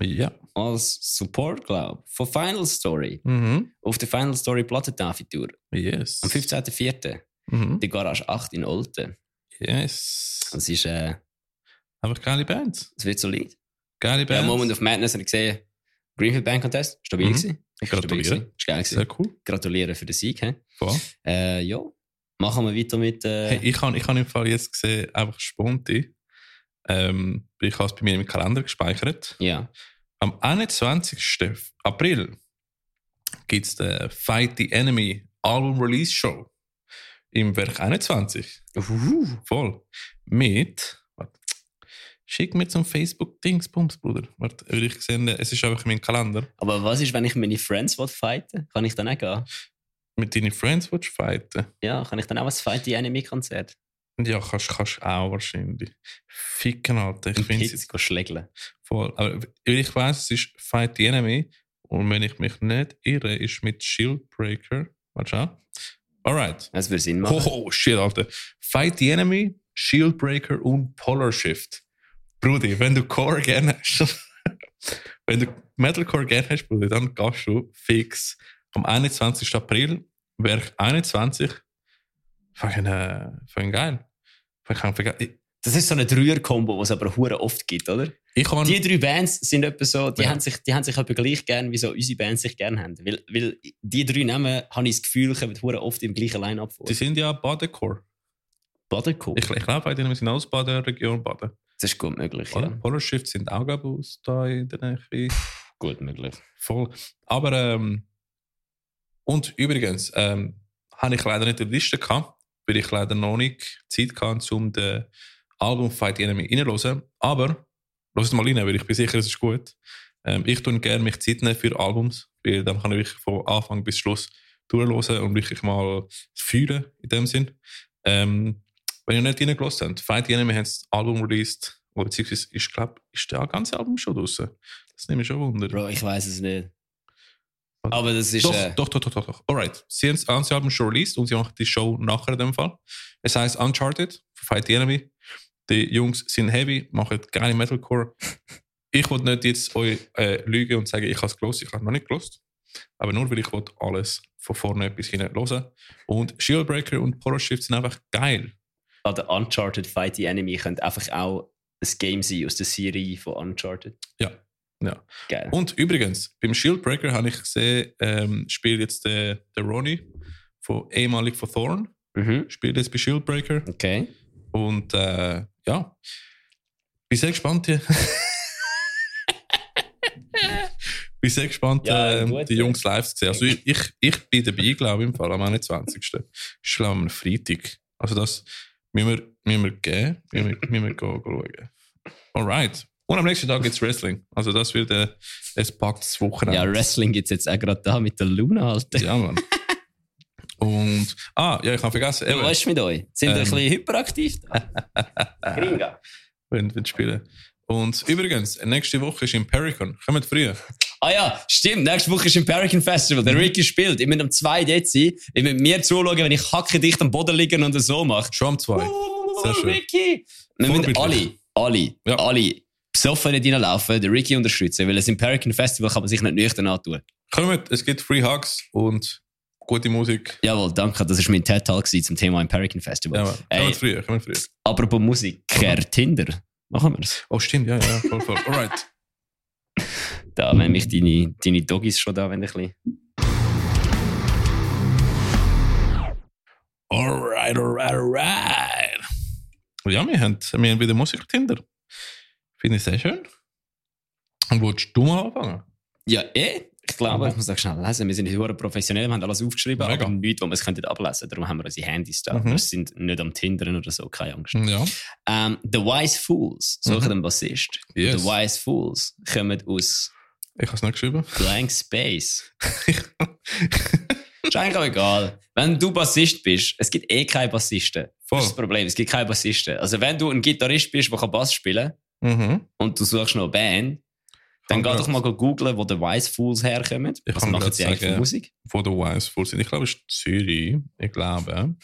[SPEAKER 2] Ja.
[SPEAKER 1] als Support, glaube ich, von Final Story
[SPEAKER 2] Mhm.
[SPEAKER 1] auf der Final Story Plattentafeltour
[SPEAKER 2] Yes.
[SPEAKER 1] am 15.04.
[SPEAKER 2] Mhm.
[SPEAKER 1] die Garage 8 in Olten.
[SPEAKER 2] Yes.
[SPEAKER 1] Das ist, äh,
[SPEAKER 2] Einfach geile Band.
[SPEAKER 1] das wird solid.
[SPEAKER 2] Geile
[SPEAKER 1] Ja,
[SPEAKER 2] Band.
[SPEAKER 1] Moment of Madness habe ich gesehen. Greenfield Bank Contest, stabil
[SPEAKER 2] Mhm.
[SPEAKER 1] gewesen. Ich
[SPEAKER 2] Gratuliere.
[SPEAKER 1] Ist geil gewesen.
[SPEAKER 2] Sehr cool.
[SPEAKER 1] Gratuliere für den Sieg. He?
[SPEAKER 2] Voll.
[SPEAKER 1] Äh, ja, machen wir weiter mit. Äh,
[SPEAKER 2] Hey, ich habe ich hab im Fall jetzt gesehen, einfach spontan. Ähm, ich habe es bei mir im Kalender gespeichert.
[SPEAKER 1] Ja,
[SPEAKER 2] Am 21. April gibt es die Fight the Enemy Album Release Show im Werk 21. Voll. Mit. Warte. Schick mir zum Facebook-Dingsbums, Bruder. Warte, weil ich gesehen, es ist einfach in meinem Kalender.
[SPEAKER 1] aber was ist, wenn ich meine Friends will fighten? Kann ich dann auch gehen?
[SPEAKER 2] Mit deinen Friends willst du fighten.
[SPEAKER 1] Ja, kann ich dann auch ein Fight the Enemy Konzert?
[SPEAKER 2] Ja, kannst kannst auch wahrscheinlich. Ficken, Alter. Ich
[SPEAKER 1] Ich
[SPEAKER 2] finde
[SPEAKER 1] Kids go schlägeln.
[SPEAKER 2] Voll. Aber ich weiß, es ist Fight the Enemy. Und wenn ich mich nicht irre, ist mit Shieldbreaker. Warte schau. Alright.
[SPEAKER 1] Das würde Sinn machen.
[SPEAKER 2] Oh, shit, Alter. Fight the Enemy, Shieldbreaker und Polar Shift. Brudi, wenn du Core gerne hast, wenn du Metalcore gerne hast, Brudi, dann gehst du fix. Am 21. April wäre ich 21. Fucking, äh, fucking geil. Fucking, fucking, ich,
[SPEAKER 1] Das ist so eine Dreier-Kombo, die es aber hure oft gibt, oder?
[SPEAKER 2] ich kann,
[SPEAKER 1] Die drei Bands sind etwa so, die,
[SPEAKER 2] Ja.
[SPEAKER 1] haben sich, die haben sich etwa gleich gern, wie so unsere Bands sich gern haben. Weil, weil die drei Namen, habe ich das Gefühl, kommen hure oft im gleichen Line-Up vor.
[SPEAKER 2] die sind ja Bodycore.
[SPEAKER 1] Badenkorb.
[SPEAKER 2] Ich, ich glaube, bei denen sind aus Baden, Region Baden.
[SPEAKER 1] Das ist gut möglich.
[SPEAKER 2] Oder?
[SPEAKER 1] Ja.
[SPEAKER 2] Polar Shift sind auch glaub, aus da in der Nähe.
[SPEAKER 1] Gut möglich.
[SPEAKER 2] Voll. Aber, ähm, und übrigens, ähm, habe ich leider nicht in der Liste gehabt, weil ich leider noch nicht Zeit hatte, um den Album Fight Enemy reinzuhören. Aber, lass es mal rein, weil ich bin sicher, es ist gut. Ähm, ich tue gerne mich Zeit nehmen für Albums, weil dann kann ich wirklich von Anfang bis Schluss durchhören und wirklich mal fühlen, in dem Sinn. Ähm, wenn ihr nicht reingelassen habt, Fight Enemy hat das Album released, oder beziehungsweise, ich glaube, ist das ganze Album schon draußen? Das nehme ich schon Wunder.
[SPEAKER 1] Bro, ich weiß es nicht. Aber das ist.
[SPEAKER 2] Doch,
[SPEAKER 1] äh,
[SPEAKER 2] doch, doch, doch, doch, doch. Alright. Sie haben das ganze Album schon released und sie machen die Show nachher in dem Fall. Es heißt Uncharted, Fight the Enemy. Die Jungs sind heavy, machen geile Metalcore. ich wollte nicht jetzt euch äh, lügen und sagen, ich habe es gelost, ich habe noch nicht gelost. Aber nur weil ich wollte alles von vorne bis hinten hören. Und Shieldbreaker und Horror Shift sind einfach geil.
[SPEAKER 1] an der Uncharted Fight the Enemy könnte einfach auch ein Game sein aus der Serie von Uncharted.
[SPEAKER 2] Ja, ja.
[SPEAKER 1] Geil.
[SPEAKER 2] Und übrigens, beim Shieldbreaker habe ich gesehen, ähm, spielt jetzt der, der Ronnie, von, ehemalig von Thorn,
[SPEAKER 1] Mhm.
[SPEAKER 2] spielt jetzt bei Shieldbreaker.
[SPEAKER 1] Okay.
[SPEAKER 2] Und äh, ja, bin sehr gespannt. die- bin sehr gespannt,
[SPEAKER 1] Ja,
[SPEAKER 2] äh,
[SPEAKER 1] gut,
[SPEAKER 2] die
[SPEAKER 1] ja.
[SPEAKER 2] Jungs live zu sehen. Also ich, ich, ich bin dabei, glaube ich, im Fall am 21. Ist glaube ich, am Freitag. Also das müssen wir, müssen wir gehen, müssen wir, müssen wir gehen, schauen. Alright. Und am nächsten Tag gibt es Wrestling. Also das wird äh, ein packtes Wochenende.
[SPEAKER 1] Ja, Wrestling gibt es jetzt auch gerade da mit der Luna, Alter.
[SPEAKER 2] Ja, Mann. Und, ah, ja, ich habe vergessen.
[SPEAKER 1] Du
[SPEAKER 2] eben.
[SPEAKER 1] weißt mit euch. Sind ihr ein
[SPEAKER 2] Ähm.
[SPEAKER 1] bisschen hyperaktiv? da? Gringa.
[SPEAKER 2] wenn wir spielen. Und übrigens, nächste Woche ist im Pericon. Kommt früher.
[SPEAKER 1] Ah ja, stimmt. Nächste Woche ist im Barrican Festival.
[SPEAKER 2] Mhm.
[SPEAKER 1] Der Ricky spielt. um Ich muss am 2 dort sein. Ich muss mir zuschauen, wenn ich hacke dicht am Boden liegen und so mache.
[SPEAKER 2] Schon am 2. Sehr schön.
[SPEAKER 1] Ricky! Wir müssen alle,
[SPEAKER 2] Vorbildlich.
[SPEAKER 1] alle,
[SPEAKER 2] Ja.
[SPEAKER 1] alle besoffen nicht reinlaufen, den Ricky unterstützen, weil es im Barrican Festival kann man sich nicht nüchtern antun.
[SPEAKER 2] Kommt, es gibt Free Hugs und gute Musik.
[SPEAKER 1] Jawohl, danke. Das war mein TED-Talk gewesen zum Thema im Barrican Festival.
[SPEAKER 2] Ja, Mann.
[SPEAKER 1] Ey,
[SPEAKER 2] Kommt früher, kommt früher.
[SPEAKER 1] apropos Musik, Kerr Tinder. Machen wir es.
[SPEAKER 2] Oh, stimmt, ja, ja, voll, voll. Alright.
[SPEAKER 1] Da wenn mich deine, deine Doggies schon da, wenn ich ein bisschen...
[SPEAKER 2] Alright, alright, alright. Ja, wir haben, wir haben wieder Musik Tinder. Finde ich sehr schön. Und willst du mal anfangen?
[SPEAKER 1] Ja, eh. Ich glaube,
[SPEAKER 2] Mhm.
[SPEAKER 1] ich muss das schnell lesen. Wir sind höher professionell, wir haben alles aufgeschrieben,
[SPEAKER 2] Mega.
[SPEAKER 1] aber nichts, wo wir es könnten ablesen. Darum haben wir unsere Handys da.
[SPEAKER 2] Mhm.
[SPEAKER 1] Wir sind nicht am Tindern oder so, keine Angst.
[SPEAKER 2] Ja.
[SPEAKER 1] Ähm, The Wise Fools, suchen
[SPEAKER 2] Mhm.
[SPEAKER 1] einen Bassist.
[SPEAKER 2] Yes.
[SPEAKER 1] The Wise Fools kommen aus
[SPEAKER 2] Ich habe es nicht geschrieben.
[SPEAKER 1] Blank Space. ist eigentlich auch egal. Wenn du Bassist bist, es gibt eh keine Bassisten. Das ist das
[SPEAKER 2] Voll.
[SPEAKER 1] Problem, es gibt keine Bassisten. Also wenn du ein Gitarrist bist, der kann Bass spielen
[SPEAKER 2] Mhm.
[SPEAKER 1] und du suchst noch eine Band, dann geh
[SPEAKER 2] Kann
[SPEAKER 1] doch mal googlen, wo The Wise Fools herkommen.
[SPEAKER 2] Ich
[SPEAKER 1] Was
[SPEAKER 2] kann
[SPEAKER 1] machen
[SPEAKER 2] grad
[SPEAKER 1] sie eigentlich für
[SPEAKER 2] sagen,
[SPEAKER 1] Musik?
[SPEAKER 2] Wo der Wise Full sind. Ich glaube, es ist Zürich. Ich glaube.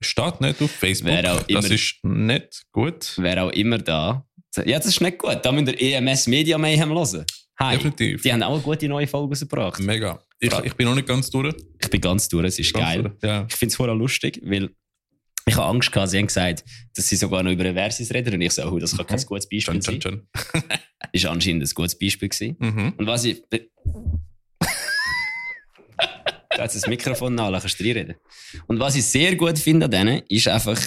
[SPEAKER 2] Steht nicht auf Facebook.
[SPEAKER 1] Wer auch immer.
[SPEAKER 2] Das ist nicht gut.
[SPEAKER 1] wer auch immer da. Ja, das ist nicht gut. Da müsst ihr EMS Media Mayhem hören. Hi.
[SPEAKER 2] Definitiv.
[SPEAKER 1] Die haben auch eine gute neue Folge rausgebracht.
[SPEAKER 2] Mega. Ich,
[SPEAKER 1] Ja.
[SPEAKER 2] ich bin noch nicht ganz durch.
[SPEAKER 1] Ich bin ganz durch, es ist
[SPEAKER 2] Ganz
[SPEAKER 1] geil.
[SPEAKER 2] durch. Ja.
[SPEAKER 1] Ich finde es voll lustig, weil ich habe Angst gehabt, sie haben gesagt, dass sie sogar noch über eine Versus reden. Und ich so, oh, das kann kein
[SPEAKER 2] Mhm.
[SPEAKER 1] gutes Beispiel
[SPEAKER 2] Chan, chan,
[SPEAKER 1] sein.
[SPEAKER 2] chan.
[SPEAKER 1] Ist anscheinend ein gutes Beispiel gewesen.
[SPEAKER 2] Mhm.
[SPEAKER 1] Und was ich... Da hat das Mikrofon an, dann kannst du reinreden. Und was ich sehr gut finde an denen, ist einfach,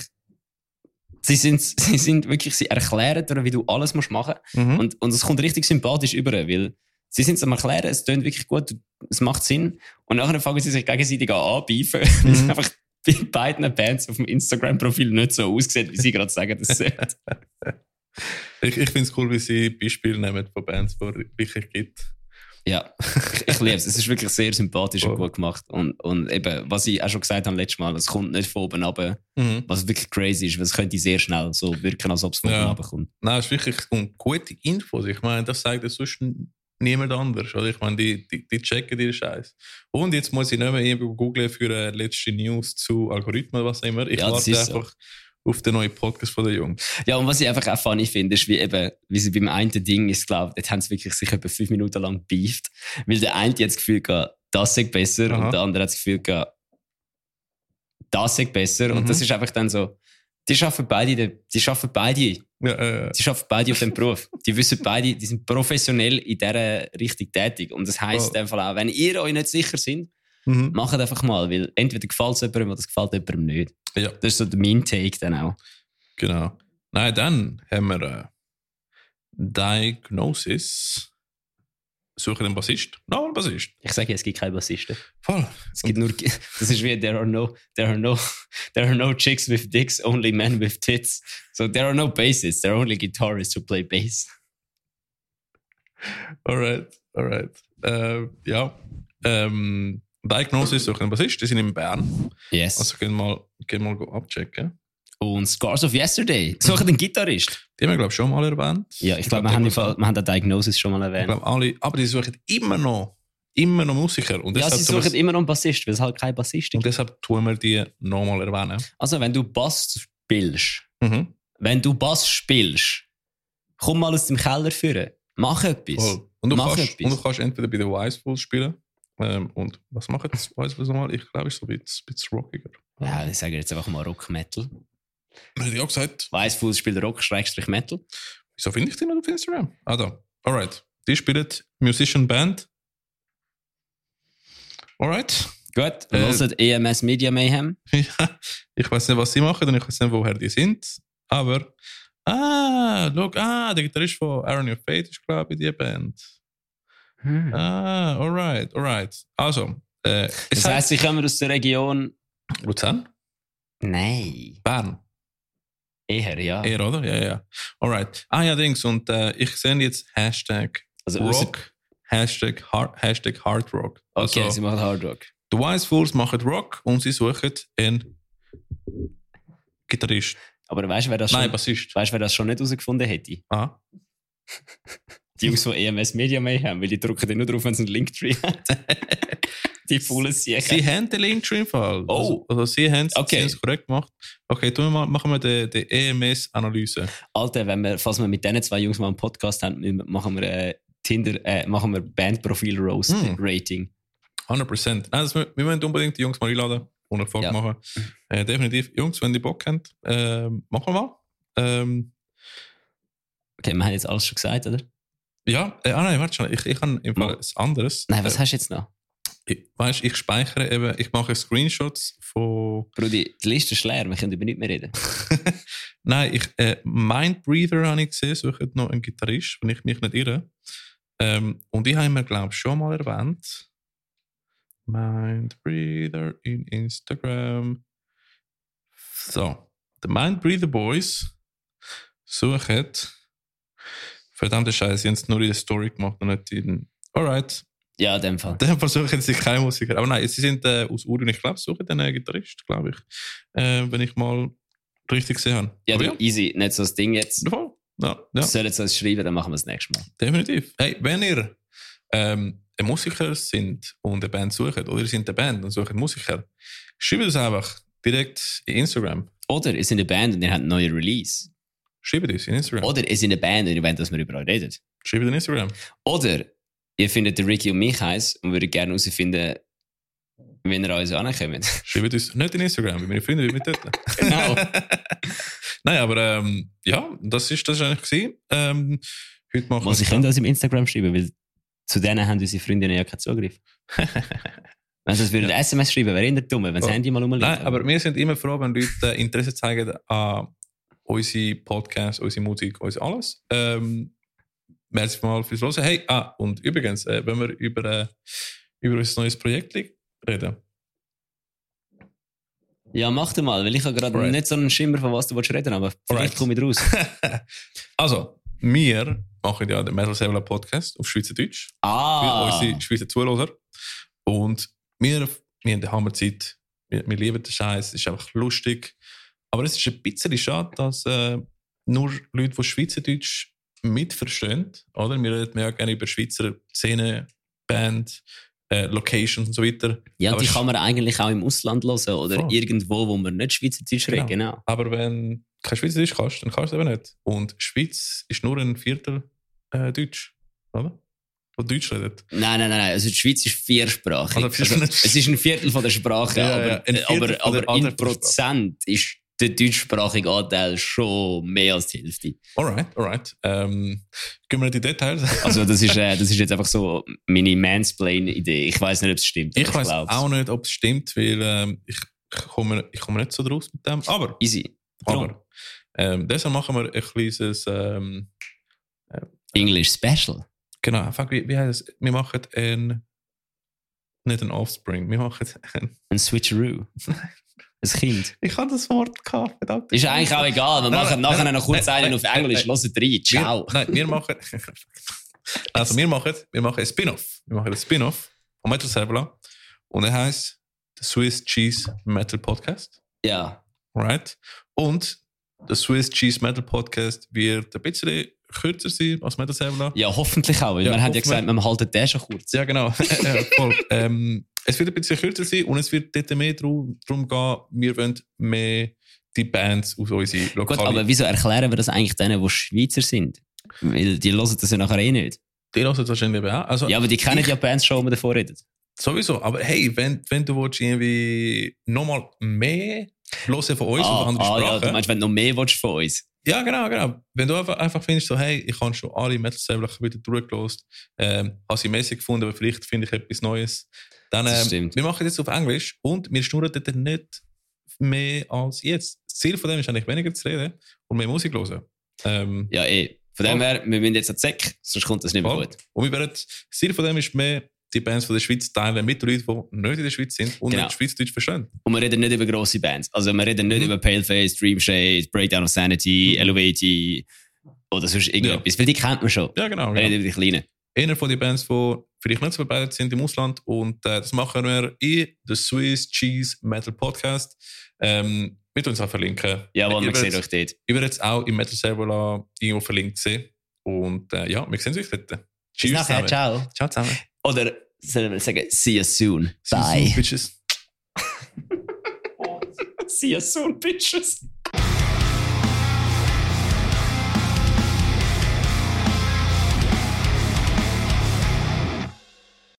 [SPEAKER 1] sie sind, sie sind wirklich, sie erklären dir, wie du alles musst machen
[SPEAKER 2] Mhm.
[SPEAKER 1] Und, und es kommt richtig sympathisch über, weil sie sind am Erklären, es tönt wirklich gut, es macht Sinn. Und nachher fangen sie sich gegenseitig an anbeifen, weil es
[SPEAKER 2] Mhm.
[SPEAKER 1] einfach bei beiden Bands auf dem Instagram-Profil nicht so aussieht, wie sie gerade sagen, das sollte.
[SPEAKER 2] Ich, ich finde es cool, wie sie Beispiele nehmen von Bands, die es wirklich gibt.
[SPEAKER 1] Ja, ich, ich liebe es. Es ist wirklich sehr sympathisch und
[SPEAKER 2] Voll.
[SPEAKER 1] gut gemacht. Und, und eben, was ich auch schon gesagt habe letztes Mal, es kommt nicht von oben runter.
[SPEAKER 2] Mhm.
[SPEAKER 1] Was wirklich crazy ist, weil es könnte sehr schnell so wirken, als ob es von
[SPEAKER 2] Ja.
[SPEAKER 1] oben runterkommt.
[SPEAKER 2] Nein, es ist wirklich und gute Infos. Ich meine, das sagt ja sonst n- niemand anders. Oder? Ich meine, die, die, die checken den Scheiß. Und jetzt muss ich nicht mehr irgendwo googlen für äh, letzte News zu Algorithmen, was auch immer. Ich
[SPEAKER 1] Ja, das
[SPEAKER 2] warte
[SPEAKER 1] ist so.
[SPEAKER 2] einfach auf den neuen Podcast von der Jungs.
[SPEAKER 1] Ja, und was ich einfach auch funny finde, ist, wie eben, wie sie beim einen Ding ist, glaube ich, dort haben sie wirklich sich etwa fünf Minuten lang beeft, weil der eine hat das Gefühl gehabt, das sei besser
[SPEAKER 2] Aha.
[SPEAKER 1] und der andere hat das Gefühl gehabt, das sei besser.
[SPEAKER 2] Mhm.
[SPEAKER 1] Und das ist einfach dann so, die schaffen beide, den- die schaffen beide
[SPEAKER 2] Ja, äh,
[SPEAKER 1] die arbeiten beide auf dem Beruf. Die wissen beide, die sind professionell in dieser Richtung tätig. Und das heisst
[SPEAKER 2] Ja.
[SPEAKER 1] in dem Fall auch, wenn ihr euch nicht sicher seid,
[SPEAKER 2] mhm.
[SPEAKER 1] macht einfach mal. Weil entweder gefällt es jemandem oder es gefällt jemandem nicht.
[SPEAKER 2] Ja.
[SPEAKER 1] Das ist so der- mein Take dann auch.
[SPEAKER 2] Genau. Nein, dann haben wir äh, Diagnosis. Suche den Bassist. Noch einen Bassist.
[SPEAKER 1] Ich sage, ja, es gibt keine Bassisten.
[SPEAKER 2] Voll.
[SPEAKER 1] Es gibt nur, das ist wie, there are no, there are no, there are no chicks with dicks, only men with tits. So there are no bassists, there are only guitarists who play bass.
[SPEAKER 2] Alright, alright. Äh, ja. Ähm, Diagnosis suche den Bassist. Die sind in Bern.
[SPEAKER 1] Yes.
[SPEAKER 2] Also gehen mal, gehen mal go abchecken.
[SPEAKER 1] Und Scars of Yesterday, suchen einen Gitarrist.
[SPEAKER 2] Die haben wir, glaube ich, schon mal erwähnt.
[SPEAKER 1] Ja, ich glaube, wir haben, im Fall- wir haben die Diagnosis schon mal
[SPEAKER 2] Ich
[SPEAKER 1] erwähnt.
[SPEAKER 2] glaube, alle, aber die suchen immer noch, immer noch Musiker. Und
[SPEAKER 1] Ja,
[SPEAKER 2] deshalb,
[SPEAKER 1] sie
[SPEAKER 2] tun
[SPEAKER 1] suchen immer noch einen Bassist, weil es halt kein Bassist
[SPEAKER 2] wir, und
[SPEAKER 1] gibt.
[SPEAKER 2] deshalb tun wir die nochmal erwähnen.
[SPEAKER 1] Also, wenn du Bass spielst,
[SPEAKER 2] Mhm.
[SPEAKER 1] wenn du Bass spielst, komm mal aus dem Keller führen. Mach etwas.
[SPEAKER 2] Voll. Und, du
[SPEAKER 1] Mach
[SPEAKER 2] kannst,
[SPEAKER 1] etwas.
[SPEAKER 2] und du kannst entweder bei den Wisefuls spielen. Ähm, und was machen die Wisefuls nochmal? Ich glaube, es ist so ein bisschen, bisschen rockiger.
[SPEAKER 1] Ja, ich sage jetzt einfach mal Rock-Metal.
[SPEAKER 2] Hätte ich auch gesagt.
[SPEAKER 1] Weißfuß spielt Rock-Metal.
[SPEAKER 2] Wieso finde ich die nicht auf Instagram? Ah, da. Alright. Die spielen Musician Band. Alright.
[SPEAKER 1] Gut,
[SPEAKER 2] Äh.
[SPEAKER 1] hört EMS Media Mayhem.
[SPEAKER 2] Ja, ich weiß nicht, was sie machen und ich weiß nicht, woher die sind. Aber, ah, look, ah, der Gitarrist von Aaron Your Fate ist, glaube ich, die Band.
[SPEAKER 1] Mhm.
[SPEAKER 2] Ah, alright, alright. Also, äh,
[SPEAKER 1] Das heisst, sie kommen aus der Region.
[SPEAKER 2] Luzern?
[SPEAKER 1] Nein.
[SPEAKER 2] Bern.
[SPEAKER 1] Eher, ja.
[SPEAKER 2] Eher, oder? Ja, ja. Alright. Ah, ja, Dings. Und äh, ich sehe jetzt Hashtag
[SPEAKER 1] Also, ausser-
[SPEAKER 2] Rock, Hashtag, Hard, Hashtag Hard Rock.
[SPEAKER 1] okay,
[SPEAKER 2] Also,
[SPEAKER 1] sie machen Hard Rock.
[SPEAKER 2] die Wise Fools machen Rock und sie suchen einen Gitarrist.
[SPEAKER 1] Aber weißt du, wer, das
[SPEAKER 2] Nein,
[SPEAKER 1] schon-
[SPEAKER 2] Bassist.
[SPEAKER 1] weisst du, wer das schon nicht herausgefunden hätte?
[SPEAKER 2] Ah.
[SPEAKER 1] Die Jungs von EMS Media Mayhem, weil die drücken dann nur drauf, wenn sie einen Linktree haben. die faulen Siechen.
[SPEAKER 2] Sie haben den Linktree-Fall.
[SPEAKER 1] Oh.
[SPEAKER 2] Also, also sie haben es
[SPEAKER 1] Okay.
[SPEAKER 2] korrekt gemacht. Okay, tun wir mal, machen wir die, die E EMS-Analyse.
[SPEAKER 1] Alter, wenn wir, falls wir mit diesen zwei Jungs mal einen Podcast haben, müssen wir- machen wir äh, Tinder, äh, machen wir Bandprofil Roast
[SPEAKER 2] Hm.
[SPEAKER 1] Rating.
[SPEAKER 2] 100%. Nein, das, mü- wir müssen unbedingt die Jungs mal einladen und eine Folge
[SPEAKER 1] Ja.
[SPEAKER 2] machen. Äh, definitiv. Jungs, wenn ihr Bock habt, äh, machen wir mal. Ähm,
[SPEAKER 1] Okay, wir haben jetzt alles schon gesagt, oder?
[SPEAKER 2] ja, äh, ah nein, warte schon. Ich, ich habe im Fall
[SPEAKER 1] Mal.
[SPEAKER 2] etwas anderes.
[SPEAKER 1] Nein, was hast du jetzt noch?
[SPEAKER 2] Äh, ich, weißt, ich speichere eben, ich mache Screenshots von...
[SPEAKER 1] Brudi, die Liste ist leer, wir können über nichts mehr reden.
[SPEAKER 2] Nein, ich, äh, Mindbreather habe ich gesehen, suchen noch einen Gitarrist, wenn ich mich nicht irre. Ähm, und die haben wir, glaube ich, schon mal erwähnt. Mindbreather in Instagram. So, die Mindbreather Boys suchen. Verdammte Scheiße, sie haben es nur in der Story gemacht und nicht in. Alright,
[SPEAKER 1] Ja, in dem Fall.
[SPEAKER 2] dann versuchen sie keine Musiker. Aber nein, sie sind äh, aus Uhren, ich glaube, suchen den äh, Gitarrist, glaube ich. Äh, wenn ich mal richtig gesehen habe.
[SPEAKER 1] Ja,
[SPEAKER 2] Aber
[SPEAKER 1] du, easy, nicht so das Ding jetzt.
[SPEAKER 2] ja, voll. Ja, ja,
[SPEAKER 1] Sollen jetzt uns schreiben, dann machen wir es nächstes Mal.
[SPEAKER 2] definitiv. Hey, wenn ihr ähm, ein Musiker sind und eine Band sucht, oder ihr seid eine Band und sucht einen Musiker, schreibt uns einfach direkt in Instagram.
[SPEAKER 1] Oder ihr seid eine Band und ihr habt einen neuen Release.
[SPEAKER 2] Schreibt uns in Instagram.
[SPEAKER 1] Oder ihr seid eine Band und ihr wollt, dass wir über euch reden.
[SPEAKER 2] Schreibt in Instagram.
[SPEAKER 1] Oder ihr findet den Ricky und mich heiß und würdet gerne herausfinden, wenn ihr an uns ankommt.
[SPEAKER 2] Schreibt uns nicht in Instagram, weil meine Freunde wie mit dort.
[SPEAKER 1] genau.
[SPEAKER 2] Nein, aber ähm, ja, das ist das ist eigentlich gewesen. Ähm, heute machen
[SPEAKER 1] Was
[SPEAKER 2] wir-
[SPEAKER 1] ich könnte Also, uns im Instagram schreiben, weil zu denen haben unsere Freundinnen ja keinen Zugriff. Also, Wenn sie uns würden SMS schreiben, wäre eher dumm, wenn das
[SPEAKER 2] Oh.
[SPEAKER 1] Handy mal rumliegt.
[SPEAKER 2] Nein, aber wir sind immer froh, wenn Leute äh, Interesse zeigen an unsere Podcasts, unsere Musik, uns alles. Ähm, merci mal fürs Hören. Hey, ah, und übrigens, äh, wenn wir über, äh, über unser neues Projekt li- reden,
[SPEAKER 1] Ja, mach doch mal, weil ich habe gerade
[SPEAKER 2] Alright.
[SPEAKER 1] nicht so einen Schimmer, von was du willst reden aber vielleicht
[SPEAKER 2] Alright.
[SPEAKER 1] komme ich raus.
[SPEAKER 2] also, wir machen ja den Metal Sevilla Podcast auf Schweizerdeutsch für
[SPEAKER 1] Ah!
[SPEAKER 2] unsere Schweizer Zuhörer. Und wir, wir haben die Hammerzeit. Wir, wir lieben den Scheiß. Es ist einfach lustig. Aber es ist ein bisschen schade, dass äh, nur Leute, die Schweizerdeutsch mitverstehen, oder? Wir reden ja gerne über Schweizer Szene, Band, äh, Locations und so weiter.
[SPEAKER 1] Ja,
[SPEAKER 2] Aber
[SPEAKER 1] die
[SPEAKER 2] es-
[SPEAKER 1] kann man eigentlich auch im Ausland hören oder
[SPEAKER 2] Voll.
[SPEAKER 1] irgendwo, wo man nicht Schweizerdeutsch redet. Genau.
[SPEAKER 2] Aber wenn du kein Schweizerdeutsch kannst, dann kannst du es eben nicht. Und Schweiz ist nur ein Viertel äh, Deutsch, oder? Wo Deutsch redet.
[SPEAKER 1] Nein, nein, nein, nein. Also die Schweiz ist viersprachig.
[SPEAKER 2] Also,
[SPEAKER 1] Also, es ist ein Viertel von der Sprache,
[SPEAKER 2] Ja,
[SPEAKER 1] aber, äh,
[SPEAKER 2] ja, ein Viertel
[SPEAKER 1] aber,
[SPEAKER 2] von der
[SPEAKER 1] aber in
[SPEAKER 2] anderen Sprache.
[SPEAKER 1] Prozent ist der deutschsprachige Anteil schon mehr als die Hälfte.
[SPEAKER 2] Alright, alright. Ähm, gehen wir nicht in Details.
[SPEAKER 1] Also das ist, äh, das ist jetzt einfach so meine Mansplain-Idee. Ich weiß nicht, ob es stimmt. aber
[SPEAKER 2] Ich weiß
[SPEAKER 1] glaub's.
[SPEAKER 2] auch nicht, ob es stimmt, weil ähm, ich, ich, komme, ich komme nicht so draus mit dem. Aber,
[SPEAKER 1] Easy. Drum.
[SPEAKER 2] aber ähm, deshalb machen wir ein kleines. Ähm,
[SPEAKER 1] English Special.
[SPEAKER 2] genau, fuck, wie, wie heißt es? Wir machen ein. Nicht ein Offspring, wir machen ein.
[SPEAKER 1] Ein Switcheroo. Ein Kind.
[SPEAKER 2] Ich habe das Wort gehabt, verdammt.
[SPEAKER 1] Ist eigentlich auch egal. Wir
[SPEAKER 2] Nein,
[SPEAKER 1] machen
[SPEAKER 2] nein,
[SPEAKER 1] nachher noch kurz
[SPEAKER 2] nein,
[SPEAKER 1] einen auf
[SPEAKER 2] nein,
[SPEAKER 1] Englisch.
[SPEAKER 2] nein,
[SPEAKER 1] Hört rein. Ciao.
[SPEAKER 2] Wir, nein, wir machen. also, wir machen, wir machen ein Spin-off. Wir machen ein Spin-off von Metal Servola. Und er heißt The Swiss Cheese Metal Podcast.
[SPEAKER 1] Ja.
[SPEAKER 2] Right? Und der Swiss Cheese Metal Podcast wird ein bisschen kürzer sein als Metal Servola.
[SPEAKER 1] Ja, hoffentlich auch. weil
[SPEAKER 2] Ja,
[SPEAKER 1] man hat ja
[SPEAKER 2] hoffen
[SPEAKER 1] gesagt, man haltet den schon kurz.
[SPEAKER 2] Ja, genau. Ja, voll. ähm, es wird ein bisschen kürzer sein und es wird dort mehr darum gehen, wir wollen mehr die Bands aus unsere
[SPEAKER 1] Gut,
[SPEAKER 2] lokalen
[SPEAKER 1] aber wieso erklären wir das eigentlich denen, die Schweizer sind? Weil die hören das ja nachher eh nicht.
[SPEAKER 2] Die hören es wahrscheinlich eben auch. Also,
[SPEAKER 1] Ja, aber die kennen ja Bands schon, wo wir davor reden.
[SPEAKER 2] Sowieso, aber hey, wenn, wenn du willst, irgendwie nochmal mehr hören von uns und von
[SPEAKER 1] Ah,
[SPEAKER 2] anderen
[SPEAKER 1] ah ja,
[SPEAKER 2] Sprachen.
[SPEAKER 1] du meinst, wenn du noch mehr willst von uns.
[SPEAKER 2] Ja, genau, genau. Wenn du einfach, einfach findest, so, hey, ich habe schon alle Metal-Säbelchen wieder durchgelost, ähm, habe sie mäßig gefunden, aber vielleicht finde ich etwas Neues. Dann,
[SPEAKER 1] Das
[SPEAKER 2] ähm,
[SPEAKER 1] stimmt.
[SPEAKER 2] wir machen jetzt auf Englisch und wir schnurren dort nicht mehr als jetzt. Das Ziel von dem ist eigentlich weniger zu reden und mehr Musik hören. Ähm,
[SPEAKER 1] Ja, eh. Von dem
[SPEAKER 2] Voll.
[SPEAKER 1] her, wir müssen jetzt an den Zeck, sonst kommt das nicht mehr
[SPEAKER 2] voll.
[SPEAKER 1] gut.
[SPEAKER 2] Und wir werden, das Ziel von dem ist mehr, die Bands von der Schweiz teilen mit den Leuten, die nicht in der Schweiz sind und
[SPEAKER 1] Genau.
[SPEAKER 2] nicht Schweizerdeutsch verstehen.
[SPEAKER 1] Und wir reden nicht über grosse Bands. Also wir reden nicht
[SPEAKER 2] Mhm.
[SPEAKER 1] über Paleface, Dreamshade, Breakdown of Sanity,
[SPEAKER 2] Mhm.
[SPEAKER 1] Elevated oder sonst irgendetwas. Weil die kennt man schon.
[SPEAKER 2] Ja, genau.
[SPEAKER 1] Wir
[SPEAKER 2] genau.
[SPEAKER 1] reden über die Kleinen.
[SPEAKER 2] einer von den Bands, die vielleicht nicht so verbreitet sind im Ausland. Und äh, das machen wir in der Swiss Cheese Metal Podcast. Ähm, wir tun es auch verlinken.
[SPEAKER 1] Ja, aber
[SPEAKER 2] Ihr
[SPEAKER 1] wir sehen
[SPEAKER 2] werdet-
[SPEAKER 1] euch dort.
[SPEAKER 2] Ihr werdet es auch im Metal Servola irgendwo verlinkt sehen. Und äh, ja, wir sehen uns dort.
[SPEAKER 1] Bis
[SPEAKER 2] Tschüss
[SPEAKER 1] nachher,
[SPEAKER 2] zusammen.
[SPEAKER 1] ciao.
[SPEAKER 2] Ciao zusammen.
[SPEAKER 1] Oder sollen wir sagen, see you soon.
[SPEAKER 2] See you soon,
[SPEAKER 1] Bye.
[SPEAKER 2] Bitches.
[SPEAKER 1] See you soon, bitches.